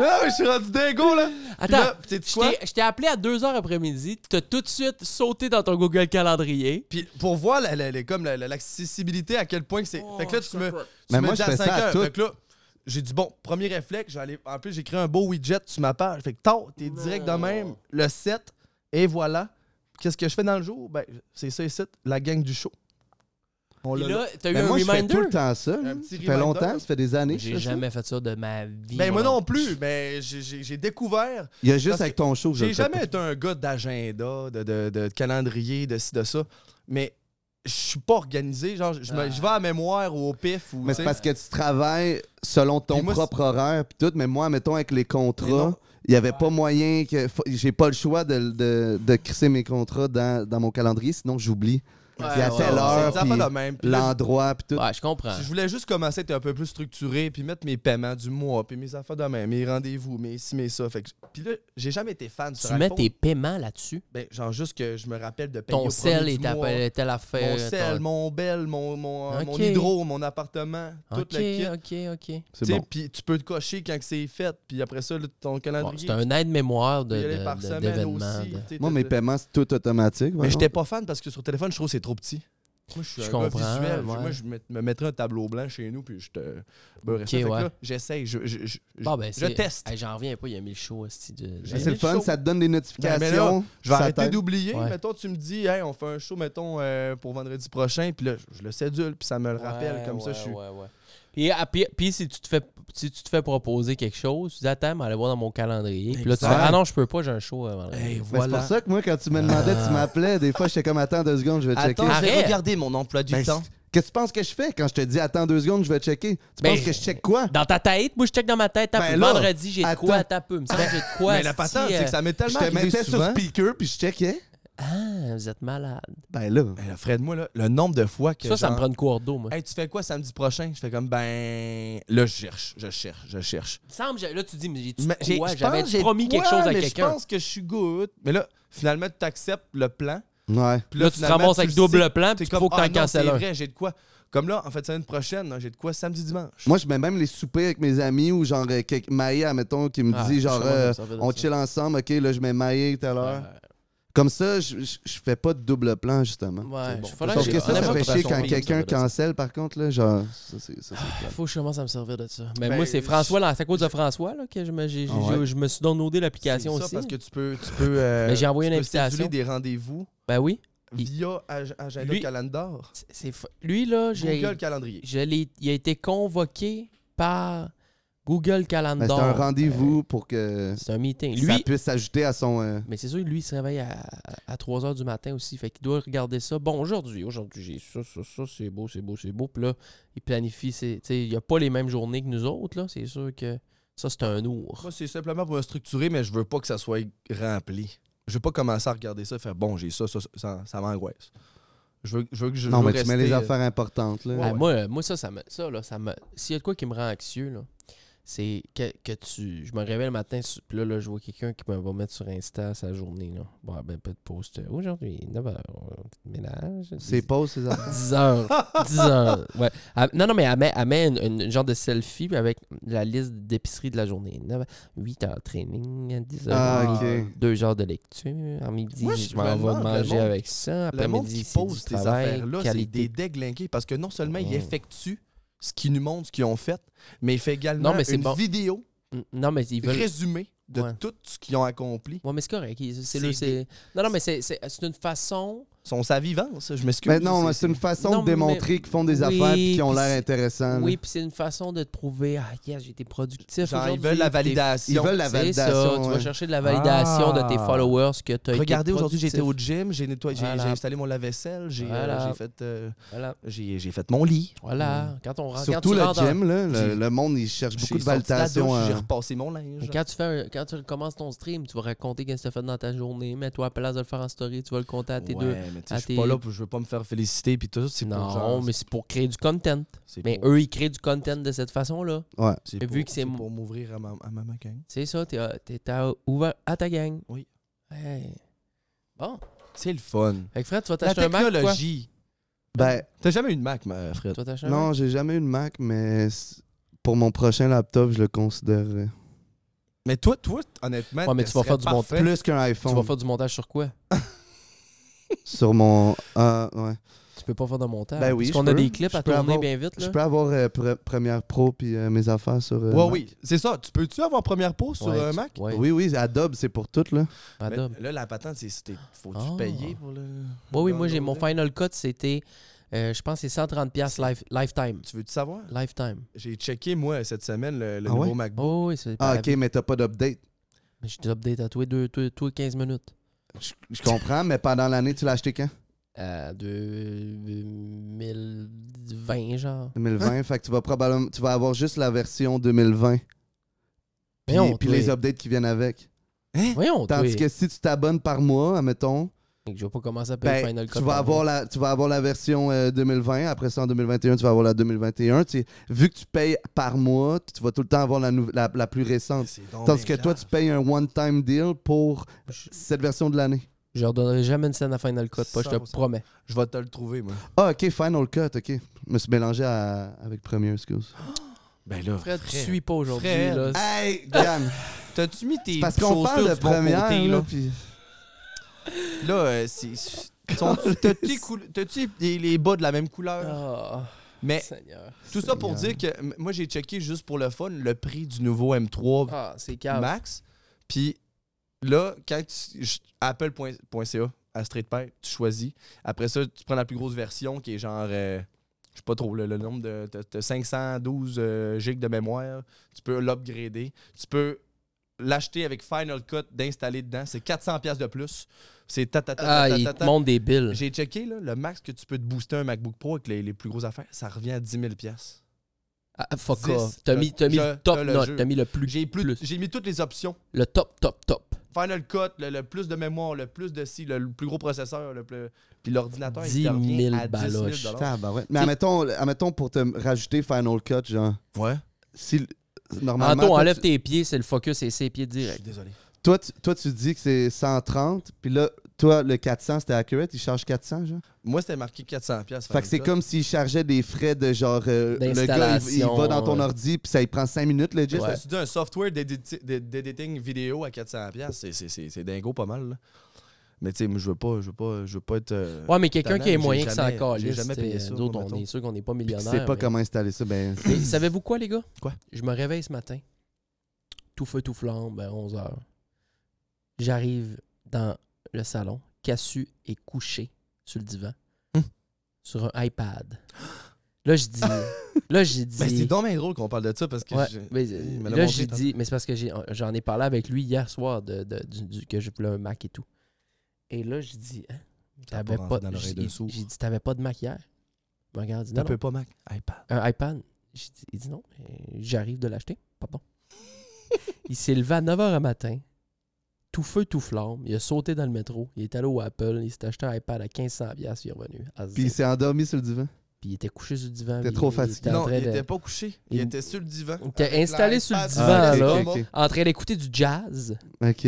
Speaker 4: Non, mais je suis rendu dingo, là! Puis
Speaker 3: Attends,
Speaker 4: là, sais-tu
Speaker 3: je
Speaker 4: quoi?
Speaker 3: t'ai- je t'ai appelé à 2h après-midi, t'as tout de suite sauté dans ton Google Calendrier.
Speaker 4: Puis pour voir la- la- la- comme la- la- l'accessibilité, à quel point que c'est. fait que
Speaker 3: Oh,
Speaker 4: là, tu me. tu
Speaker 5: Mais
Speaker 4: me
Speaker 5: moi,
Speaker 4: dis
Speaker 5: je
Speaker 4: à
Speaker 5: fais ça
Speaker 4: 5
Speaker 5: à
Speaker 4: heures.
Speaker 5: tout.
Speaker 4: Fait que là, j'ai dit, bon, premier réflexe, j'allais. En plus, j'ai créé un beau widget sur ma page. Fait que tard, t'es direct de même, le 7, et voilà. Qu'est-ce que je fais dans le jour? Ben, c'est ça ici, la gang du show. On
Speaker 3: Puis
Speaker 4: l'a
Speaker 3: là,
Speaker 4: là.
Speaker 3: t'as eu
Speaker 5: Mais
Speaker 3: un
Speaker 5: moi, je fais tout
Speaker 3: reminder.
Speaker 5: le temps ça. hein.
Speaker 4: petit
Speaker 5: Ça fait
Speaker 4: reminder.
Speaker 5: longtemps, ça fait des années. que je
Speaker 3: J'ai
Speaker 5: fais ça.
Speaker 3: jamais fait ça de ma vie.
Speaker 4: Ben, moi
Speaker 3: mon
Speaker 4: non
Speaker 3: homme.
Speaker 4: plus, mais j'ai- j'ai j'ai découvert.
Speaker 5: Il y a juste
Speaker 4: Parce
Speaker 5: avec ton show que je
Speaker 4: J'ai
Speaker 5: le fais
Speaker 4: jamais
Speaker 5: pas.
Speaker 4: été un gars d'agenda, de, de- de calendrier, de ci, de ça. Mais je suis pas organisé. Genre, je me-
Speaker 3: Ah.
Speaker 4: je vais à mémoire ou au pif. Ou,
Speaker 5: Mais
Speaker 4: tu sais.
Speaker 5: c'est parce que tu travailles selon ton
Speaker 4: Puis moi,
Speaker 5: propre horaire puis tout. Mais moi, mettons, avec les
Speaker 4: Mais non.
Speaker 5: contrats, Il n'y avait pas moyen que. faut- J'ai pas le choix de, de, de crisser mes contrats dans, dans mon calendrier, sinon j'oublie Puis à telle heure,
Speaker 4: C'est des
Speaker 5: puis
Speaker 4: affaires de même. Puis là,
Speaker 5: l'endroit puis tout.
Speaker 3: Ouais, je comprends.
Speaker 4: Si je voulais juste commencer à être un peu plus structuré, puis mettre mes paiements du mois, puis mes affaires de même, mes rendez-vous, mes ci, mes ça. Fait que, puis là, j'ai jamais été fan sur
Speaker 3: Tu mets
Speaker 4: iPhone.
Speaker 3: tes paiements là-dessus.
Speaker 4: Ben, genre juste que je me rappelle de payer
Speaker 3: Ton
Speaker 4: au
Speaker 3: sel
Speaker 4: premier
Speaker 3: est
Speaker 4: du mois.
Speaker 3: à telle affaire.
Speaker 4: Mon sel,
Speaker 3: ton-
Speaker 4: mon bel, mon, mon,
Speaker 3: Ok.
Speaker 4: mon hydro, mon appartement,
Speaker 3: Ok,
Speaker 4: tout le kit.
Speaker 3: ok, ok.
Speaker 5: C'est
Speaker 4: Tu sais,
Speaker 5: bon.
Speaker 4: Puis tu peux te cocher quand que c'est fait. Puis après ça, là, ton
Speaker 3: Bon,
Speaker 4: calendrier,
Speaker 3: c'est un aide-mémoire
Speaker 4: tu peux
Speaker 3: de-
Speaker 4: y aller
Speaker 3: de-
Speaker 4: par
Speaker 3: de-
Speaker 4: semaine
Speaker 3: d'événements.
Speaker 4: aussi.
Speaker 3: de-
Speaker 4: tu sais,
Speaker 5: Moi,
Speaker 4: t'as-
Speaker 5: mes
Speaker 4: t'as-
Speaker 5: paiements, c'est tout automatique. par
Speaker 4: Mais j'étais
Speaker 5: contre.
Speaker 4: pas fan parce que sur téléphone, je trouve que c'est trop petit. Moi, je suis
Speaker 3: Je
Speaker 4: un
Speaker 3: comprends,
Speaker 4: gars visuel. Je-
Speaker 3: ouais.
Speaker 4: Moi, je me, me mettrais un tableau blanc chez nous, puis je te beurrerais ça. Fait
Speaker 3: Ok,
Speaker 4: que
Speaker 3: ouais.
Speaker 4: là, j'essaye. Je, je, je, je-
Speaker 3: Bon, ben,
Speaker 4: je
Speaker 3: c'est-
Speaker 4: teste.
Speaker 3: Hey, J'en reviens pas, il y a mille shows. esti, de-
Speaker 4: J'ai
Speaker 5: Mais
Speaker 3: de-
Speaker 5: C'est le fun,
Speaker 4: show.
Speaker 5: ça te donne des notifications.
Speaker 4: mais là, Je vais
Speaker 5: ça
Speaker 4: arrêter
Speaker 5: t'aide.
Speaker 4: d'oublier.
Speaker 3: Ouais.
Speaker 4: Mettons, tu me dis, hey, on fait un show, mettons, euh, pour vendredi prochain, puis là, je, je le cédule, puis ça me le rappelle.
Speaker 3: Ouais,
Speaker 4: comme ça,
Speaker 3: ouais,
Speaker 4: je suis.
Speaker 3: ouais, ouais. Puis, ah, puis- puis si, tu te fais, si tu te fais proposer quelque chose, tu dis attends, mais allez voir dans mon calendrier. Puis là, tu
Speaker 4: Exact.
Speaker 3: fais ah non, je peux pas, j'ai un show. euh, vendredi.
Speaker 4: Hey,
Speaker 5: Mais Ben, C'est
Speaker 4: voilà.
Speaker 5: pour ça que moi, quand tu me demandais,
Speaker 3: Ah.
Speaker 5: tu m'appelais, des fois, j'étais comme attends deux secondes, je vais checker.
Speaker 4: Attends, je vais
Speaker 3: Arrête.
Speaker 4: regarder mon emploi du
Speaker 5: Ben,
Speaker 4: temps.
Speaker 5: c'est- Qu'est-ce que tu penses que je fais quand je te dis attends deux secondes, je vais checker? Tu
Speaker 3: Ben,
Speaker 5: penses que je check quoi?
Speaker 3: Dans ta tête, moi je check dans ma tête. t'as
Speaker 5: Ben
Speaker 3: peu.
Speaker 5: là,
Speaker 3: vendredi, j'ai de
Speaker 5: attends.
Speaker 3: quoi, t'as peu. Il me semble que j'ai de quoi.
Speaker 4: Mais la
Speaker 3: esti,
Speaker 4: patente,
Speaker 3: euh,
Speaker 4: c'est que ça m'est
Speaker 5: Je
Speaker 4: tellement
Speaker 5: te
Speaker 4: arrivé
Speaker 5: mettais
Speaker 4: souvent.
Speaker 5: sur speaker puis je checkais.
Speaker 3: Ah, vous êtes malade.
Speaker 5: Ben là.
Speaker 4: Ben, là, Fred, moi, là, le nombre de fois que.
Speaker 3: Ça, ça me
Speaker 4: genre,
Speaker 3: prend une cour d'eau, moi.
Speaker 4: Hey, tu fais quoi samedi prochain? Je fais comme, ben. Là, je cherche, je cherche, je cherche.
Speaker 3: Il me semble, j'ai- là, tu dis, mais j'ai-tu
Speaker 4: Mais j'ai-
Speaker 3: de quoi?
Speaker 4: je pense que
Speaker 3: J'avais
Speaker 4: j'ai
Speaker 3: promis
Speaker 4: de quoi,
Speaker 3: quelque chose à
Speaker 4: mais Je
Speaker 3: quelqu'un.
Speaker 4: pense que je suis good. Mais là, finalement, tu acceptes le plan.
Speaker 5: Ouais.
Speaker 4: Puis
Speaker 3: Là, tu te
Speaker 4: finalement,
Speaker 3: ramasses avec
Speaker 4: le
Speaker 3: double
Speaker 4: sais.
Speaker 3: plan,
Speaker 4: T'es
Speaker 3: puis il
Speaker 4: comme,
Speaker 3: faut que
Speaker 4: Ah
Speaker 3: t'en
Speaker 4: non,
Speaker 3: cancelles
Speaker 4: C'est
Speaker 3: un.
Speaker 4: vrai, j'ai de quoi. Comme là, en fait, semaine prochaine, hein, j'ai de quoi samedi, dimanche.
Speaker 5: Moi, je mets même les soupers avec mes amis ou genre euh, quelqu'un- Maïa, mettons, qui me
Speaker 3: Ah,
Speaker 5: dit
Speaker 3: je
Speaker 5: genre
Speaker 3: sais pas,
Speaker 5: euh,
Speaker 3: ça me fait de
Speaker 5: on
Speaker 3: ça. Ben,
Speaker 5: chill ensemble, ok, là je mets Maïa tout à l'heure. Comme ça, je, je, je fais pas de double plan, justement.
Speaker 3: Ouais,
Speaker 4: bon.
Speaker 3: je-
Speaker 4: Sauf
Speaker 3: faudrait
Speaker 5: Parce
Speaker 3: j'ai-
Speaker 5: que ça, ça
Speaker 3: honnêtement,
Speaker 5: fait
Speaker 3: faudrait
Speaker 5: chier
Speaker 3: qu'on
Speaker 5: quand
Speaker 3: paye, ça,
Speaker 5: quelqu'un
Speaker 3: ça.
Speaker 5: cancelle, par contre, là, genre, ça c'est ça, c'est clair.
Speaker 3: Faut que je commence à me servir de ça. Mais
Speaker 4: Ben,
Speaker 3: moi, c'est
Speaker 4: je-
Speaker 3: François, là, c'est à cause de François là, que je me, j'ai- j'ai-
Speaker 5: Ah ouais.
Speaker 3: je me suis downloadé l'application
Speaker 4: C'est ça,
Speaker 3: aussi.
Speaker 4: parce que tu peux. Tu peux euh,
Speaker 3: Mais j'ai envoyé
Speaker 4: tu
Speaker 3: une
Speaker 4: peux céduler
Speaker 3: invitation.
Speaker 4: des rendez-vous
Speaker 3: Ben oui. Il-
Speaker 4: via Ag- Agenda
Speaker 3: Lui-
Speaker 4: Calendar.
Speaker 3: C'est- c'est fa- Lui, là, j'ai-
Speaker 4: Google Calendrier.
Speaker 3: je l'ai- il a été convoqué par Google
Speaker 5: Ben,
Speaker 3: Calendar. Euh,
Speaker 5: c'est un rendez-vous pour que
Speaker 3: C'est un meeting.
Speaker 5: ça
Speaker 3: Lui,
Speaker 5: puisse s'ajouter à son. euh,
Speaker 3: mais c'est sûr, lui, il se réveille à, à 3 h du matin aussi. Fait qu'il doit regarder ça. Bon, aujourd'hui, aujourd'hui, j'ai ça, ça, ça, c'est beau, c'est beau, c'est beau. Puis là, il planifie. ses- tu sais, il n'y a pas les mêmes journées que nous autres. là. C'est sûr que ça, c'est un ours.
Speaker 4: Moi, c'est simplement pour me structurer, mais je veux pas que ça soit rempli. Je veux pas commencer à regarder ça et faire bon, j'ai ça, ça, ça, ça, ça m'angoisse. Je veux, je veux que je
Speaker 5: Non,
Speaker 4: veux
Speaker 5: mais tu mets les
Speaker 4: rester, euh,
Speaker 5: affaires importantes, là.
Speaker 4: Ouais.
Speaker 3: Ah, moi, euh, moi, ça, ça me. Ça, là, ça me. S'il y a de quoi qui me rend anxieux, là, c'est que, que tu. Je me réveille le matin, su- puis là, là, je vois quelqu'un qui me va mettre sur Insta sa journée. Là. Bon, ben, pas de post. euh, Aujourd'hui, 9 h, ménage.
Speaker 5: C'est pas ces affaires.
Speaker 3: 10 heures. 10 heures. Ouais. Elle- non, non, mais elle met, elle met une, une- une genre de selfie puis avec la liste d'épicerie de la journée. 8 heures training, 10 heures.
Speaker 5: Ah, ok.
Speaker 3: 2 heures de lecture. À midi,
Speaker 4: Moi, je
Speaker 3: je m'en
Speaker 4: me
Speaker 3: vais
Speaker 4: demande, le
Speaker 3: manger
Speaker 4: monde-
Speaker 3: avec ça.
Speaker 4: Le monde
Speaker 3: Après-midi,
Speaker 4: qui
Speaker 3: c'est
Speaker 4: pose
Speaker 3: du
Speaker 4: ces
Speaker 3: travail,
Speaker 4: affaires-là, c'est
Speaker 3: qualité.
Speaker 4: des déglingués parce que non seulement ils
Speaker 3: Ouais.
Speaker 4: effectuent ce qu'ils nous montrent, ce qu'ils ont fait, mais ils font également
Speaker 3: Non, mais c'est
Speaker 4: une
Speaker 3: bon.
Speaker 4: vidéo
Speaker 3: Non, mais ils veulent.
Speaker 4: résumée de
Speaker 3: Ouais.
Speaker 4: tout ce qu'ils ont accompli.
Speaker 3: Ouais, mais c'est correct. Ils- C'est
Speaker 4: C'est
Speaker 3: le-
Speaker 4: des-
Speaker 3: c'est- Non, non, mais c'est- c'est c'est une façon.
Speaker 4: Sont sa vivance, je m'excuse.
Speaker 5: Mais Ben non, mais c'est une façon
Speaker 3: Ben Non,
Speaker 5: de
Speaker 3: mais-
Speaker 5: démontrer qu'ils font des
Speaker 3: Oui,
Speaker 5: affaires et qu'ils ont
Speaker 3: puis
Speaker 5: l'air
Speaker 3: c'est-
Speaker 5: intéressants. là.
Speaker 3: Oui, puis c'est une façon de te prouver Ah, yes, j'ai été productif.
Speaker 4: Genre, ils
Speaker 3: aujourd'hui,
Speaker 4: veulent la
Speaker 3: puis t'es-
Speaker 4: validation.
Speaker 5: Ils veulent la
Speaker 3: C'est ça,
Speaker 5: validation.
Speaker 3: tu
Speaker 5: ouais.
Speaker 3: vas chercher de la validation de tes
Speaker 4: Ah.
Speaker 3: followers que tu as
Speaker 4: Regardez, aujourd'hui, j'étais au gym, j'ai nettoyé, j'ai-
Speaker 3: Voilà.
Speaker 4: j'ai installé mon lave-vaisselle, j'ai euh,
Speaker 3: Voilà.
Speaker 4: j'ai fait, euh,
Speaker 3: Voilà.
Speaker 4: j'ai- j'ai fait mon lit.
Speaker 3: Voilà,
Speaker 4: Hmm.
Speaker 3: quand on rentre,
Speaker 5: Surtout
Speaker 3: quand tu
Speaker 5: le
Speaker 3: rentres
Speaker 5: gym, là,
Speaker 4: J'ai-
Speaker 5: le, le monde, il cherche beaucoup
Speaker 4: J'ai
Speaker 5: de
Speaker 4: sorti la
Speaker 5: validation.
Speaker 4: douche, J'ai
Speaker 5: hein.
Speaker 4: repassé mon
Speaker 3: en-
Speaker 4: linge.
Speaker 3: Mais quand tu fais un- quand tu recommences ton stream, tu vas raconter qu'est-ce que tu as fait dans ta journée, mais toi à place de le faire en story, tu vas le compter à tes
Speaker 4: Ouais,
Speaker 3: deux.
Speaker 4: mais tu sais,
Speaker 3: à
Speaker 4: je suis
Speaker 3: tes-
Speaker 4: pas là, pour, je veux pas me faire féliciter puis tout ça, c'est pour
Speaker 3: Non,
Speaker 4: genre,
Speaker 3: mais c'est pour créer du content.
Speaker 4: c'est
Speaker 3: Mais
Speaker 4: pour-
Speaker 3: eux, ils créent du content de cette façon-là.
Speaker 5: Ouais.
Speaker 4: c'est
Speaker 3: vu
Speaker 4: pour-
Speaker 3: que c'est mon-
Speaker 4: pour m'ouvrir à ma, à ma ma gang.
Speaker 3: C'est ça, t'es à- t'es à- ouvert à ta gang.
Speaker 4: Oui.
Speaker 3: Hey. Bon.
Speaker 4: C'est le fun.
Speaker 3: Fait que Fred, tu vas
Speaker 4: La
Speaker 3: t'acheter un Mac ou quoi?
Speaker 4: technologie.
Speaker 5: Ben,
Speaker 4: T'as jamais eu de Mac, ma Fred.
Speaker 3: Tu vas t'acheter un Mac?
Speaker 5: non, j'ai jamais eu de Mac, mais c- pour mon prochain laptop, je le euh, considérerais.
Speaker 4: Mais toi, toi, honnêtement,
Speaker 3: Ouais, mais
Speaker 4: t'es-
Speaker 3: tu vas faire du
Speaker 4: serais
Speaker 3: montage.
Speaker 4: parfait.
Speaker 5: Plus qu'un
Speaker 3: Tu
Speaker 5: iPhone.
Speaker 3: vas faire du montage sur quoi?
Speaker 5: Sur mon. Ah, ouais.
Speaker 3: Tu peux pas faire de montage.
Speaker 5: Ben oui,
Speaker 3: Parce qu'on
Speaker 5: je
Speaker 3: a
Speaker 5: peux.
Speaker 3: des clips
Speaker 5: Je
Speaker 3: à
Speaker 5: peux
Speaker 3: tourner
Speaker 5: avoir-
Speaker 3: bien vite.
Speaker 5: Je
Speaker 3: Là.
Speaker 5: peux avoir euh, Pre- Premiere Pro puis euh, mes affaires sur. euh,
Speaker 4: Ouais,
Speaker 5: Mac.
Speaker 4: oui, c'est ça. Tu peux-tu avoir première peau sur
Speaker 3: Ouais,
Speaker 4: un
Speaker 3: tu-
Speaker 4: Mac?
Speaker 3: ouais.
Speaker 5: euh, Oui, oui, Adobe, c'est pour tout, là.
Speaker 4: Mais
Speaker 3: Adobe.
Speaker 4: Là, la patente, c'est c'était- faut-tu
Speaker 3: Ah.
Speaker 4: payer pour le.
Speaker 3: Oui, oui, moi j'ai mon
Speaker 4: downloader?
Speaker 3: Final Cut, c'était, euh, je pense, que c'est 130$ piastres life- lifetime.
Speaker 4: Tu veux-tu savoir?
Speaker 3: Lifetime.
Speaker 4: J'ai checké, moi, cette semaine, le, le
Speaker 5: Ah
Speaker 4: nouveau
Speaker 5: ouais?
Speaker 4: MacBook.
Speaker 3: Oh, oui, c'est
Speaker 5: Ah,
Speaker 3: la
Speaker 5: ok, mais t'as pas d'update.
Speaker 3: Mais je t'update à tous les deux, tous les- tous les 15 minutes.
Speaker 5: Je je comprends, mais pendant l'année, tu l'as acheté quand
Speaker 3: À 2020, genre.
Speaker 5: 2020. Fait que tu vas probablement. Tu vas avoir juste la version 2020. Puis,
Speaker 3: Voyons,
Speaker 5: puis
Speaker 3: toi.
Speaker 5: les updates qui viennent avec.
Speaker 3: Voyons, toi.
Speaker 5: Tandis que si tu t'abonnes par mois, admettons,
Speaker 3: Je vais pas commencer à payer
Speaker 5: ben,
Speaker 3: Final Cut.
Speaker 5: tu, vas
Speaker 3: par
Speaker 5: avoir
Speaker 3: mois.
Speaker 5: la, tu vas avoir la version euh, 2020. Après ça, en 2021, tu vas avoir la 2021. Tu sais, vu que tu payes par mois, tu vas tout le temps avoir la, nou- la, la plus récente.
Speaker 4: C'est donc
Speaker 5: Tandis que
Speaker 4: bien
Speaker 5: toi,
Speaker 4: clair.
Speaker 5: tu payes un one-time deal pour cette version de l'année.
Speaker 3: Je leur donnerai jamais une scène à Final Cut, pas, je te
Speaker 4: 100%.
Speaker 3: promets.
Speaker 4: Je vais te le trouver, moi.
Speaker 5: Ah, OK, Final Cut, OK. Je me suis mélangé à- avec Premiere, excuse.
Speaker 4: Ben là,
Speaker 3: Fred, tu suis pas aujourd'hui.
Speaker 4: Fred.
Speaker 3: là.
Speaker 5: Hey, Dan!
Speaker 4: T'as-tu mis tes
Speaker 5: Parce qu'on parle de
Speaker 4: chaussures du bon
Speaker 5: Premiere,
Speaker 4: côté,
Speaker 5: là,
Speaker 4: là?
Speaker 5: puis-
Speaker 4: Là, euh, c'est... sont- T'as-tu les coul- t'as-tu les, les bas de la même couleur?
Speaker 3: Ah,
Speaker 4: Mais
Speaker 3: Seigneur.
Speaker 4: tout ça pour dire
Speaker 5: Seigneur.
Speaker 4: que m- moi, j'ai checké juste pour le fun le prix du nouveau M3
Speaker 3: Ah, c'est calme.
Speaker 4: Max. Puis là, quand tu. je- Apple.ca à Straight Pay, tu choisis. Après ça, tu prends la plus grosse version qui est genre. euh, je sais pas trop, le, le nombre de. t'as- t'as 512 euh, gigs de mémoire. Tu peux l'upgrader. Tu peux l'acheter avec Final Cut d'installer dedans. C'est 400$ piastres de plus. C'est ta ta ta ta
Speaker 3: Ah,
Speaker 4: ta
Speaker 3: il
Speaker 4: ta
Speaker 3: te
Speaker 4: ta.
Speaker 3: montre des billes.
Speaker 4: J'ai checké, là, le max que tu peux te booster un MacBook Pro avec les, les plus grosses affaires, ça revient à 10 000$. piastres.
Speaker 3: Ah, fuck
Speaker 4: Dix,
Speaker 3: off. T'as
Speaker 4: je-
Speaker 3: mis, t'as mis
Speaker 4: je
Speaker 3: le
Speaker 4: te
Speaker 3: top
Speaker 4: le
Speaker 3: note.
Speaker 4: jure.
Speaker 3: T'as mis le plus.
Speaker 4: J'ai plus-
Speaker 3: plus.
Speaker 4: j'ai mis toutes les options.
Speaker 3: Le top, top, top.
Speaker 4: Final Cut, le, le plus de mémoire, le plus de si, le, le plus gros processeur, le plus... puis l'ordinateur,
Speaker 3: 10
Speaker 4: il te
Speaker 3: 000
Speaker 4: revient à 10 000
Speaker 3: baloches.
Speaker 5: Tabarouette. Mais admettons, admettons pour te rajouter Final Cut, genre,
Speaker 4: Ouais.
Speaker 5: si l- normalement.
Speaker 3: Anto,
Speaker 5: toi,
Speaker 3: enlève
Speaker 5: tu-
Speaker 3: tes pieds, c'est le focus et ses pieds
Speaker 4: Je suis
Speaker 3: direct.
Speaker 4: désolé.
Speaker 5: toi, tu, toi, tu dis que c'est 130, puis là, toi, le 400, c'était accurate, il charge 400, genre.
Speaker 4: Moi, c'était marqué 400 pièces.
Speaker 5: Fait que c'est comme s'il chargeait des frais de genre. euh, le gars, il- il,
Speaker 3: D'installation,
Speaker 5: va dans ton
Speaker 3: ouais.
Speaker 5: ordi, puis ça il prend 5 minutes, le
Speaker 4: Je
Speaker 5: jet.
Speaker 4: me suis dit, un software d'éditi- d'é- d'éditing vidéo à 400 pièces, c'est dingo pas mal. là. Mais tu sais, moi, je veux pas, je veux pas, je veux pas être. euh,
Speaker 3: Ouais, mais quelqu'un
Speaker 4: Étonnant,
Speaker 3: qui est
Speaker 4: j'ai
Speaker 3: moyen que ça
Speaker 4: jamais-
Speaker 3: encore.
Speaker 4: j'ai jamais payé ça,
Speaker 3: D'autres, on
Speaker 4: mettons.
Speaker 3: est sûr qu'on n'est pas
Speaker 5: Puis tu
Speaker 3: millionnaire.
Speaker 5: sais pas
Speaker 3: mais-
Speaker 5: comment installer ça, ben. c'est-
Speaker 3: Mais savez-vous quoi, les gars?
Speaker 4: Quoi?
Speaker 3: Je me réveille ce matin. Tout feu, tout flambe, à 11h. J'arrive dans le salon. Cassu est couché sur le divan.
Speaker 4: Hmm.
Speaker 3: Sur un iPad. Là, je dis... là, j'ai dit...
Speaker 4: Mais Ben, c'est donc bien drôle qu'on parle de ça parce que.
Speaker 3: Ouais,
Speaker 4: je-
Speaker 3: mais, euh,
Speaker 4: il me l'a
Speaker 3: là,
Speaker 4: montré
Speaker 3: j'ai
Speaker 4: tantôt.
Speaker 3: dit, mais c'est parce que j'ai- euh, j'en ai parlé avec lui hier soir de, de- du- du- que je voulais un Mac et tout. Et là, je dis, hein,
Speaker 4: Ça a
Speaker 3: t'avais
Speaker 4: pas rentré
Speaker 3: pas,
Speaker 4: dans l'oreille
Speaker 3: j'ai-
Speaker 4: d'un sourd.
Speaker 3: j'ai dit, t'avais pas de Mac hier. Il me regarde, il dit,
Speaker 4: T'as
Speaker 3: non,
Speaker 4: peu pas Mac, iPad.
Speaker 3: non, un iPad. J'ai dit- il dit non, mais j'arrive de l'acheter, pardon. il s'est levé à 9h à matin, tout feu, tout flamme. Il a sauté dans le métro, il est allé au Apple, il s'est acheté un iPad à 1500$, piastres, il est revenu. à
Speaker 5: Puis
Speaker 3: zéro.
Speaker 5: il s'est endormi sur le divan.
Speaker 3: Puis il était couché sur le divan.
Speaker 5: T'es
Speaker 3: puis
Speaker 5: trop
Speaker 3: il était
Speaker 5: fatigué.
Speaker 3: en
Speaker 4: Non,
Speaker 3: train
Speaker 4: il
Speaker 3: de-
Speaker 4: était pas couché. Il
Speaker 3: il-
Speaker 4: était sur le divan.
Speaker 3: il était
Speaker 4: Avec
Speaker 3: installé sur le
Speaker 4: l'iPad,
Speaker 3: divan,
Speaker 5: Ah,
Speaker 4: avec
Speaker 3: là.
Speaker 4: le remote,
Speaker 3: en train d'écouter du jazz.
Speaker 5: Ok.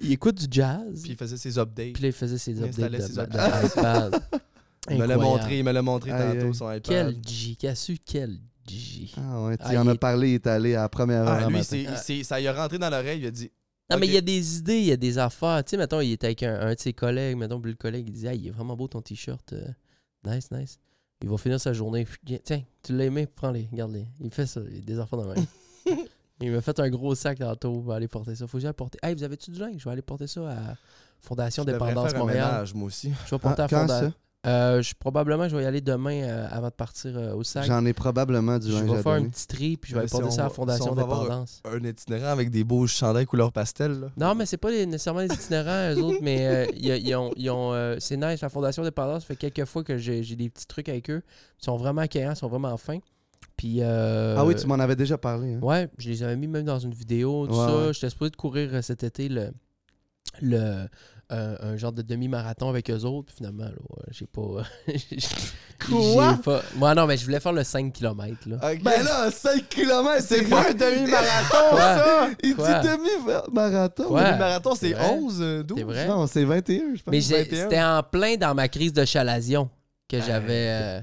Speaker 3: il écoute du jazz.
Speaker 4: Puis
Speaker 3: Puis,
Speaker 4: il faisait ses updates.
Speaker 3: là, il faisait ses
Speaker 4: Il
Speaker 3: updates
Speaker 4: installait
Speaker 3: de,
Speaker 4: ses
Speaker 3: de-
Speaker 4: updates.
Speaker 3: de iPad.
Speaker 4: Il me l'a
Speaker 3: Incroyable.
Speaker 4: montré, Euh. il me l'a montré
Speaker 5: Aïe,
Speaker 4: tantôt,
Speaker 5: aïe.
Speaker 4: son iPad.
Speaker 3: Quel G. Cassu, quel G.
Speaker 5: Ah ouais, tu
Speaker 3: Ah,
Speaker 5: en
Speaker 3: il
Speaker 5: as
Speaker 3: est-
Speaker 5: parlé, il est allé à la première heure.
Speaker 4: Ah,
Speaker 5: à
Speaker 4: lui,
Speaker 5: matin.
Speaker 4: c'est- il s'est- ça lui a rentré dans l'oreille, il a dit
Speaker 3: Non, mais
Speaker 4: Ok.
Speaker 3: il y a des idées, il y a des affaires. Tu sais, mettons, il était avec un, un de ses collègues. Mettons, puis le collègue, il disait, ah, il est vraiment beau ton t-shirt. euh, nice, nice. Il va finir sa journée. Puis, Tiens, tu l'as aimé, prends-les, garde-les. Il fait ça, il y a des affaires dans la main. il m'a fait un gros sac tantôt pour aller porter ça. Faut que j'aille porter. Hey, vous avez-tu du linge? Je vais aller porter ça à Fondation
Speaker 4: Je devrais
Speaker 3: Dépendance
Speaker 4: faire un
Speaker 3: Montréal.
Speaker 4: ménage, moi aussi.
Speaker 3: Je vais
Speaker 5: Ah,
Speaker 3: porter à
Speaker 5: quand
Speaker 3: Fondation.
Speaker 5: ça?
Speaker 3: Euh, je, probablement, je vais y aller demain euh, avant de partir euh, au sac.
Speaker 5: J'en ai probablement du
Speaker 3: Je
Speaker 5: linge
Speaker 3: vais
Speaker 5: à
Speaker 3: faire un
Speaker 5: donner.
Speaker 3: petit tri, puis je vais
Speaker 4: Mais
Speaker 3: aller
Speaker 4: si
Speaker 3: porter
Speaker 4: on
Speaker 3: ça à la
Speaker 4: va-
Speaker 3: Fondation
Speaker 4: si on va avoir-
Speaker 3: Dépendance.
Speaker 4: Un itinéraire avec des beaux chandails couleur pastel. Là.
Speaker 3: Non, mais c'est pas les- nécessairement les itinérants, eux autres, mais euh, ils- ils ont- ils ont, euh, c'est nice. La Fondation Dépendance, ça fait quelques fois que j'ai j'ai des petits trucs avec eux. Ils sont vraiment accueillants, ils sont vraiment fins. Puis, euh,
Speaker 5: Ah oui, tu m'en avais déjà parlé. hein.
Speaker 3: Ouais, je les avais mis même dans une vidéo, tout
Speaker 5: Ouais,
Speaker 3: ça.
Speaker 5: ouais.
Speaker 3: J'étais supposé de courir euh, cet été le, le, euh, un genre de demi-marathon avec eux autres. Puis finalement, là, ouais, j'ai pas. j'ai-
Speaker 5: Quoi?
Speaker 3: j'ai pas- Moi, non, mais je voulais faire le 5 km. Là.
Speaker 5: Ben là, 5 km,
Speaker 4: c'est pas un demi-marathon,
Speaker 3: Quoi?
Speaker 4: ça!
Speaker 5: Il dit
Speaker 3: Quoi?
Speaker 5: hein? demi-marathon.
Speaker 3: Quoi?
Speaker 5: mais-
Speaker 4: Demi-marathon, c'est
Speaker 3: C'est vrai.
Speaker 4: 11, euh, 12.
Speaker 3: C'est vrai?
Speaker 5: Non, c'est 21, je pense.
Speaker 3: Mais j'ai-
Speaker 4: 21.
Speaker 3: c'était en plein dans ma crise de chalazion que j'avais. euh,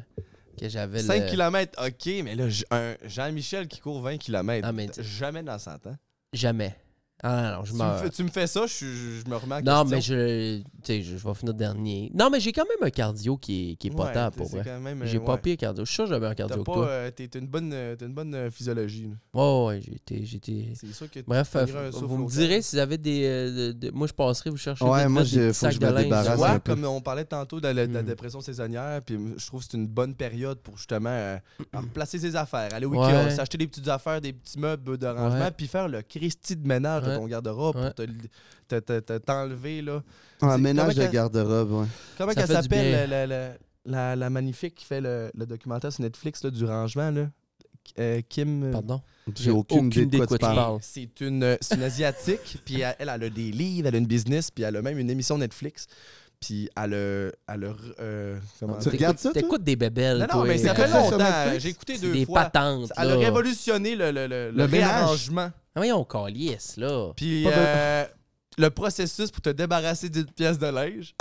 Speaker 3: que j'avais
Speaker 4: 5
Speaker 3: le-
Speaker 4: km, ok, mais là, j- un Jean-Michel qui court 20 km,
Speaker 3: Ah, mais tu-
Speaker 4: jamais dans 100 ans.
Speaker 3: Jamais. Ah non, non, je
Speaker 4: Tu me
Speaker 3: meurs.
Speaker 4: fais- tu me fais ça, je, suis- je me remets en question.
Speaker 3: Non, mais je, tu sais, je, je vais finir dernier. Non, mais j'ai quand même un cardio qui est, qui est
Speaker 4: Ouais,
Speaker 3: potable
Speaker 4: t'es-
Speaker 3: pour
Speaker 4: c'est
Speaker 3: vrai.
Speaker 4: quand même, euh,
Speaker 3: J'ai pas
Speaker 4: ouais.
Speaker 3: pire cardio. Je suis sûr que j'avais un
Speaker 4: T'as
Speaker 3: cardio que
Speaker 4: pas,
Speaker 3: toi.
Speaker 4: euh, t'es t'as une bonne, euh, t'as une bonne euh, physiologie. là.
Speaker 3: Oh, ouais, j'étais. j'étais-
Speaker 4: C'est sûr que
Speaker 3: Bref,
Speaker 4: t'as un
Speaker 3: euh,
Speaker 4: souffle
Speaker 3: vous
Speaker 4: au
Speaker 3: me direz si vous avez des. euh, de- de- moi, je passerai, vous chercherez.
Speaker 5: Ouais,
Speaker 3: vite,
Speaker 5: moi,
Speaker 3: vite
Speaker 5: j'ai-
Speaker 3: des petits
Speaker 5: faut que je
Speaker 3: sacs
Speaker 5: me
Speaker 3: de
Speaker 4: Tu
Speaker 3: linge.
Speaker 5: débarrasse.
Speaker 3: Ouais.
Speaker 5: un
Speaker 4: vois,
Speaker 5: peu.
Speaker 4: comme on parlait tantôt de la, de la
Speaker 3: Hmm.
Speaker 4: dépression saisonnière, puis je trouve que c'est une bonne période pour justement euh, replacer ses affaires, aller au
Speaker 3: Ouais.
Speaker 4: Ikea, s'acheter des petites affaires, des petits meubles de rangement,
Speaker 3: Ouais.
Speaker 4: puis faire le Christie de ménage
Speaker 3: Ouais.
Speaker 4: de ton garde-robe
Speaker 3: Ouais.
Speaker 4: pour te li- te- te- te- t'enlever. là.
Speaker 5: Un
Speaker 4: c'est-
Speaker 5: ménage
Speaker 4: comment
Speaker 5: de
Speaker 4: qu'elle-
Speaker 5: garde-robe, ouais.
Speaker 4: Comment
Speaker 3: Ça
Speaker 4: qu'elle
Speaker 3: fait du bien.
Speaker 4: s'appelle la, la- la- la- la magnifique qui fait le, le documentaire sur Netflix là, du rangement? Là? euh, Kim.
Speaker 3: Pardon.
Speaker 5: J'ai aucune idée de quoi tu parles.
Speaker 3: parles.
Speaker 4: C'est une, euh, c'est une asiatique, puis elle, elle, elle a des livres, elle a une business, puis elle a même une émission Netflix. Puis elle a. Elle a euh, comment
Speaker 5: Tu
Speaker 4: dire?
Speaker 5: regardes ça, toi?
Speaker 3: T'écoutes des bébelles,
Speaker 4: Non, non,
Speaker 3: toi.
Speaker 4: mais ça
Speaker 5: euh,
Speaker 4: fait
Speaker 5: ça sur
Speaker 4: longtemps.
Speaker 5: Netflix?
Speaker 4: J'ai écouté
Speaker 3: C'est
Speaker 4: deux
Speaker 3: des
Speaker 4: fois.
Speaker 3: patentes,
Speaker 4: Elle
Speaker 3: là.
Speaker 4: a révolutionné le, le, le, le
Speaker 5: Le ménage.
Speaker 4: réarrangement.
Speaker 3: Ah, Voyons, calisse, là.
Speaker 4: Puis
Speaker 5: Pas de-
Speaker 4: euh, le processus pour te débarrasser d'une pièce de linge.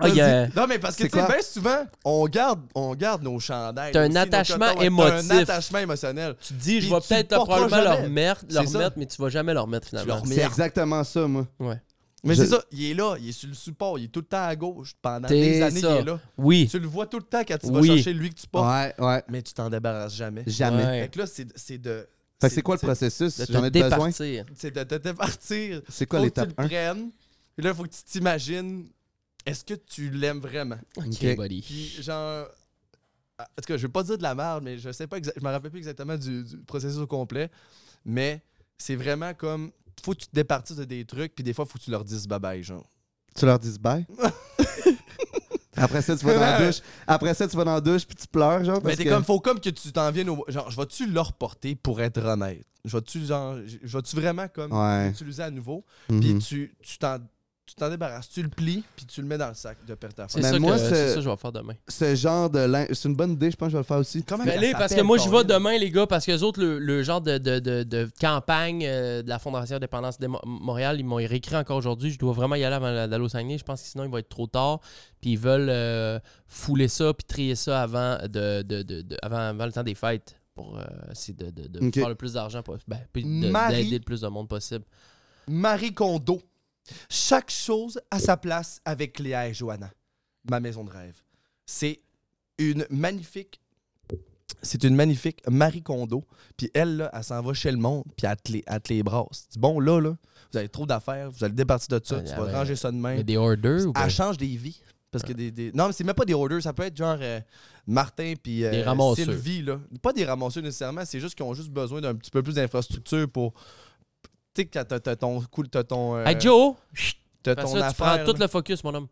Speaker 3: Ah, il y a-
Speaker 4: Non, mais parce que,
Speaker 5: C'est
Speaker 4: tu sais,
Speaker 5: quoi?
Speaker 4: bien souvent, on garde, on garde nos chandelles.
Speaker 3: T'as un
Speaker 4: aussi, nos
Speaker 3: attachement
Speaker 4: cotons, ouais,
Speaker 3: émotif.
Speaker 4: T'as un attachement émotionnel.
Speaker 3: Tu te dis, je
Speaker 4: Puis
Speaker 3: vais
Speaker 4: tu
Speaker 3: peut-être
Speaker 4: le porteras
Speaker 3: probablement leur
Speaker 4: jamais.
Speaker 3: remettre, leur
Speaker 4: C'est ça.
Speaker 3: remettre, mais tu vas jamais leur remettre finalement.
Speaker 4: leur
Speaker 5: C'est
Speaker 4: Merde.
Speaker 5: exactement ça, moi.
Speaker 3: Ouais.
Speaker 4: Mais
Speaker 5: Je-
Speaker 4: c'est ça, il est là, il est sur le support, il est tout le temps à gauche. Pendant
Speaker 3: T'es
Speaker 4: des années,
Speaker 3: ça.
Speaker 4: il est là.
Speaker 3: Oui.
Speaker 4: Tu le vois tout le temps quand tu vas
Speaker 3: Oui.
Speaker 4: chercher lui que tu portes.
Speaker 5: Ouais, ouais.
Speaker 4: Mais tu t'en débarrasses jamais.
Speaker 5: Jamais.
Speaker 3: Ouais.
Speaker 4: Fait que là, c'est c'est de.
Speaker 5: Fait que c'est quoi le processus?
Speaker 3: De
Speaker 5: J'en
Speaker 3: te
Speaker 5: ai besoin.
Speaker 3: départir.
Speaker 4: C'est de te départir.
Speaker 5: C'est quoi
Speaker 4: Faut que tu le
Speaker 5: l'étape 1?
Speaker 4: prennes. Puis là, faut que tu t'imagines. Est-ce que tu l'aimes vraiment?
Speaker 3: Ok, buddy.
Speaker 4: Puis genre. ah, En tout cas, je veux pas dire de la merde, mais je sais pas exa- je me rappelle plus exactement du, du processus au complet. Mais c'est vraiment comme. Faut que tu te départisses de des trucs, puis des fois, faut que tu leur dises bye bye, genre.
Speaker 5: Tu leur dis bye? Après ça, tu vas dans la douche. Après ça, tu vas dans la douche puis tu pleures, genre.
Speaker 4: Mais
Speaker 5: Parce
Speaker 4: t'es
Speaker 5: que...
Speaker 4: comme, faut comme que tu t'en viennes au. Genre, je vais-tu leur porter pour être honnête? Je vais-tu, genre, je vais-tu vraiment comme
Speaker 5: Ouais.
Speaker 4: l'utiliser à nouveau?
Speaker 5: Mhm.
Speaker 4: Puis tu, tu t'en. Tu t'en débarrasses, tu le plies, puis tu le mets dans le sac de perte à
Speaker 3: C'est
Speaker 5: Mais
Speaker 3: ça,
Speaker 5: moi,
Speaker 3: que,
Speaker 5: c'est-
Speaker 3: c'est ça que je vais faire demain.
Speaker 5: Ce genre de linge. C'est une bonne idée, je pense que je vais le faire aussi.
Speaker 4: Comment
Speaker 3: Mais allez, parce que moi, je vais demain, les gars, parce que les autres, le, le genre de, de- de- de campagne euh, de la Fondation Indépendance de Mo- Montréal, ils m'ont réécrit encore aujourd'hui. Je dois vraiment y aller avant la- d'aller au Saguenay. Je pense que sinon, il va être trop tard. Puis ils veulent euh, fouler ça, puis trier ça avant, de, de- de- de- avant, avant le temps des fêtes pour euh, essayer de, de- de
Speaker 5: Ok.
Speaker 3: faire le plus d'argent possible. Ben, puis de-
Speaker 4: Marie-
Speaker 3: d'aider le plus de monde possible.
Speaker 4: Marie Kondo. Chaque chose à sa place avec Léa et Johanna. Ma maison de rêve. C'est une magnifique. C'est une magnifique Marie Kondo. Puis elle, là, elle s'en va chez le monde, puis elle te les, elle te les brasse. Tu dis, bon, là, là, vous avez trop d'affaires, vous allez départir de ça,
Speaker 3: Ouais,
Speaker 4: tu
Speaker 3: elle
Speaker 4: vas
Speaker 3: avait-
Speaker 4: ranger ça de
Speaker 3: Il Ah, y a
Speaker 4: même.
Speaker 3: des orders ou Ah.
Speaker 4: Elle
Speaker 3: ben,
Speaker 4: change des vies. Parce que des, des- Non, mais c'est même pas des orders, ça peut être genre euh, Martin puis euh,
Speaker 3: Des ramasseurs.
Speaker 4: Sylvie. Là. Pas des ramasseurs nécessairement, c'est juste qu'ils ont juste besoin d'un petit peu plus d'infrastructure pour. Tu sais, quand t'as t'as ton. cool, T'as ton. euh,
Speaker 3: Hey Joe, chut,
Speaker 4: t'as
Speaker 3: fais
Speaker 4: ton
Speaker 3: ça, tu prends
Speaker 4: affaire,
Speaker 3: tout
Speaker 4: là.
Speaker 3: le focus, mon homme.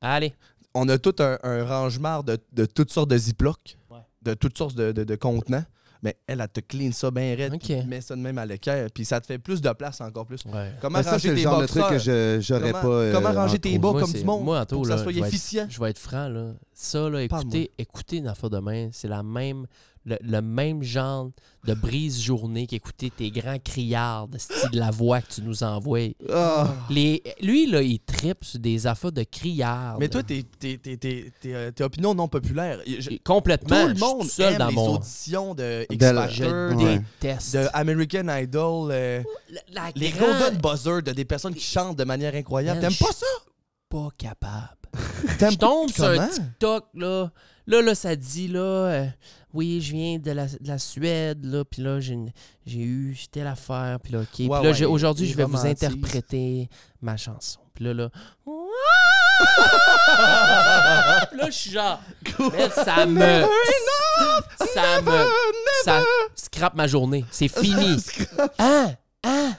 Speaker 3: Allez.
Speaker 4: On a tout un, un rangement de, de toutes sortes de ziplocs,
Speaker 3: Ouais.
Speaker 4: de toutes sortes de, de- de contenants. Mais elle, elle te clean ça bien raide,
Speaker 3: Ok.
Speaker 4: puis tu mets ça de même à l'équerre, puis ça te fait plus de place encore plus. Comment
Speaker 5: Mais Ben, ça,
Speaker 4: ranger
Speaker 5: c'est le
Speaker 4: tes
Speaker 5: genre de truc
Speaker 4: boxeurs?
Speaker 5: que je- j'aurais
Speaker 4: Comment-
Speaker 5: pas. euh,
Speaker 4: comment ranger
Speaker 5: en
Speaker 4: tes
Speaker 5: cours.
Speaker 4: bas
Speaker 3: Moi,
Speaker 4: comme
Speaker 3: c'est-
Speaker 4: du monde
Speaker 3: moi, en tout,
Speaker 4: pour que
Speaker 3: là,
Speaker 4: ça soit
Speaker 3: je vais être-
Speaker 4: efficient?
Speaker 3: Je vais être franc, là. Ça,
Speaker 4: Parle-moi.
Speaker 3: là, écoutez, écoutez Nafa demain, c'est la même, le, le même genre de brise-journée qu'écouter tes grands criards de style de la voix que tu nous envoies.
Speaker 5: Ah.
Speaker 3: Les, lui, là, il tripe sur des affaires de criards.
Speaker 4: Mais toi, t'es, t'es, t'es, t'es, t'es, euh, t'es opinion non populaire. Je- tout
Speaker 3: complètement,
Speaker 4: le monde
Speaker 3: je suis tout seul
Speaker 4: aime
Speaker 3: dans
Speaker 4: les
Speaker 3: mon...
Speaker 4: auditions de X
Speaker 5: De la-
Speaker 4: Factor, de,
Speaker 3: Je
Speaker 5: Ouais.
Speaker 3: déteste.
Speaker 4: de American Idol, euh,
Speaker 3: La- la
Speaker 4: les
Speaker 3: grande-
Speaker 4: golden buzzers de des personnes qui chantent de manière incroyable.
Speaker 3: Man,
Speaker 4: T'aimes pas ça?
Speaker 3: pas capable.
Speaker 4: T'aimes
Speaker 3: Je tombe sur un
Speaker 4: comment?
Speaker 3: TikTok, là. Là, là, ça dit, là, euh, oui, je viens de la, de la Suède, là, puis là, j'ai une- j'ai eu telle affaire, puis là, OK. puis là,
Speaker 4: ouais,
Speaker 3: j'ai- aujourd'hui,
Speaker 4: il
Speaker 3: je vais vous
Speaker 4: romantise.
Speaker 3: interpréter ma chanson. Puis là, là... Puis là, je suis genre... man, ça me... Ça me... Ça scrape ma journée. C'est fini. Hein? Hein?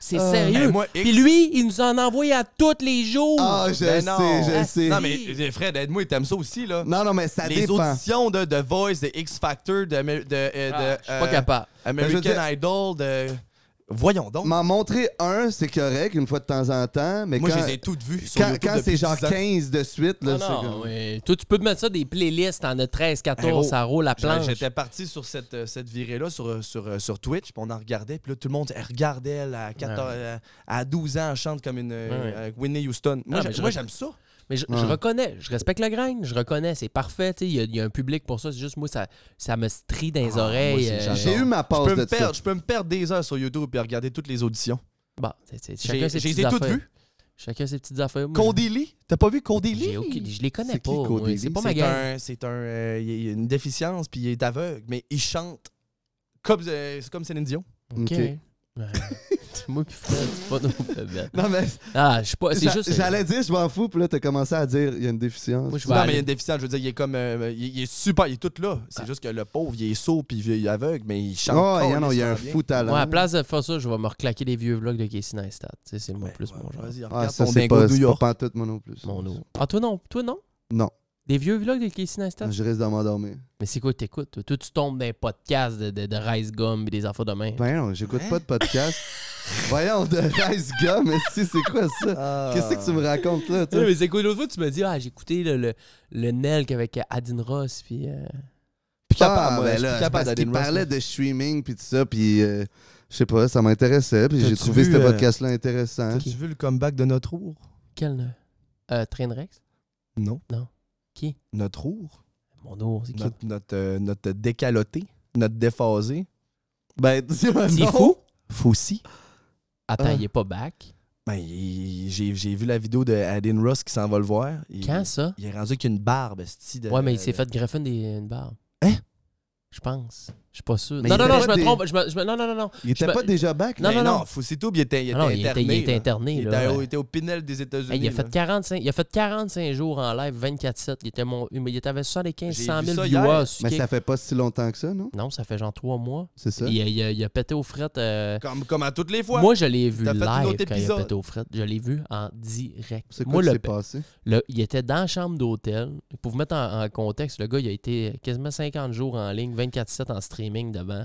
Speaker 3: C'est
Speaker 4: Eh,
Speaker 3: sérieux.
Speaker 4: moi, X-
Speaker 3: Puis lui, il nous en envoie à tous les jours.
Speaker 5: Ah, je
Speaker 4: Ben non.
Speaker 5: sais, je
Speaker 3: Ah,
Speaker 5: sais.
Speaker 4: Non, mais euh, Fred, aide-moi, t'aimes ça aussi, là.
Speaker 5: Non, non, mais ça
Speaker 4: les
Speaker 5: dépend.
Speaker 4: auditions de The Voice, de X Factor, de, Amer- de, euh,
Speaker 3: Ah,
Speaker 4: de,
Speaker 3: je suis pas
Speaker 4: euh,
Speaker 3: capable.
Speaker 5: Mais Ben, je
Speaker 4: American
Speaker 5: veux dire-
Speaker 4: Idol, de... Voyons donc.
Speaker 5: M'en montrer un, c'est correct, une fois de temps en temps, mais
Speaker 4: Moi,
Speaker 5: quand,
Speaker 4: je les ai toutes vues sur
Speaker 5: quand,
Speaker 4: YouTube
Speaker 5: quand
Speaker 4: depuis
Speaker 5: c'est genre
Speaker 4: 10 ans.
Speaker 5: 15 de suite, là,
Speaker 3: Non,
Speaker 5: c'est
Speaker 3: non,
Speaker 5: comme...
Speaker 3: oui. Ah, Toi, tu peux te mettre ça des playlists. T'en as 13, 14,
Speaker 4: Hey, oh,
Speaker 3: ça roule à
Speaker 4: J'a-
Speaker 3: planche.
Speaker 4: J'étais parti sur cette, euh, cette virée-là sur, euh, sur, euh, sur Twitch, puis on en regardait, puis là, tout le monde elle regardait elle à, 14 euh, à 12 ans, elle chante comme une euh,
Speaker 3: Ouais.
Speaker 4: euh, Whitney Houston. Moi,
Speaker 3: Ah,
Speaker 4: j'a-
Speaker 3: mais je
Speaker 4: moi,
Speaker 3: rec-
Speaker 4: j'aime ça.
Speaker 3: Mais je, je
Speaker 5: Ouais.
Speaker 3: reconnais, je respecte le grain, je reconnais, c'est parfait. tu sais, Il y, a- il y a un public pour ça. C'est juste, moi, ça, ça me strie dans les oreilles.
Speaker 4: Ah, moi aussi,
Speaker 3: euh,
Speaker 5: J'ai eu ma
Speaker 4: Je
Speaker 5: passe
Speaker 4: peux, me
Speaker 5: de ça.
Speaker 4: perdre, je peux me perdre des heures sur YouTube et regarder toutes les auditions.
Speaker 3: bon, c'est- c'est-
Speaker 4: J'ai
Speaker 3: chacun ses
Speaker 4: j'ai
Speaker 3: petites
Speaker 4: les ai toutes
Speaker 3: affaires.
Speaker 4: vues.
Speaker 3: Chacun ses petites affaires. Moi,
Speaker 4: Codélie, t'as pas vu
Speaker 3: j'ai-
Speaker 4: Codélie?
Speaker 3: j'ai aucune- je les connais
Speaker 5: C'est
Speaker 3: pas.
Speaker 5: qui,
Speaker 3: moi,
Speaker 5: Caudalie?
Speaker 3: C'est pas ma
Speaker 4: C'est
Speaker 3: gang.
Speaker 4: un, c'est un, euh, il y a une déficience, puis il est aveugle, mais il chante comme, euh, c'est comme Céline Dion.
Speaker 3: OK.
Speaker 5: Ok.
Speaker 3: Ouais. moi, puis Fred, c'est pas nos bébés.
Speaker 5: Non, mais
Speaker 3: Ah, je suis pas. C'est
Speaker 5: j'a-
Speaker 4: euh,
Speaker 3: juste.
Speaker 5: j'allais dire, je m'en fous, puis là, t'as commencé à dire, il y a une déficience.
Speaker 3: Moi, je vais
Speaker 4: Non,
Speaker 3: aller- Ah.
Speaker 4: mais il y a une déficience, je veux dire, il est comme, euh, il, il est super, il est tout là. C'est juste que le pauvre, il est sourd, puis il est aveugle, mais il chante.
Speaker 5: Oh, il y en a-
Speaker 4: calissement
Speaker 5: il y a un
Speaker 4: bien.
Speaker 5: fou talent.
Speaker 3: Moi, à la place de faire ça, je vais me reclaquer les vieux vlogs de Casey Neistat. Tu sais, C'est moi plus mon genre.
Speaker 4: Ben, Vas-y,
Speaker 5: Ah,
Speaker 4: regarde
Speaker 5: ça,
Speaker 4: ton
Speaker 5: c'est
Speaker 4: dingo
Speaker 5: pas,
Speaker 4: de New
Speaker 5: c'est pas
Speaker 4: York.
Speaker 5: pantoute, moi non plus.
Speaker 3: Mon eau. Ah, toi non? Toi non?
Speaker 5: Non.
Speaker 3: Des vieux vlogs de Casey Neistat?
Speaker 5: Ah, Je risque de m'endormir.
Speaker 3: Mais c'est quoi que t'écoutes? toi? Toi, tu tombes dans les podcasts de, de, de Rice Gum et des affaires de main.
Speaker 5: Ben non, j'écoute
Speaker 4: Hein?
Speaker 5: pas de podcast. Voyons, de Rice Gum, mais si, c'est quoi ça? Qu'est-ce que tu me racontes là?
Speaker 3: Non,
Speaker 5: toi?
Speaker 3: mais c'est quoi? L'autre fois, tu me dis, ah, j'ai écouté le, le, le Nelk avec euh, Adin Ross, puis. euh,
Speaker 4: Plus capable,
Speaker 5: Ah,
Speaker 4: moi,
Speaker 5: ben
Speaker 4: je suis
Speaker 5: là,
Speaker 4: plus
Speaker 5: c'est
Speaker 4: capable
Speaker 5: parce
Speaker 4: d'aller
Speaker 5: qu'il
Speaker 4: me rest-
Speaker 5: parlait de streaming puis tout ça, puis euh, je sais pas, ça m'intéressait, puis j'ai
Speaker 4: T'as-tu
Speaker 5: trouvé
Speaker 4: vu,
Speaker 5: ce
Speaker 4: euh,
Speaker 5: podcast-là intéressant.
Speaker 4: As-tu vu le comeback de notre ours?
Speaker 3: Quel. Euh, Train Rex?
Speaker 4: Non.
Speaker 3: Non. Qui?
Speaker 4: Notre ours?
Speaker 3: Mon ours, c'est qui?
Speaker 4: Notre, notre, euh, notre décaloté? Notre déphasé? Ben,
Speaker 3: C'est fou?
Speaker 4: Foussi?
Speaker 3: Attends,
Speaker 5: Ah.
Speaker 3: il est pas back.
Speaker 4: Ben, il- j'ai j'ai vu la vidéo de Adin Ross qui s'en va le voir. Il,
Speaker 3: Quand ça?
Speaker 4: Il est rendu avec une barbe, c'ti, de-
Speaker 3: Ouais, mais il s'est fait greffer des, une barbe.
Speaker 4: Hein?
Speaker 3: Je pense. Je suis pas sûr.
Speaker 5: Mais
Speaker 3: non,
Speaker 5: il
Speaker 3: non, non,
Speaker 5: était pas
Speaker 3: je me
Speaker 5: des-
Speaker 3: trompe. Je me- je me- non, non, non, non.
Speaker 5: Il était
Speaker 3: je me-
Speaker 5: pas déjà back?
Speaker 3: Non,
Speaker 4: Non,
Speaker 3: non,
Speaker 4: non,
Speaker 3: non.
Speaker 4: Ben non. Foussi-Toub, il était, il était
Speaker 3: Ah non, il était,
Speaker 4: interné.
Speaker 3: il était
Speaker 4: là.
Speaker 3: interné.
Speaker 4: Il
Speaker 3: là.
Speaker 4: était, au- il était au Pinel des États-Unis.
Speaker 3: Hey, il, a
Speaker 4: là.
Speaker 3: fait 45, il a fait 45 jours en live, 24-7. Il était, mon, mais il était avec 75
Speaker 4: J'ai
Speaker 3: 100
Speaker 4: vu
Speaker 3: 000
Speaker 4: ça
Speaker 3: viewers.
Speaker 4: hier.
Speaker 3: sur
Speaker 5: Mais
Speaker 3: Kick.
Speaker 5: ça fait pas si longtemps que ça, non?
Speaker 3: Non, ça fait genre trois mois.
Speaker 5: C'est ça?
Speaker 3: Il, a- il a- il a pété aux frettes. euh,
Speaker 4: Comme, comme à toutes les fois.
Speaker 3: Moi, je l'ai vu
Speaker 4: T'as fait
Speaker 3: live
Speaker 4: un
Speaker 3: quand
Speaker 4: autre
Speaker 3: il a
Speaker 4: épisode.
Speaker 3: pété aux frettes. Je l'ai vu en direct.
Speaker 5: C'est quoi
Speaker 3: Moi,
Speaker 5: qui
Speaker 3: le,
Speaker 5: s'est passé?
Speaker 3: le- il était dans la chambre d'hôtel. Pour vous mettre en, en contexte, le gars, il a été quasiment 50 jours en ligne, 24-7 en streaming devant.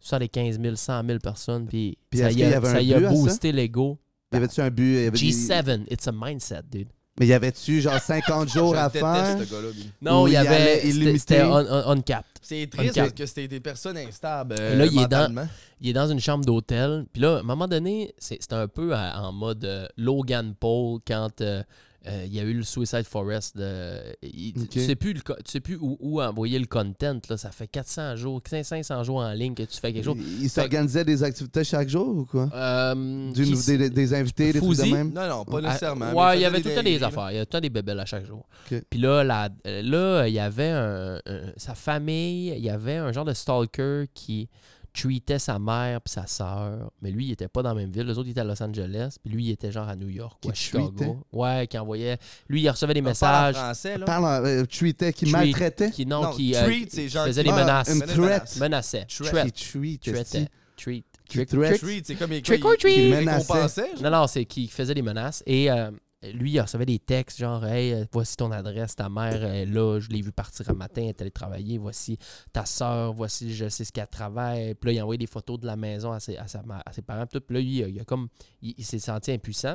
Speaker 3: 75 000, 100 000 personnes. Puis,
Speaker 5: Puis
Speaker 3: ça
Speaker 5: est-ce
Speaker 3: y
Speaker 5: qu'il y
Speaker 3: a,
Speaker 5: avait
Speaker 3: ça
Speaker 5: un
Speaker 3: y a
Speaker 5: but à ça?
Speaker 3: boosté l'ego.
Speaker 5: Y avait-tu un but? Y avait-
Speaker 3: G7, it's a mindset, dude.
Speaker 5: Mais y avait-tu genre 50 jours
Speaker 4: Je
Speaker 5: à
Speaker 4: déteste
Speaker 5: faire?
Speaker 4: ce gars-là, lui.
Speaker 3: Non,
Speaker 5: Ou
Speaker 3: il y
Speaker 5: il
Speaker 3: avait.
Speaker 5: allait
Speaker 3: C'était
Speaker 5: illimité?
Speaker 3: c'était on- on- on-cap.
Speaker 4: C'est triste
Speaker 3: Une carte.
Speaker 4: parce que c'était des personnes instables.
Speaker 3: Et là,
Speaker 4: euh,
Speaker 3: il est dans-
Speaker 4: mentalement.
Speaker 3: il est dans une chambre d'hôtel. Puis là, à un moment donné, c'est c'est un peu à- en mode euh, Logan Paul quand euh, euh, il y a eu le Suicide Forest. de- il-
Speaker 5: Ok.
Speaker 3: Tu sais plus, le co- tu sais plus où, où envoyer le content. Là. Ça fait 400 jours, 500 jours en ligne que tu fais quelque chose.
Speaker 5: Il- Il s'organisait des activités chaque jour ou quoi?
Speaker 3: Euh,
Speaker 5: Du-
Speaker 3: qui
Speaker 5: des-
Speaker 3: s-
Speaker 5: des, des invités, des trucs de
Speaker 3: Fouzi?
Speaker 5: même?
Speaker 4: Non, non, pas nécessairement.
Speaker 3: Ah,
Speaker 4: mais
Speaker 3: Ouais, il y
Speaker 4: faisait
Speaker 3: avait tout le temps des
Speaker 4: dingueries,
Speaker 3: affaires. Il y a tout le temps des bébelles à chaque jour.
Speaker 5: Ok.
Speaker 3: Puis là, la- là, il y avait un- un- sa famille, il y avait un genre de stalker qui treatait sa mère puis sa sœur. Mais lui, il était pas dans la même ville. Les autres, ils étaient à Los Angeles. Puis lui, il était genre à New York ou
Speaker 5: Qui
Speaker 3: à Chicago.
Speaker 5: tweetait?
Speaker 3: Ouais, qui envoyait. Lui, il recevait des
Speaker 4: là. On parle en
Speaker 3: messages.
Speaker 4: français, là.
Speaker 5: Parle, en- euh, tweetait, qui
Speaker 3: Tweet-
Speaker 5: maltraitait?
Speaker 3: Qui, non,
Speaker 4: Non,
Speaker 3: qui, euh,
Speaker 4: treat,
Speaker 3: qui
Speaker 4: c'est genre
Speaker 3: faisait
Speaker 4: qui-
Speaker 3: des
Speaker 5: Ah,
Speaker 3: menaces.
Speaker 5: Une
Speaker 4: Menace.
Speaker 5: threat.
Speaker 3: Menaçait.
Speaker 4: Threat.
Speaker 3: Threat.
Speaker 5: Qui tweet,
Speaker 3: Threatait.
Speaker 5: esti.
Speaker 3: Treat.
Speaker 5: Qui
Speaker 3: Trick-
Speaker 5: threat.
Speaker 4: Treat, c'est comme les
Speaker 3: Trick
Speaker 4: gars,
Speaker 3: or
Speaker 4: ils-
Speaker 3: treat.
Speaker 5: Qui
Speaker 4: ils
Speaker 5: menaçait.
Speaker 4: compensaient, genre.
Speaker 3: Non, non, c'est qui faisait des menaces. Et euh, lui, il recevait des textes genre Hey, euh, voici ton adresse, ta mère est là, je l'ai vu partir un matin, elle est allée travailler, voici ta soeur, voici je sais ce qu'elle travaille. Puis là, il a envoyé des photos de la maison à ses, à sa ma- à ses parents. Puis tout. Puis là, lui, il, a- il a comme, il, il s'est senti impuissant.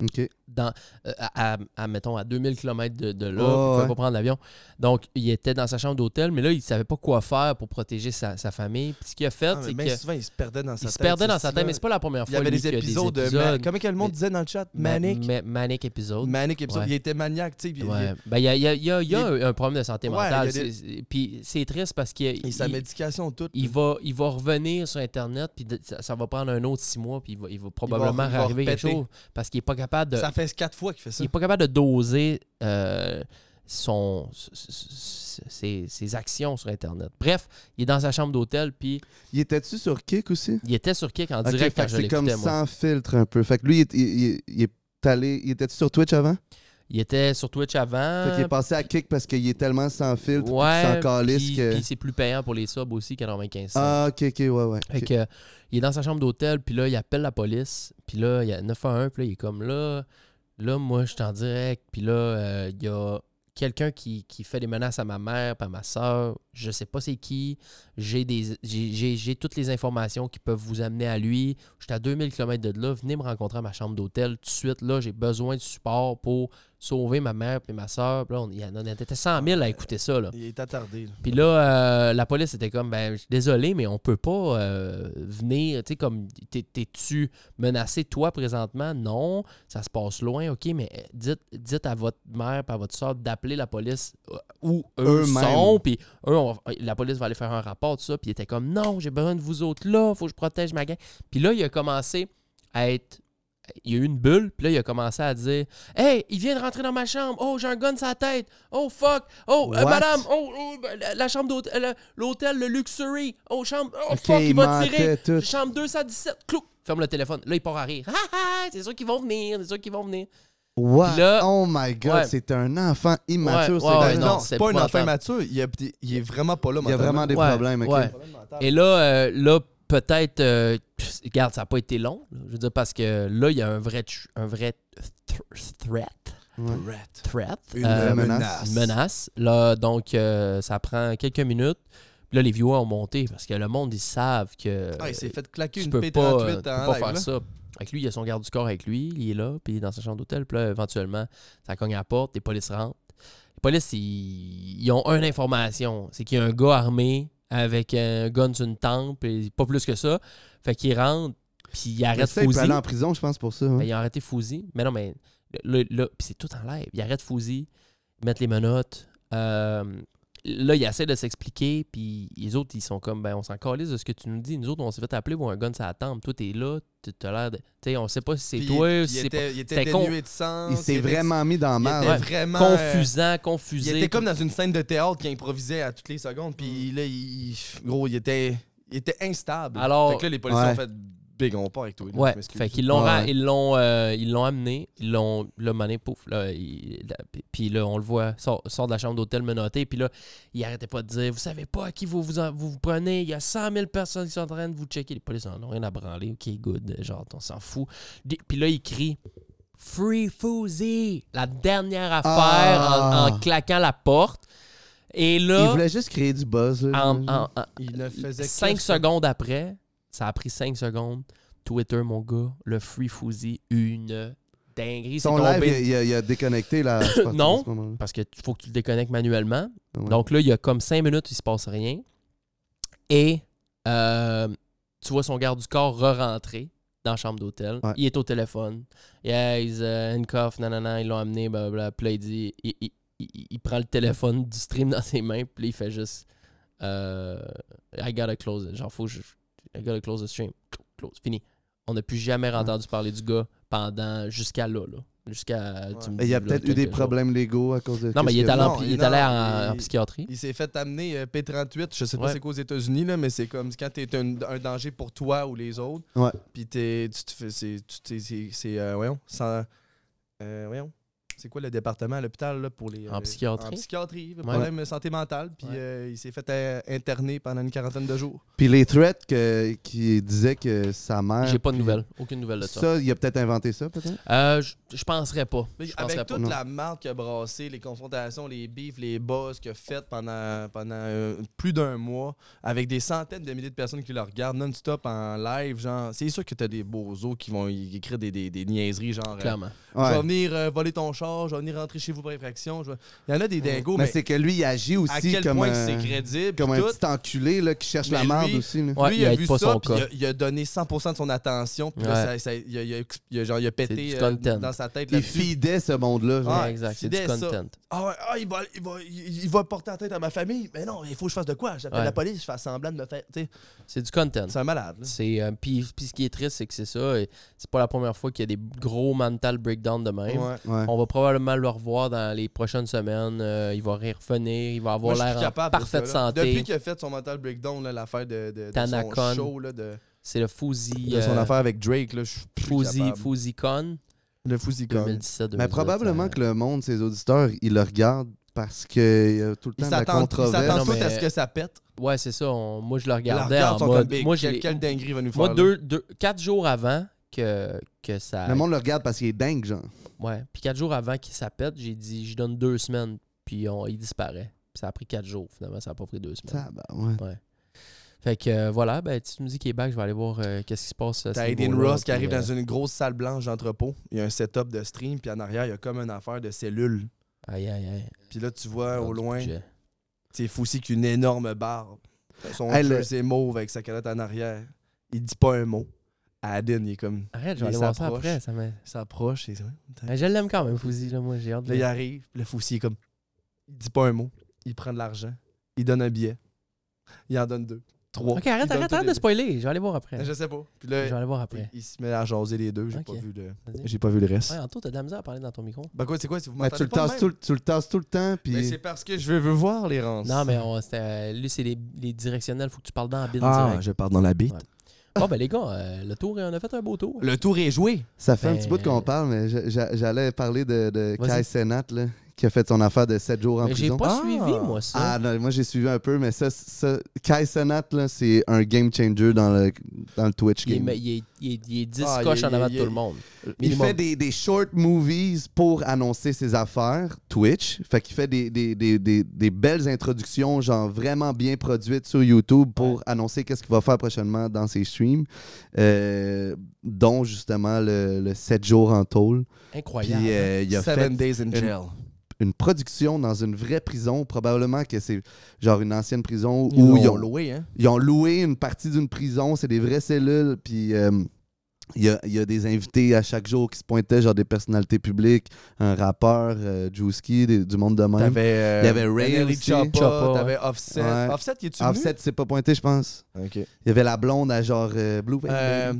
Speaker 5: OK.
Speaker 3: Dans, euh, à, à- à, mettons, à 2000 km de, de là, il
Speaker 5: Ouais,
Speaker 3: pouvait
Speaker 5: ouais.
Speaker 3: pas prendre l'avion. Donc, il était dans sa chambre d'hôtel, mais là, il savait pas quoi faire pour protéger sa, sa famille. Puis ce qu'il a fait,
Speaker 4: Ah, mais
Speaker 3: c'est
Speaker 4: ben
Speaker 3: qu'il
Speaker 4: souvent, il se perdait dans sa tête.
Speaker 3: se perdait dans sa
Speaker 4: c'est
Speaker 3: tête, mais
Speaker 4: ça.
Speaker 3: c'est pas la première
Speaker 4: Il
Speaker 3: fois.
Speaker 4: y avait
Speaker 3: lui,
Speaker 4: des
Speaker 3: qu'il y a
Speaker 4: épisodes. de-
Speaker 3: épisodes.
Speaker 4: Comment que le monde disait dans le chat
Speaker 3: Ma-
Speaker 4: Manic.
Speaker 3: ma- manic épisode.
Speaker 4: Manic épisode.
Speaker 3: Ouais.
Speaker 4: Il était maniaque, tu sais. puis il-
Speaker 3: Ouais. Ben, il y a, il y a- il y a- il y a un problème de santé
Speaker 4: Ouais,
Speaker 3: mentale.
Speaker 4: il y a des-
Speaker 3: C'est- c'est- Puis c'est triste parce qu'il
Speaker 4: Et sa médication, tout.
Speaker 3: il va, il va revenir sur Internet, puis de- ça, ça va prendre un autre six mois, puis il va, il va probablement
Speaker 4: il va
Speaker 3: arriver quelque
Speaker 4: repéter.
Speaker 3: chose parce qu'il n'est pas capable de,
Speaker 4: Ça fait quatre fois qu'il fait ça.
Speaker 3: il est pas capable de doser euh, son, s- s- ses, ses actions sur Internet. Bref, il est dans sa chambre d'hôtel, puis
Speaker 5: Il était-tu sur Kick aussi?
Speaker 3: il était sur Kick en
Speaker 5: Ok,
Speaker 3: direct
Speaker 5: fait
Speaker 3: quand
Speaker 5: que
Speaker 3: je
Speaker 5: c'est comme
Speaker 3: l'écoutais. moi.
Speaker 5: sans filtre un peu. Fait que lui, il, est- il- il- il est allé. Il était-tu sur Twitch avant?
Speaker 3: Il était sur Twitch
Speaker 5: Fait
Speaker 3: avant.
Speaker 5: qu'il est passé à Kick parce qu'il est tellement sans filtre,
Speaker 3: Euh, ouais,
Speaker 5: sans calice
Speaker 3: puis-
Speaker 5: que.
Speaker 3: puis c'est plus payant pour les subs aussi, 95 cents.
Speaker 5: ah, ok, ok, ouais, ouais.
Speaker 3: Fait
Speaker 5: ok.
Speaker 3: que, il est dans sa chambre d'hôtel, puis là, il appelle la police, puis là, il y a 911, puis là, il est comme là, là, moi, je suis en direct, puis là, euh, il y a quelqu'un qui, qui fait des menaces à ma mère, puis à ma soeur, je sais pas c'est qui, j'ai des j'ai- j'ai j'ai toutes les informations qui peuvent vous amener à lui, je suis à 2000 km de là, venez me rencontrer à ma chambre d'hôtel tout de suite, là, j'ai besoin de support pour sauver ma mère puis ma soeur, puis là, on, il y en a- on était 100 000 à écouter ça, là.
Speaker 4: Il est attardé. là.
Speaker 3: Puis là, euh, la police était comme, ben, je suis désolé, mais on peut pas euh, venir, tu sais, comme, t'es- t'es-tu menacé, toi, présentement? Non, ça se passe loin, OK, mais euh, dites, dites à votre mère et à votre soeur d'appeler la police euh, où eux
Speaker 5: Eux-mêmes.
Speaker 3: sont, puis eux, on va- la police va aller faire un rapport, tout ça, puis il était comme, non, j'ai besoin de vous autres là, faut que je protège ma gang. Puis là, il a commencé à être... Il y a eu une bulle, puis là, il a commencé à dire Hey, il vient de rentrer dans ma chambre. Oh, j'ai un gun sur la tête. Oh, fuck. Oh, euh,
Speaker 5: What?
Speaker 3: madame. Oh, oh, la, la chambre d'hôtel. euh, L'hôtel, le luxury. Oh, chambre. Oh,
Speaker 5: Ok,
Speaker 3: fuck, il,
Speaker 5: il
Speaker 3: va tirer.
Speaker 5: mentait tout.
Speaker 3: Chambre 217. Clou. Ferme le téléphone. Là, il part à rire. Ha ha, c'est sûr qu'ils vont venir. C'est sûr qu'ils vont venir.
Speaker 5: What?
Speaker 3: Puis là-
Speaker 5: oh my god,
Speaker 3: Ouais.
Speaker 5: c'est un enfant immature.
Speaker 3: Ouais,
Speaker 5: c'est
Speaker 3: ouais,
Speaker 5: dingue.
Speaker 3: ouais,
Speaker 4: Ben
Speaker 3: Ah, non,
Speaker 4: non,
Speaker 3: c'est
Speaker 4: c'est pas un enfant
Speaker 3: épouvantable.
Speaker 4: mature. Il est- il est vraiment pas là.
Speaker 5: Il y a vraiment des
Speaker 3: Ouais,
Speaker 5: problèmes. ok.
Speaker 3: ouais. Et là, euh, là peut-être, euh, pff, regarde, ça n'a pas été long. là. je veux dire, parce que là, il y a un vrai, tr- un vrai th- threat.
Speaker 5: Ouais.
Speaker 3: threat,
Speaker 4: Une
Speaker 3: euh,
Speaker 4: menace.
Speaker 3: une menace. Là, donc, euh, ça prend quelques minutes. Puis là, les viewers ont monté parce que le monde, ils savent que
Speaker 4: Ah, il s'est fait claquer
Speaker 3: tu
Speaker 4: une
Speaker 3: peux pas, tu peux
Speaker 4: P38
Speaker 3: pas
Speaker 4: en live.
Speaker 3: faire
Speaker 4: là.
Speaker 3: ça. Avec lui, il a son garde du corps avec lui, il est là, puis il est dans sa chambre d'hôtel. Puis là, éventuellement, ça cogne à la porte, les polices rentrent. Les polices, ils, ils ont une information c'est qu'il y a un gars armé avec un gun sur une tempe, et pas plus que ça. Fait qu'il rentre, puis il
Speaker 5: Mais
Speaker 3: arrête
Speaker 5: ça, il peut
Speaker 3: Fouzi.
Speaker 5: aller en prison, je pense, pour ça. hein.
Speaker 3: Ben,
Speaker 5: ouais.
Speaker 3: ils ont arrêté Fouzi. Mais non, mais le- le- là, puis c'est tout en live. Ils arrêtent Fouzi, ils mettent les menottes. Euh, là, ils essaient de s'expliquer, puis les autres, ils sont comme, ben, on s'en calisse de ce que tu nous dis. Nous autres, on s'est fait appeler pour un gun sur la tempe. Toi, t'es là, tu t'as l'air de. Tu sais, on sait pas si c'est
Speaker 4: Puis
Speaker 3: toi,
Speaker 4: il,
Speaker 3: si
Speaker 4: il
Speaker 3: c'est pas.
Speaker 4: était, il était
Speaker 3: c'était con-
Speaker 4: dénué de sang.
Speaker 5: Il s'est vraiment mis dans la
Speaker 4: il
Speaker 5: merde.
Speaker 4: était
Speaker 3: Ouais.
Speaker 4: vraiment euh,
Speaker 3: Confusant,
Speaker 4: Il
Speaker 3: confusé.
Speaker 4: était comme dans une scène de théâtre qui improvisait à toutes les secondes.
Speaker 3: Mm.
Speaker 4: Puis là, il, gros, il était, il était instable.
Speaker 3: Alors-
Speaker 4: fait que là, les policiers
Speaker 5: Ouais.
Speaker 4: ont fait big, on part avec toi. là,
Speaker 3: Ouais,
Speaker 4: je m'excuse.
Speaker 3: fait qu'ils l'ont ra-
Speaker 5: Ouais, ouais.
Speaker 3: ils l'ont euh, ils l'ont amené, ils l'ont le mané pouf là, il- là, puis- puis là on le voit sort, sort de la chambre d'hôtel menotté puis là il arrêtait pas de dire vous savez pas à qui vous vous, en- vous vous prenez, il y a 100 000 personnes qui sont en train de vous checker, les policiers n'en ont rien à branler, OK good, genre on s'en fout. Des- Puis là il crie Free Foozy, la dernière affaire
Speaker 5: Ah.
Speaker 3: en, en claquant la porte. Et là
Speaker 5: Il voulait juste créer du buzz. là,
Speaker 3: en-
Speaker 5: j'imagine.
Speaker 3: en- en-
Speaker 4: Il ne faisait que
Speaker 3: 5
Speaker 4: ça.
Speaker 3: secondes après, ça a pris 5 secondes. Twitter, mon gars, le Free Foozy, une dinguerie.
Speaker 5: Son
Speaker 3: c'est
Speaker 5: live,
Speaker 3: tombé.
Speaker 5: il, il a, il a déconnecté là. à partir de
Speaker 3: Non.
Speaker 5: ce moment-là.
Speaker 3: Parce que tu- faut que tu le déconnectes manuellement.
Speaker 5: Ah ouais.
Speaker 3: Donc là, il y a comme 5 minutes, il se passe rien. Et euh, tu vois son garde du corps re-rentrer dans la chambre d'hôtel.
Speaker 5: Ouais.
Speaker 3: Il est au téléphone. Yeah, he's uh, handcuffed, nanana, ils l'ont amené, blablabla. Puis là, il dit, il, il- il- il prend le téléphone du stream dans ses mains, puis là, il fait juste, euh, I gotta close it. Genre, faut que je, I gotta close the stream. Close, fini. On n'a plus jamais entendu parler du gars pendant, jusqu'à là, là. Jusqu'à. tu me
Speaker 5: Il y a
Speaker 3: dis, là,
Speaker 5: peut-être eu des
Speaker 3: quelques jours.
Speaker 5: problèmes légaux à cause de.
Speaker 3: Non, mais il
Speaker 5: qu'est-ce
Speaker 3: est allé,
Speaker 5: qu'il a
Speaker 3: en,
Speaker 4: Non,
Speaker 3: il
Speaker 4: il-
Speaker 3: est allé
Speaker 4: non,
Speaker 3: en- en
Speaker 4: il-
Speaker 3: psychiatrie.
Speaker 4: Il s'est fait amener euh, P38. Je sais pas
Speaker 3: Ouais.
Speaker 4: c'est quoi aux États-Unis, là, mais c'est comme quand t'es un, un danger pour toi ou les autres.
Speaker 5: Ouais.
Speaker 4: Puis t'es, tu te fais. C'est. tu t'es- c'est- c'est, euh, voyons. sans- euh, voyons. C'est quoi le département à l'hôpital là, pour les.
Speaker 3: En
Speaker 4: euh,
Speaker 3: psychiatrie?
Speaker 4: En psychiatrie, problème de santé mentale. Puis
Speaker 3: Ouais.
Speaker 4: euh, il s'est fait euh, interner pendant une quarantaine de jours.
Speaker 5: Puis les threats que, qui disaient que sa mère.
Speaker 4: Hein,
Speaker 3: J'ai pas de
Speaker 5: puis-
Speaker 3: nouvelles. Aucune nouvelle de ça.
Speaker 5: Ça, il a peut-être inventé ça, peut-être.
Speaker 3: Euh, je- je penserais pas.
Speaker 4: Mais
Speaker 3: Je penserais
Speaker 4: avec
Speaker 3: pas.
Speaker 4: toute
Speaker 5: non.
Speaker 4: la marque qu'il a brassée, les confrontations, les bifs, les bosses qu'il a faites pendant, pendant euh, plus d'un mois, avec des centaines de milliers de personnes qui le regardent non-stop en live, genre, c'est sûr que t'as des beaux os qui vont y- écrire des, des, des niaiseries, genre, euh,
Speaker 3: Clairement.
Speaker 4: je vais
Speaker 5: Ouais.
Speaker 4: venir euh, voler ton char, je vais venir rentrer chez vous par infraction. je vais- Il y en a des dingos,
Speaker 5: Mais
Speaker 4: mais,
Speaker 5: c'est que lui, il agit
Speaker 4: à
Speaker 5: aussi
Speaker 4: quel
Speaker 5: comme
Speaker 4: point
Speaker 5: un,
Speaker 4: c'est crédible.
Speaker 5: comme un
Speaker 4: puis tout.
Speaker 5: petit enculé là, qui cherche
Speaker 4: Mais
Speaker 5: la merde
Speaker 4: lui-
Speaker 5: aussi. là.
Speaker 3: Ouais,
Speaker 4: lui,
Speaker 3: il
Speaker 4: il a
Speaker 3: aide
Speaker 4: vu
Speaker 3: pas
Speaker 4: ça,
Speaker 3: son
Speaker 4: puis
Speaker 3: cas.
Speaker 4: il a, il a donné 100% de son attention, puis là, ça-
Speaker 3: Ouais.
Speaker 4: ça- il, a, il a ex- il a- genre, il a
Speaker 3: du
Speaker 4: pété euh,
Speaker 3: content.
Speaker 4: dans sa tête.
Speaker 5: Il
Speaker 4: là-dessus.
Speaker 5: fidait ce monde-là. genre.
Speaker 4: Ah,
Speaker 3: Ouais, exact. C'est du
Speaker 4: fidèle, ça.
Speaker 3: content.
Speaker 4: Ah ouais, ah, il, va, il, va, il, il va porter la tête à ma famille. Mais non, il faut que je fasse de quoi? J'appelle
Speaker 3: Ouais.
Speaker 4: la police, je fais semblant de me faire. tu sais,
Speaker 3: C'est du content.
Speaker 4: C'est un malade. là.
Speaker 3: C'est euh, puis, puis ce qui est triste, c'est que c'est ça. et C'est pas la première fois qu'il y a des gros mental breakdowns de même.
Speaker 4: Ouais.
Speaker 5: Ouais.
Speaker 3: On va probablement le revoir dans les prochaines semaines. Euh, il va ré- revenir. Il va
Speaker 4: Moi,
Speaker 3: avoir
Speaker 4: je suis
Speaker 3: l'air en
Speaker 4: capable de
Speaker 3: parfaite
Speaker 4: ça, là.
Speaker 3: santé.
Speaker 4: Depuis qu'il a fait son mental breakdown, là, l'affaire de, de, de
Speaker 3: Tanacon.
Speaker 4: son show, là, de,
Speaker 3: C'est le Fouzi.
Speaker 4: de son
Speaker 3: euh,
Speaker 4: affaire avec Drake, là, je suis plus
Speaker 3: Fouzi,
Speaker 4: capable.
Speaker 3: Fouzi Con
Speaker 4: Le Fouzi Con.
Speaker 3: 2017.
Speaker 5: Mais probablement
Speaker 3: euh,
Speaker 5: que le monde, ses auditeurs, ils le regardent parce qu'il y a tout le
Speaker 4: Ils
Speaker 5: temps de la
Speaker 4: s'attendent ils
Speaker 5: controverse.
Speaker 4: s'attendent
Speaker 3: Non,
Speaker 4: tous à
Speaker 3: mais-
Speaker 4: ce que ça pète.
Speaker 3: Ouais, c'est ça. on- moi, je le
Speaker 4: Les
Speaker 3: regardais.
Speaker 4: regards
Speaker 3: en
Speaker 4: sont
Speaker 3: mode-
Speaker 4: comme big.
Speaker 3: moi, je
Speaker 4: quel,
Speaker 3: l'ai-
Speaker 4: quel dinguerie va nous faire.
Speaker 3: Moi,
Speaker 4: là?
Speaker 3: deux, deux- quatre jours avant que, que ça.
Speaker 5: Le monde le regarde parce qu'il est dingue, genre.
Speaker 3: Ouais. Puis quatre jours avant qu'il s'appelle, j'ai dit, je donne deux semaines. Puis on, il disparaît. Puis ça a pris quatre jours. Finalement, ça a pas pris deux semaines.
Speaker 5: Ça, bah, ouais.
Speaker 3: Fait que euh, voilà, ben, si tu me dis qu'il est back, je vais aller voir euh, qu'est-ce qui se passe. à ce
Speaker 4: T'as Aiden
Speaker 3: niveau-là,
Speaker 4: Ross qui
Speaker 3: puis,
Speaker 4: arrive
Speaker 3: euh,
Speaker 4: dans une grosse salle blanche d'entrepôt. Il y a un setup de stream, puis en arrière, il y a comme une affaire de cellules.
Speaker 3: Aïe, aïe, aïe.
Speaker 4: Puis là, tu vois
Speaker 3: Dans
Speaker 4: au
Speaker 3: Ah, du
Speaker 4: loin,
Speaker 3: budget.
Speaker 4: C'est Foussi qui a une énorme barbe. Son
Speaker 5: Hey, le-
Speaker 4: jersey mauve avec sa canette en arrière. Il dit pas un mot. Aden, il est comme.
Speaker 3: Arrête, je
Speaker 4: il
Speaker 3: vais aller voir ça
Speaker 4: s'approche.
Speaker 3: après. Ça m'a-
Speaker 4: Il s'approche. Et... Là,
Speaker 3: Ben, je l'aime quand même, Fouzi. Là, moi, j'ai hâte. de-
Speaker 4: il arrive. Le Foussi est comme. Il dit pas un mot. Il prend de l'argent. Il donne un billet. Il en donne deux. Trois.
Speaker 3: Ok,
Speaker 4: Il
Speaker 3: arrête,
Speaker 4: donne
Speaker 3: arrête,
Speaker 4: tous
Speaker 3: arrête
Speaker 4: les
Speaker 3: de spoiler. Je vais aller voir
Speaker 4: deux.
Speaker 3: après. Je
Speaker 4: Je sais pas. Puis
Speaker 3: vais
Speaker 4: là,
Speaker 3: aller voir
Speaker 4: il,
Speaker 3: après.
Speaker 4: il se met à jaser les deux. J'ai
Speaker 3: Ok.
Speaker 4: pas vu le.
Speaker 3: Vas-y.
Speaker 4: J'ai pas vu le reste.
Speaker 3: Ouais, Anto, t'as de la misère à parler dans ton micro.
Speaker 4: Ben quoi, c'est quoi si vous
Speaker 5: Mais tu
Speaker 4: m'entendez
Speaker 5: le,
Speaker 4: pas de
Speaker 5: tasses
Speaker 4: même?
Speaker 5: tout, le- tu le tasses tout le temps,
Speaker 4: Mais
Speaker 5: puis
Speaker 4: c'est parce que je veux, veux voir les rances.
Speaker 3: Non, mais on- c'était, euh, lui, c'est les, les directionnels. Faut que tu parles dans la bine
Speaker 4: Ah,
Speaker 3: direct.
Speaker 4: je pars dans la bite.
Speaker 3: Ouais. Bon, ben, les gars, euh, le tour, on a fait un beau tour.
Speaker 4: Le tour est joué.
Speaker 5: ça fait un
Speaker 3: Ben-
Speaker 5: petit bout qu'on parle, mais je- j'a- j'allais parler de, de
Speaker 3: Vas-y.
Speaker 5: Kai Senat, là, qui a fait son affaire de 7 jours en
Speaker 3: Mais j'ai
Speaker 5: prison.
Speaker 3: pas
Speaker 4: Ah.
Speaker 3: suivi, moi, ça.
Speaker 5: Ah non, moi j'ai suivi un peu, mais ça, ça Kai Sonat, là, c'est un game changer dans le, dans le Twitch
Speaker 3: il, est,
Speaker 5: game.
Speaker 3: mais il est- il est- il est 10
Speaker 4: Ah, il
Speaker 3: coches
Speaker 4: est-
Speaker 3: en avant
Speaker 4: il
Speaker 3: de
Speaker 4: est-
Speaker 3: tout le monde.
Speaker 5: Il
Speaker 3: Minimum.
Speaker 5: fait des, des short movies pour annoncer ses affaires, Twitch. Fait qu'il fait des, des, des, des, des belles introductions, genre vraiment bien produites sur YouTube pour annoncer qu'est-ce qu'il va faire prochainement dans ses streams, euh, dont justement le, le 7 jours en tôle. Puis
Speaker 3: Incroyable.
Speaker 5: euh, il a fait
Speaker 4: Seven Days in Jail.
Speaker 5: une production dans une vraie prison, probablement que c'est genre une ancienne prison
Speaker 4: Ils
Speaker 5: où ils
Speaker 4: l'ont
Speaker 5: ont,
Speaker 4: loué, hein?
Speaker 5: ils ont loué une partie d'une prison, c'est des vraies cellules, puis euh, il y, a, il y a des invités à chaque jour qui se pointaient, genre des personnalités publiques, un rappeur, euh, Juicy, des- du monde de même.
Speaker 4: T'avais, euh,
Speaker 5: Il y avait Ray
Speaker 4: Nelly
Speaker 5: aussi.
Speaker 4: Choppa,
Speaker 3: Choppa,
Speaker 4: t'avais Offset.
Speaker 5: Ouais.
Speaker 4: Offset, il est-tu
Speaker 5: Offset s'est Ah, pas pointé, je pense.
Speaker 4: venu? OK.
Speaker 5: Il y avait la blonde à genre euh, Blue Velvet.
Speaker 4: Euh,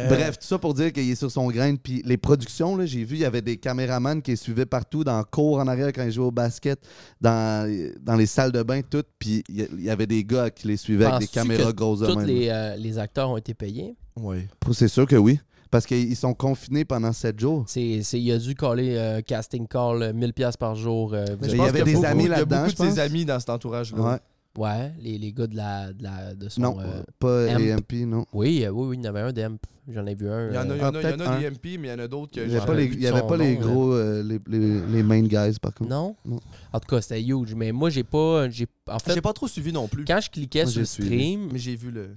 Speaker 4: euh,
Speaker 5: Bref, tout ça pour dire qu'il est sur son grain. Puis les productions, là, j'ai vu, il y avait des caméramans qui les suivaient partout, dans le cours en arrière quand ils jouaient au basket, dans, dans les salles de bain, tout. Puis il y- il y avait des gars qui les suivaient avec des
Speaker 3: Penses-tu
Speaker 5: caméras
Speaker 3: que
Speaker 5: grosses de
Speaker 3: Tous
Speaker 5: même.
Speaker 3: les, euh, les acteurs ont été payés.
Speaker 4: Ouais.
Speaker 5: Pour- C'est sûr que oui. Parce qu'ils sont confinés pendant sept jours.
Speaker 3: C'est, c'est- il a dû coller euh, casting call euh, 1000 pièces par jour. euh,
Speaker 5: Mais
Speaker 3: vous-
Speaker 5: il y avait des amis
Speaker 4: Il y a
Speaker 5: là-dedans,
Speaker 4: beaucoup
Speaker 5: je
Speaker 4: de ses
Speaker 5: pense.
Speaker 4: amis dans cet entourage-là.
Speaker 5: Ouais.
Speaker 3: Ouais, les, les gars de la de, la, de son.
Speaker 5: Non,
Speaker 3: euh,
Speaker 5: pas
Speaker 3: Amp.
Speaker 5: EMP, non.
Speaker 3: oui, euh, oui, oui, il y en avait un d'Emp. J'en ai vu un.
Speaker 4: Il y en a, il y en a-
Speaker 3: euh,
Speaker 4: il y en a
Speaker 5: peut-être un.
Speaker 4: des MP, mais il y en a d'autres que...
Speaker 5: Il n'y
Speaker 4: j'ai-
Speaker 5: avait pas les,
Speaker 3: plus
Speaker 5: il
Speaker 3: de
Speaker 5: y avait
Speaker 3: son
Speaker 5: pas les
Speaker 3: nom,
Speaker 5: gros, euh, les, les, les main guys, par contre.
Speaker 3: Non?
Speaker 5: Non. Ah,
Speaker 3: En tout cas, c'était huge. Mais moi, j'ai pas. J'ai, en fait,
Speaker 4: J'ai pas trop suivi non plus,
Speaker 3: quand je cliquais
Speaker 5: Moi,
Speaker 3: sur
Speaker 5: j'ai
Speaker 3: le
Speaker 5: suivi.
Speaker 3: stream,
Speaker 4: mais j'ai vu le...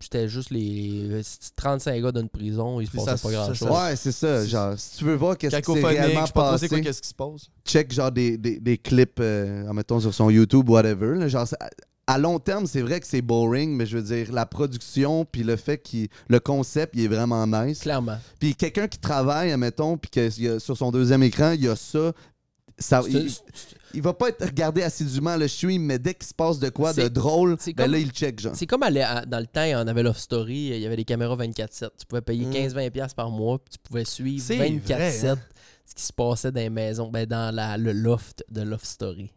Speaker 3: c'était juste les 35 gars d'une prison. Il se
Speaker 4: Puis
Speaker 3: passait
Speaker 4: ça- ça-
Speaker 3: pas grand chose.
Speaker 4: ça-
Speaker 5: Ouais, c'est ça.
Speaker 4: C'est-
Speaker 5: Genre, si tu veux voir qu'est-ce qui s'est
Speaker 4: Cacophonique, je
Speaker 5: réellement
Speaker 4: sais pas trop c'est
Speaker 5: passé,
Speaker 4: quoi, qu'est-ce qui se passe.
Speaker 5: check genre des, des, des clips, euh, mettons sur son YouTube, whatever. là, genre, ça- à long terme, c'est vrai que c'est boring, mais je veux dire, la production, puis le fait que le concept, il est vraiment nice.
Speaker 3: Clairement.
Speaker 5: Puis quelqu'un qui travaille, admettons, puis que il y a- sur son deuxième écran, il y a ça. ça
Speaker 3: C'est-
Speaker 5: Ah, il, il va pas être regardé assidûment le stream, mais dès qu'il se passe de quoi de
Speaker 3: C'est-
Speaker 5: drôle,
Speaker 3: c'est
Speaker 5: ben
Speaker 3: comme-
Speaker 5: là, il check, genre.
Speaker 3: C'est comme aller à- dans le temps, on avait Love Story, il y avait des caméras 24-7. Tu pouvais payer
Speaker 4: Mm.
Speaker 3: 15-20$ piastres par mois, puis tu pouvais suivre
Speaker 4: C'est vrai,
Speaker 3: 24-7
Speaker 5: hein?
Speaker 3: ce qui se passait dans les maisons, ben dans la- le loft de Love Story.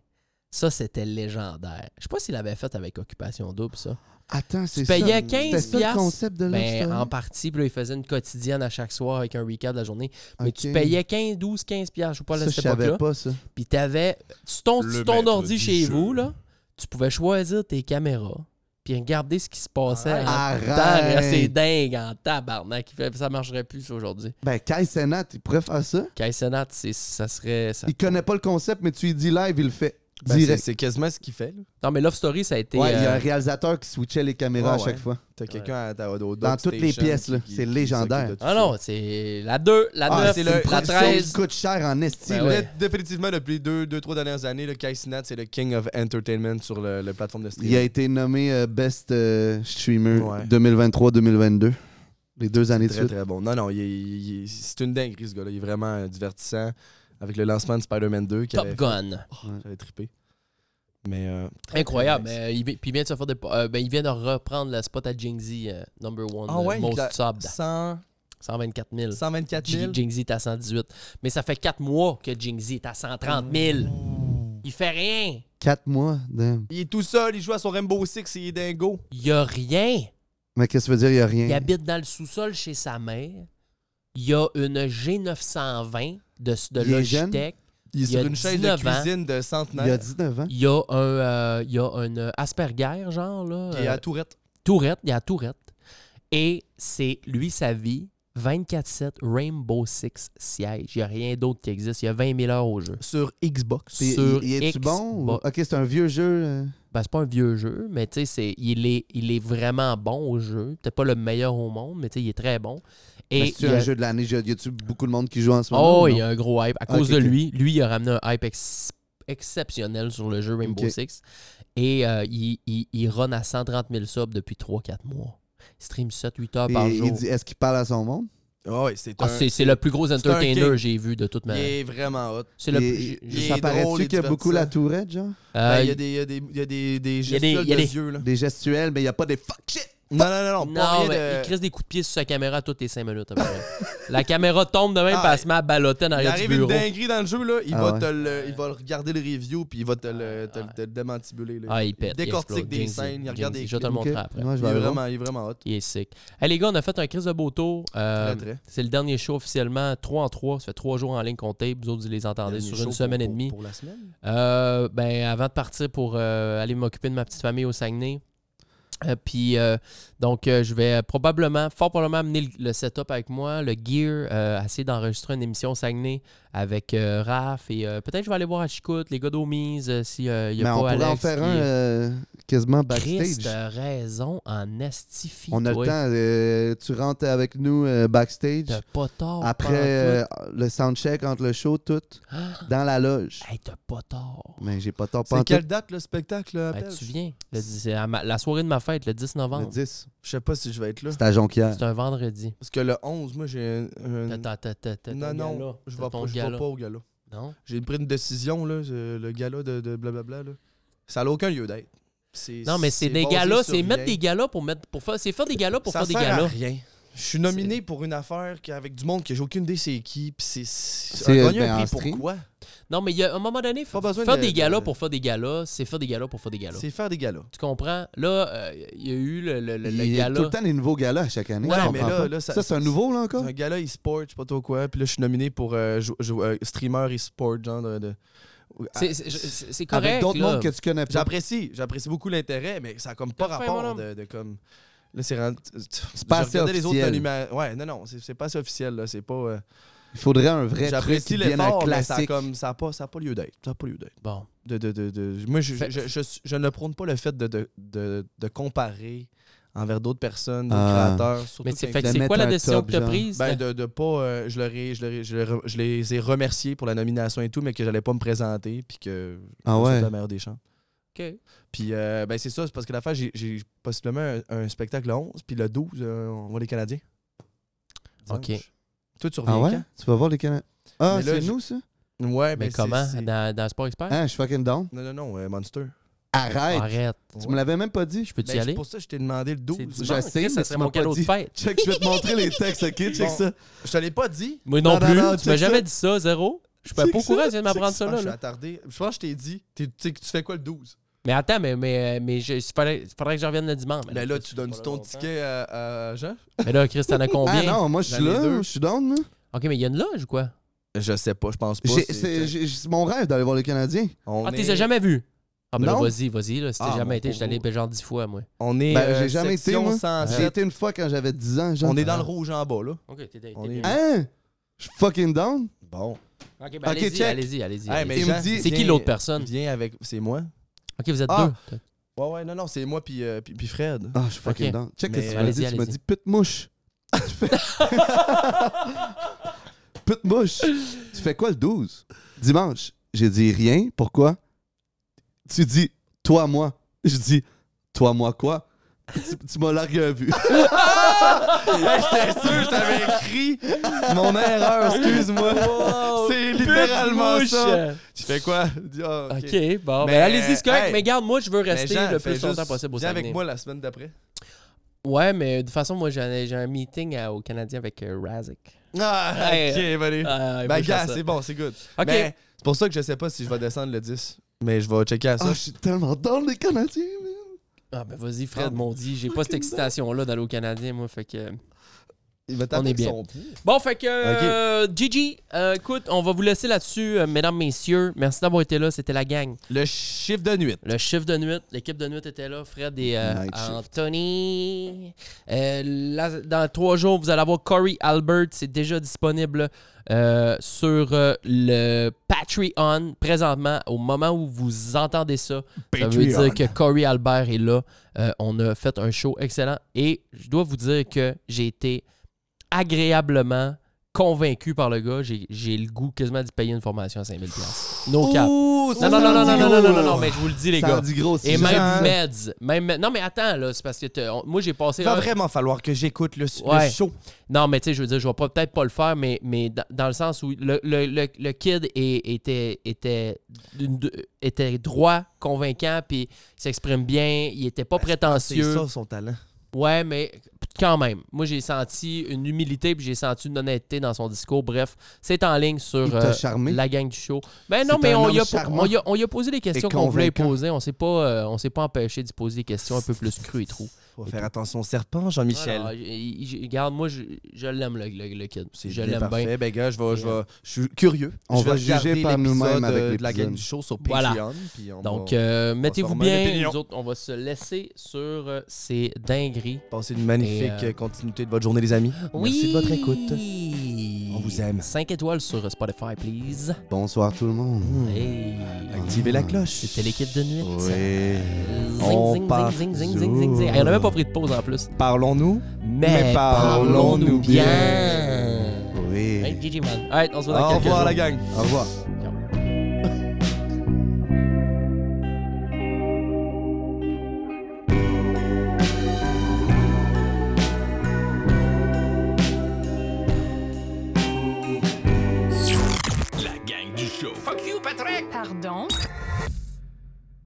Speaker 3: Ça, c'était légendaire. Je sais pas s'il l'avait fait avec Occupation Double, ça.
Speaker 5: Attends, c'est
Speaker 3: Tu
Speaker 5: ça.
Speaker 3: payais
Speaker 5: C'était
Speaker 3: 15$.
Speaker 5: ça le concept de Love
Speaker 3: Ben,
Speaker 5: Story?
Speaker 3: en partie, puis là, il faisait une quotidienne à chaque soir avec un recap de la journée. Mais tu
Speaker 5: Ok.
Speaker 3: payais 15, 12, 15 piastres, je sais pas, là,
Speaker 5: Ça, je
Speaker 3: cette
Speaker 5: savais
Speaker 3: époque-là.
Speaker 5: pas ça.
Speaker 3: Puis t'avais, sur ton,
Speaker 4: Le
Speaker 3: sur ton
Speaker 4: maître
Speaker 3: ordi
Speaker 4: du
Speaker 3: chez
Speaker 4: jeu.
Speaker 3: vous, là, tu pouvais choisir tes caméras, puis regarder ce qui se passait. en
Speaker 5: Arrête.
Speaker 3: temps
Speaker 5: Ben.
Speaker 3: réel. C'est dingue en tabarnak. Il fait- Ça marcherait plus ça, aujourd'hui.
Speaker 5: Ben, Kai Senat, il pourrait faire ça.
Speaker 3: Kaisenat, c'est ça serait... ça-
Speaker 5: Il connaît pas le concept, mais tu lui dis live, il le fait.
Speaker 4: Ben, c'est-
Speaker 5: direct.
Speaker 4: C'est quasiment ce qu'il fait, là.
Speaker 3: Non, mais Love Story, ça a été...
Speaker 5: Ouais, il y a
Speaker 3: euh,
Speaker 5: un réalisateur qui switchait les caméras
Speaker 4: Ouais,
Speaker 5: à chaque
Speaker 4: ouais.
Speaker 5: fois.
Speaker 4: T'as quelqu'un à ta au- au
Speaker 5: Dans
Speaker 4: dock
Speaker 5: toutes les
Speaker 4: station
Speaker 5: pièces, là.
Speaker 4: qui- qui-
Speaker 5: C'est
Speaker 4: qui
Speaker 5: légendaire.
Speaker 4: s'occupe de tout
Speaker 3: Ah
Speaker 4: ça.
Speaker 3: non, c'est la 2, la
Speaker 5: Ah,
Speaker 3: 9,
Speaker 5: c'est
Speaker 4: le-
Speaker 5: une
Speaker 3: la
Speaker 5: production
Speaker 3: 13.
Speaker 5: qui coûte cher en esti.
Speaker 3: Ben
Speaker 5: là.
Speaker 3: ouais.
Speaker 4: Dé- Définitivement, depuis les deux, deux, trois dernières années, le Kai Sinat, c'est le king of entertainment sur le, le plateforme de streaming.
Speaker 5: Il a été nommé euh, Best euh, Streamer
Speaker 4: Ouais.
Speaker 5: 2023-2022. Les deux années de
Speaker 4: très,
Speaker 5: suite.
Speaker 4: très bon. Non, non, il est- il est- c'est une dinguerie, ce gars-là. Il est vraiment euh, divertissant. Avec le lancement de Spider-Man 2, qui
Speaker 3: Top
Speaker 4: avait,
Speaker 3: Gun.
Speaker 4: Oh, j'avais trippé. Mais. euh, très,
Speaker 3: Incroyable.
Speaker 4: très nice.
Speaker 3: mais, euh, il, vi- puis il vient de se faire des- euh, ben, il vient de reprendre le spot à Jingzi, number one,
Speaker 4: Ah
Speaker 3: euh,
Speaker 4: ouais,
Speaker 3: most
Speaker 4: il cla-
Speaker 3: subbed.
Speaker 4: 100,
Speaker 3: 124 000.
Speaker 4: 124 000.
Speaker 3: Jingzi est à 118. Mais ça fait 4 mois que Jingzi est à 130 000. Il fait rien.
Speaker 5: Quatre mois. damn.
Speaker 4: Il est tout seul, il joue à son Rainbow Six, il est dingo.
Speaker 3: Il y a rien.
Speaker 5: Mais qu'est-ce que ça veut dire, il n'y a
Speaker 3: Il
Speaker 5: rien?
Speaker 3: habite dans le sous-sol chez sa mère. Il y a une G920 de, de
Speaker 5: Il est jeune? hein?
Speaker 3: Logitech.
Speaker 4: Il est
Speaker 3: Il a
Speaker 4: sur une chaise de
Speaker 3: 19 ans.
Speaker 4: cuisine de
Speaker 5: Il a
Speaker 4: centenaire.
Speaker 5: 19 ans.
Speaker 3: Il y a un, euh, il y a un euh, Asperger, genre, là.
Speaker 4: Il est
Speaker 3: euh,
Speaker 4: à Tourette.
Speaker 3: Tourette, il y a Tourette. Et c'est lui sa vie, 24-7 Rainbow Six siège. Il n'y a rien d'autre qui existe. Il y a 20 000 heures au jeu.
Speaker 4: Sur Xbox.
Speaker 5: C'est-
Speaker 3: sur
Speaker 5: il est-tu
Speaker 3: Xbox.
Speaker 5: bon? ou- Ok, c'est un vieux jeu. euh.
Speaker 3: Ben, c'est pas un vieux jeu, mais tu sais, c'est- il est, il est vraiment bon au jeu. Peut-être pas le meilleur au monde, mais tu sais, il est très bon.
Speaker 5: Mais
Speaker 3: Et
Speaker 5: C'est-tu
Speaker 3: il y
Speaker 5: un
Speaker 3: a-
Speaker 5: jeu de l'année? Y a-tu beaucoup de monde qui joue en ce moment?
Speaker 3: Oh,
Speaker 5: ou
Speaker 3: il y
Speaker 5: non?
Speaker 3: a un gros hype. À
Speaker 5: Ah,
Speaker 3: cause
Speaker 5: ok,
Speaker 3: de
Speaker 5: ok.
Speaker 3: lui, lui, il a ramené un hype ex- exceptionnel sur le jeu Rainbow
Speaker 5: Ok.
Speaker 3: Six. Et euh, il, il, il run à 130 000 subs depuis 3-4 mois. Il stream 7-8 heures
Speaker 5: Et
Speaker 3: par
Speaker 5: il
Speaker 3: jour.
Speaker 5: dit- Est-ce qu'il parle à son monde?
Speaker 4: Ah ouais, c'est
Speaker 3: Ah,
Speaker 4: un-
Speaker 3: c'est c'est le plus gros
Speaker 4: un
Speaker 3: entertainer
Speaker 4: king.
Speaker 3: que j'ai vu de toute ma
Speaker 4: Il est vraiment hot.
Speaker 3: C'est le
Speaker 5: Il-
Speaker 3: plus-
Speaker 5: il-
Speaker 4: il
Speaker 5: ça
Speaker 4: est ben, drôle, il
Speaker 5: paraît-tu
Speaker 4: est
Speaker 5: qu'il y a beaucoup
Speaker 4: divertissant.
Speaker 5: la tourette, genre?
Speaker 3: Euh,
Speaker 4: Ben, Il y a des, il y a des, il y a des, des
Speaker 3: y a des-
Speaker 4: gestuels
Speaker 3: il y a
Speaker 4: de
Speaker 3: des-
Speaker 4: yeux, là.
Speaker 5: Des gestuels, mais il n'y a pas des fuck shit!
Speaker 4: Non, non, non, non. pas
Speaker 3: Non,
Speaker 4: rien
Speaker 3: mais il
Speaker 4: de-
Speaker 3: crisse des coups de pied sur sa caméra toutes les 5 minutes. à peu près. la caméra tombe de même
Speaker 4: Ah,
Speaker 3: parce qu'elle se met à balloter en
Speaker 4: Il
Speaker 3: arrière du
Speaker 4: arrive une
Speaker 3: bureau.
Speaker 4: dinguerie dans le jeu, là. Il,
Speaker 5: Ah
Speaker 4: va,
Speaker 5: ouais.
Speaker 4: te le, il va le regarder le review, puis il va te le, te, le- te le démantibuler. là.
Speaker 3: Ah, il pète. il
Speaker 4: décortique
Speaker 3: explose.
Speaker 4: des
Speaker 3: James-
Speaker 4: scènes, il
Speaker 3: James-
Speaker 4: regarde des
Speaker 3: Je vais te le
Speaker 5: Ok.
Speaker 3: montrer après.
Speaker 5: Ouais, je
Speaker 4: Il
Speaker 5: vais
Speaker 4: est
Speaker 5: aller voir.
Speaker 4: vraiment, il est vraiment hot.
Speaker 3: Il est sick. Hey, les gars, on a fait un crise de beau tour. Euh,
Speaker 4: Très, très.
Speaker 3: c'est le dernier show officiellement, 3 en 3. Ça fait 3 jours en ligne comptée. Vous autres, vous les entendez
Speaker 4: Dernier
Speaker 3: sur
Speaker 4: show
Speaker 3: une
Speaker 4: pour-
Speaker 3: semaine et
Speaker 4: pour-
Speaker 3: demie.
Speaker 4: Pour la semaine.
Speaker 3: Euh, ben, avant de partir pour euh, aller m'occuper de ma petite famille au Saguenay. Euh, puis, euh, donc, euh, je vais probablement, fort probablement, amener le, le setup avec moi, le gear, euh, essayer d'enregistrer une émission au Saguenay avec euh, Raph. Et euh, peut-être je vais aller voir à Chicoute, les gars d'Omise, euh, si euh, il y
Speaker 5: Mais
Speaker 3: a
Speaker 5: on
Speaker 3: pas
Speaker 5: pourrait
Speaker 3: Alex
Speaker 5: en faire
Speaker 3: qui-
Speaker 5: un euh, quasiment
Speaker 3: Chris,
Speaker 5: backstage.
Speaker 3: t'as raison en estifie.
Speaker 5: On a le
Speaker 3: toi.
Speaker 5: temps. euh, tu rentres avec nous euh, backstage.
Speaker 3: T'as pas tort.
Speaker 5: Après
Speaker 3: pantoute.
Speaker 5: euh, le soundcheck entre le show, tout,
Speaker 3: Ah,
Speaker 5: dans la loge.
Speaker 3: hey, t'as pas tort.
Speaker 5: Mais j'ai pas tort
Speaker 4: C'est
Speaker 5: pas
Speaker 4: quelle date le spectacle, là,
Speaker 3: Ben,
Speaker 4: Appel?
Speaker 3: tu viens. Le dix- c'est à ma- la soirée de ma fête, le 10
Speaker 5: Le
Speaker 3: novembre.
Speaker 5: 10.
Speaker 4: Je sais pas si je vais être là.
Speaker 5: C'est à Jonquière.
Speaker 3: C'est un vendredi.
Speaker 4: Parce que le 11, moi, j'ai un. un-
Speaker 3: T'as- t'as- t'as- t'as- t'as
Speaker 4: Non,
Speaker 3: ton gala.
Speaker 4: non, je
Speaker 3: T'as
Speaker 4: vais
Speaker 3: ton
Speaker 4: pas, je vais
Speaker 3: gala.
Speaker 4: pas au gala.
Speaker 3: Non?
Speaker 4: J'ai pris une décision, là, euh, le gala de, de blablabla. là. Ça n'a aucun lieu d'être. C'est-
Speaker 3: Non, mais c'est des
Speaker 4: basé
Speaker 3: galas.
Speaker 4: sur
Speaker 3: C'est mettre
Speaker 4: rien.
Speaker 3: des galas pour mettre. Pour faire, c'est faire des galas pour
Speaker 4: Ça
Speaker 3: faire des
Speaker 4: sert à
Speaker 3: galas.
Speaker 4: rien. Je suis nominé pour une affaire que- avec du monde que j'ai aucune idée c'est qui. Puis c'est. C'est
Speaker 5: C'est,
Speaker 4: un gagner
Speaker 5: ben,
Speaker 4: un
Speaker 5: en
Speaker 4: prix
Speaker 5: stream.
Speaker 4: pour quoi
Speaker 3: Non, mais il y a un moment donné,
Speaker 4: Pas besoin
Speaker 3: faire
Speaker 4: de-
Speaker 3: des
Speaker 4: de-
Speaker 3: galas pour faire des galas, c'est faire des galas pour faire des galas.
Speaker 4: C'est faire des galas.
Speaker 3: Tu comprends? Là, euh, il y a eu le, le, le- le
Speaker 5: Il y a
Speaker 3: gala.
Speaker 5: tout le temps des nouveaux galas à chaque année.
Speaker 4: Ouais,
Speaker 5: je comprends
Speaker 4: mais là-
Speaker 5: pas.
Speaker 4: là, ça-
Speaker 5: ça, c'est un nouveau, là, encore?
Speaker 4: C'est un gala e-sport, je sais pas trop quoi. Puis là, je suis nominé pour euh, jou- jou- euh, streamer e-sport, genre de. de-
Speaker 3: C'est- c'est- C'est c'est correct.
Speaker 5: Avec d'autres
Speaker 3: là.
Speaker 5: mondes que tu connais pas.
Speaker 4: J'apprécie, j'apprécie beaucoup l'intérêt, mais ça a comme pas
Speaker 3: T'as fait,
Speaker 4: rapport
Speaker 3: mon
Speaker 4: de, de comme. Là, c'est rendu. C'est
Speaker 5: pas assez
Speaker 4: les autres
Speaker 5: officiel.
Speaker 4: nomina- Ouais, non, non, c'est c'est pas assez officiel, là. C'est pas. euh,
Speaker 5: Il faudrait un vrai truc
Speaker 4: J'apprécie
Speaker 5: qui devienne un
Speaker 4: l'effort, mais ça a
Speaker 5: classique.
Speaker 4: comme ça a pas ça a pas lieu d'être. Ça a pas lieu d'être.
Speaker 3: Bon.
Speaker 4: De, de, de, de- moi je,
Speaker 3: Fait-
Speaker 4: je, je, je ne prône pas le fait de, de, de, de comparer envers d'autres personnes, d'autres
Speaker 5: Ah.
Speaker 4: créateurs, surtout
Speaker 3: Mais c'est
Speaker 4: quand-
Speaker 3: fait que
Speaker 5: de
Speaker 3: c'est quoi la
Speaker 5: mettre un
Speaker 3: décision
Speaker 5: top,
Speaker 3: que t'as
Speaker 5: genre.
Speaker 3: prise?
Speaker 4: ben, de, de pas euh, je, leur ai- je, leur ai- je, leur ai- je les ai remerciés pour la nomination et tout mais que j'allais pas me présenter puis que je
Speaker 5: Ah
Speaker 4: me souhaite
Speaker 5: ouais.
Speaker 4: la meilleure des chances.
Speaker 3: Ok.
Speaker 4: Puis euh, ben c'est ça, c'est parce que l'affaire j'ai- j'ai possiblement un, un spectacle le 11 puis le 12 euh, on voit les Canadiens.
Speaker 3: Ok.
Speaker 4: Dimanche. Toi tu reviens
Speaker 5: Ah ouais?
Speaker 4: quand
Speaker 5: Tu vas voir les Canadiens. Ah,
Speaker 4: Mais là,
Speaker 5: c'est
Speaker 4: je- Hein?
Speaker 5: nous, ça?
Speaker 4: Ouais,
Speaker 3: Mais
Speaker 4: ben, c'est-
Speaker 3: comment?
Speaker 4: c'est-
Speaker 3: Dans, dans Sport Expert?
Speaker 5: Hein, je suis fucking down.
Speaker 4: Non non non, euh, Monster.
Speaker 5: Arrête!
Speaker 3: Arrête.
Speaker 5: Tu
Speaker 4: Ouais.
Speaker 5: me l'avais même pas dit.
Speaker 3: Je peux t'y
Speaker 4: Ben,
Speaker 3: aller?
Speaker 4: C'est pour ça que je t'ai demandé le 12.
Speaker 3: C'est
Speaker 4: Je
Speaker 3: dimanche,
Speaker 5: je sais,
Speaker 3: Chris, ça
Speaker 5: mais
Speaker 3: serait
Speaker 5: tu
Speaker 3: mon
Speaker 5: m'as pas
Speaker 3: cadeau de
Speaker 5: dit.
Speaker 3: fête.
Speaker 5: Check, je vais te montrer les textes, ok? Check
Speaker 4: Bon.
Speaker 5: ça.
Speaker 4: te l'ai pas dit.
Speaker 3: Moi non
Speaker 5: Non, non,
Speaker 3: plus.
Speaker 5: non,
Speaker 3: tu
Speaker 5: check
Speaker 3: m'as jamais
Speaker 5: ça.
Speaker 3: dit ça, zéro. Je suis pas pas au
Speaker 5: Check
Speaker 3: courant,
Speaker 5: ça,
Speaker 3: je viens de m'apprendre ça
Speaker 4: Ah, je
Speaker 3: là.
Speaker 4: suis
Speaker 3: là.
Speaker 4: attardé. Je pense que je t'ai dit. T'es- Tu sais que tu fais quoi le 12?
Speaker 3: Mais attends, mais, mais, mais je, il faudrait, il faudrait que je revienne le dimanche.
Speaker 4: Mais Ben, là, tu donnes
Speaker 3: pas
Speaker 4: ton
Speaker 3: longtemps.
Speaker 4: ticket à, à Jean?
Speaker 3: Mais là, Chris, t'en as
Speaker 5: Ah
Speaker 3: combien?
Speaker 5: non, moi, je suis
Speaker 4: J'en ai
Speaker 5: là.
Speaker 4: deux.
Speaker 5: Je suis down, moi.
Speaker 3: ok, mais il y a une loge ou quoi?
Speaker 4: Je sais pas, je pense pas.
Speaker 5: J'ai- C'est j'ai- c'est mon rêve d'aller voir les Canadiens.
Speaker 4: On
Speaker 3: Ah,
Speaker 4: est-
Speaker 3: t'es jamais vu? Ah, ben là,
Speaker 5: Non.
Speaker 3: vas-y, vas-y. là, Si t'es
Speaker 4: Ah, mon
Speaker 3: jamais été, j'étais allé
Speaker 4: pauvre.
Speaker 3: ben, genre dix fois, moi.
Speaker 4: On est.
Speaker 5: Ben,
Speaker 4: euh,
Speaker 5: j'ai jamais été,
Speaker 4: section
Speaker 5: moi.
Speaker 4: 107.
Speaker 5: J'ai été une fois quand j'avais 10 ans, genre.
Speaker 4: On est dans le rouge en bas, là.
Speaker 3: Ok, t'es
Speaker 4: On est-
Speaker 3: bien.
Speaker 5: Hein? Je suis fucking down.
Speaker 4: Bon.
Speaker 3: Ok, ben
Speaker 5: Ok,
Speaker 3: allez-y,
Speaker 5: check.
Speaker 3: allez-y, allez-y.
Speaker 4: Hey, mais
Speaker 3: allez-y.
Speaker 5: il
Speaker 4: Jean,
Speaker 5: me dit-
Speaker 3: C'est qui
Speaker 4: viens-
Speaker 3: l'autre personne?
Speaker 4: Viens avec. C'est moi.
Speaker 3: Ok, vous êtes
Speaker 5: Ah.
Speaker 3: deux.
Speaker 4: Ouais, ouais, non, non, c'est moi puis euh, puis- puis Fred.
Speaker 5: Ah, je suis fucking
Speaker 3: Ok.
Speaker 5: down. Check
Speaker 4: Mais-
Speaker 5: ce que tu m'as
Speaker 3: Allez-y,
Speaker 5: dit. Tu m'as
Speaker 3: allez-y.
Speaker 5: dit pute mouche. Tu fais- pute mouche. Tu fais quoi le 12? Dimanche. J'ai dit rien. Pourquoi? Tu dis toi, moi. Je dis toi, moi, quoi? Tu, tu m'as largué un vu.
Speaker 4: Hey, J'étais sûr, je t'avais écrit. Mon erreur, excuse-moi.
Speaker 3: Oh,
Speaker 4: C'est littéralement ça. Tu fais quoi? Dis, ah,
Speaker 3: Ok,
Speaker 4: ok.
Speaker 3: bon,
Speaker 4: Mais,
Speaker 3: ben allez-y, c'est correct.
Speaker 4: hey,
Speaker 3: mais regarde, moi, je veux
Speaker 4: Mais
Speaker 3: rester
Speaker 4: Jean,
Speaker 3: le
Speaker 4: fais
Speaker 3: plus longtemps
Speaker 4: juste-
Speaker 3: possible au
Speaker 4: Viens avec
Speaker 3: Saguenay.
Speaker 4: moi la semaine d'après.
Speaker 3: Ouais, mais de toute façon, moi, j'ai un, j'ai un meeting à- au Canadien avec euh, Razik.
Speaker 4: Ah,
Speaker 3: Hey.
Speaker 4: ok, allez.
Speaker 3: Ah, il faut
Speaker 4: Ben,
Speaker 3: que je fasse
Speaker 4: gars,
Speaker 3: ça.
Speaker 4: c'est bon, Ben, c'est good.
Speaker 3: Ok.
Speaker 4: Mais c'est pour ça que je sais pas si je vais descendre le 10. Mais je vais checker à
Speaker 5: Ah,
Speaker 4: ça.
Speaker 5: je suis tellement down les Canadiens, man.
Speaker 3: Ah, ben vas-y, Fred,
Speaker 5: Ah,
Speaker 3: mon dit. J'ai pas cette excitation-là d'aller au Canadien, moi, fait que.
Speaker 4: Il va
Speaker 3: on est
Speaker 4: taper
Speaker 3: bien.
Speaker 4: son pied.
Speaker 3: Bon, fait que. euh, Gigi, euh, écoute, on va vous laisser là-dessus, euh, mesdames, messieurs. Merci d'avoir été là. C'était la gang.
Speaker 4: Le chiffre de nuit.
Speaker 3: Le chiffre de nuit, l'équipe de nuit était là. Fred et euh,
Speaker 5: Night shift.
Speaker 3: Anthony. Euh, là, dans trois jours, vous allez avoir Corey Albert. C'est déjà disponible euh, sur euh, le Patreon présentement. Au moment où vous entendez ça, ça veut
Speaker 4: Patreon.
Speaker 3: dire que Corey Albert est là. Euh, on a fait un show excellent et je dois vous dire que j'ai été agréablement convaincu par le gars. J'ai j'ai le goût quasiment d'y payer une formation à 5000$. No cap.
Speaker 5: Ouh, ça,
Speaker 3: Non, non, non,
Speaker 5: ça
Speaker 3: non,
Speaker 5: en
Speaker 3: non,
Speaker 5: dit
Speaker 3: non, non,
Speaker 5: gros.
Speaker 3: non, non, non, mais je vous le dis, les
Speaker 5: Oh! Ça en
Speaker 3: gars.
Speaker 5: dit gros, si
Speaker 3: Et
Speaker 5: je-
Speaker 3: même Meds. Même, Meds- non, mais attends, là, c'est parce que t'as- on- moi, j'ai passé.
Speaker 4: Il va
Speaker 3: un-
Speaker 4: vraiment falloir que j'écoute le, le
Speaker 3: Ouais.
Speaker 4: show.
Speaker 3: Non, mais tu sais, je veux dire, je vais pas- peut-être pas le faire, mais, mais dans, dans le sens où le, le- le- le kid est- était, était, d'une- de- était droit, convaincant, puis il s'exprime bien, il était pas
Speaker 4: C'est
Speaker 3: prétentieux.
Speaker 4: ça son talent.
Speaker 3: Ouais, mais quand même. Moi, j'ai senti une humilité puis j'ai senti une honnêteté dans son discours. Bref, c'est en ligne sur
Speaker 5: Il t'a
Speaker 3: euh,
Speaker 5: charmé?
Speaker 3: la gang du show. Ben
Speaker 5: C'est
Speaker 3: non, mais
Speaker 5: un
Speaker 3: on
Speaker 5: homme
Speaker 3: y, a, po-
Speaker 5: charmant
Speaker 3: on, y a, on y a posé les questions qu'on voulait
Speaker 5: convaincant.
Speaker 3: poser. On s'est pas, euh, on s'est pas empêché d'y poser des questions un peu plus crues et Ah, trop.
Speaker 4: Faut faire attention au serpent, Jean-Michel.
Speaker 3: Alors, il- il- regarde, moi, je, je l'aime, le, le, le kid.
Speaker 4: C'est
Speaker 3: Je
Speaker 4: bien
Speaker 3: l'aime
Speaker 4: parfait.
Speaker 3: bien.
Speaker 4: Ben, gars, je, vais, je,
Speaker 3: Et, euh,
Speaker 4: vais- je suis curieux.
Speaker 5: on
Speaker 4: je
Speaker 5: va
Speaker 4: vais
Speaker 5: juger
Speaker 4: regarder
Speaker 5: par
Speaker 4: l'épisode,
Speaker 5: nous-mêmes avec
Speaker 4: euh, de la
Speaker 5: l'épisode.
Speaker 4: gang du show sur
Speaker 3: Voilà.
Speaker 4: Patreon. puis on
Speaker 3: Donc,
Speaker 4: va
Speaker 3: euh, mettez-vous
Speaker 4: former une
Speaker 3: bien.
Speaker 4: opinion.
Speaker 3: Nous autres, on va se laisser sur euh, ces dingueries.
Speaker 4: passer une magnifique
Speaker 3: et, euh,
Speaker 4: continuité de votre journée, les amis. Merci de votre écoute.
Speaker 3: écoute.
Speaker 4: On vous aime.
Speaker 3: 5 étoiles sur Spotify, please.
Speaker 5: Bonsoir tout le monde.
Speaker 3: Hey.
Speaker 4: Activez la cloche.
Speaker 3: C'était l'équipe de nuit.
Speaker 5: Oui.
Speaker 3: Zing,
Speaker 4: On
Speaker 3: zing,
Speaker 4: part.
Speaker 3: zing, zing, zing, zing, zing, zing. Hey, on n'a même pas pris de pause en plus.
Speaker 4: Parlons-nous.
Speaker 3: Mais,
Speaker 4: parlons-nous bien.
Speaker 5: Oui.
Speaker 3: Hey, GG, man. Alright, on se voit dans
Speaker 4: Au
Speaker 3: quelques
Speaker 4: revoir,
Speaker 3: jours.
Speaker 4: la gang.
Speaker 5: Au revoir.
Speaker 1: La gang du show.
Speaker 2: Pardon?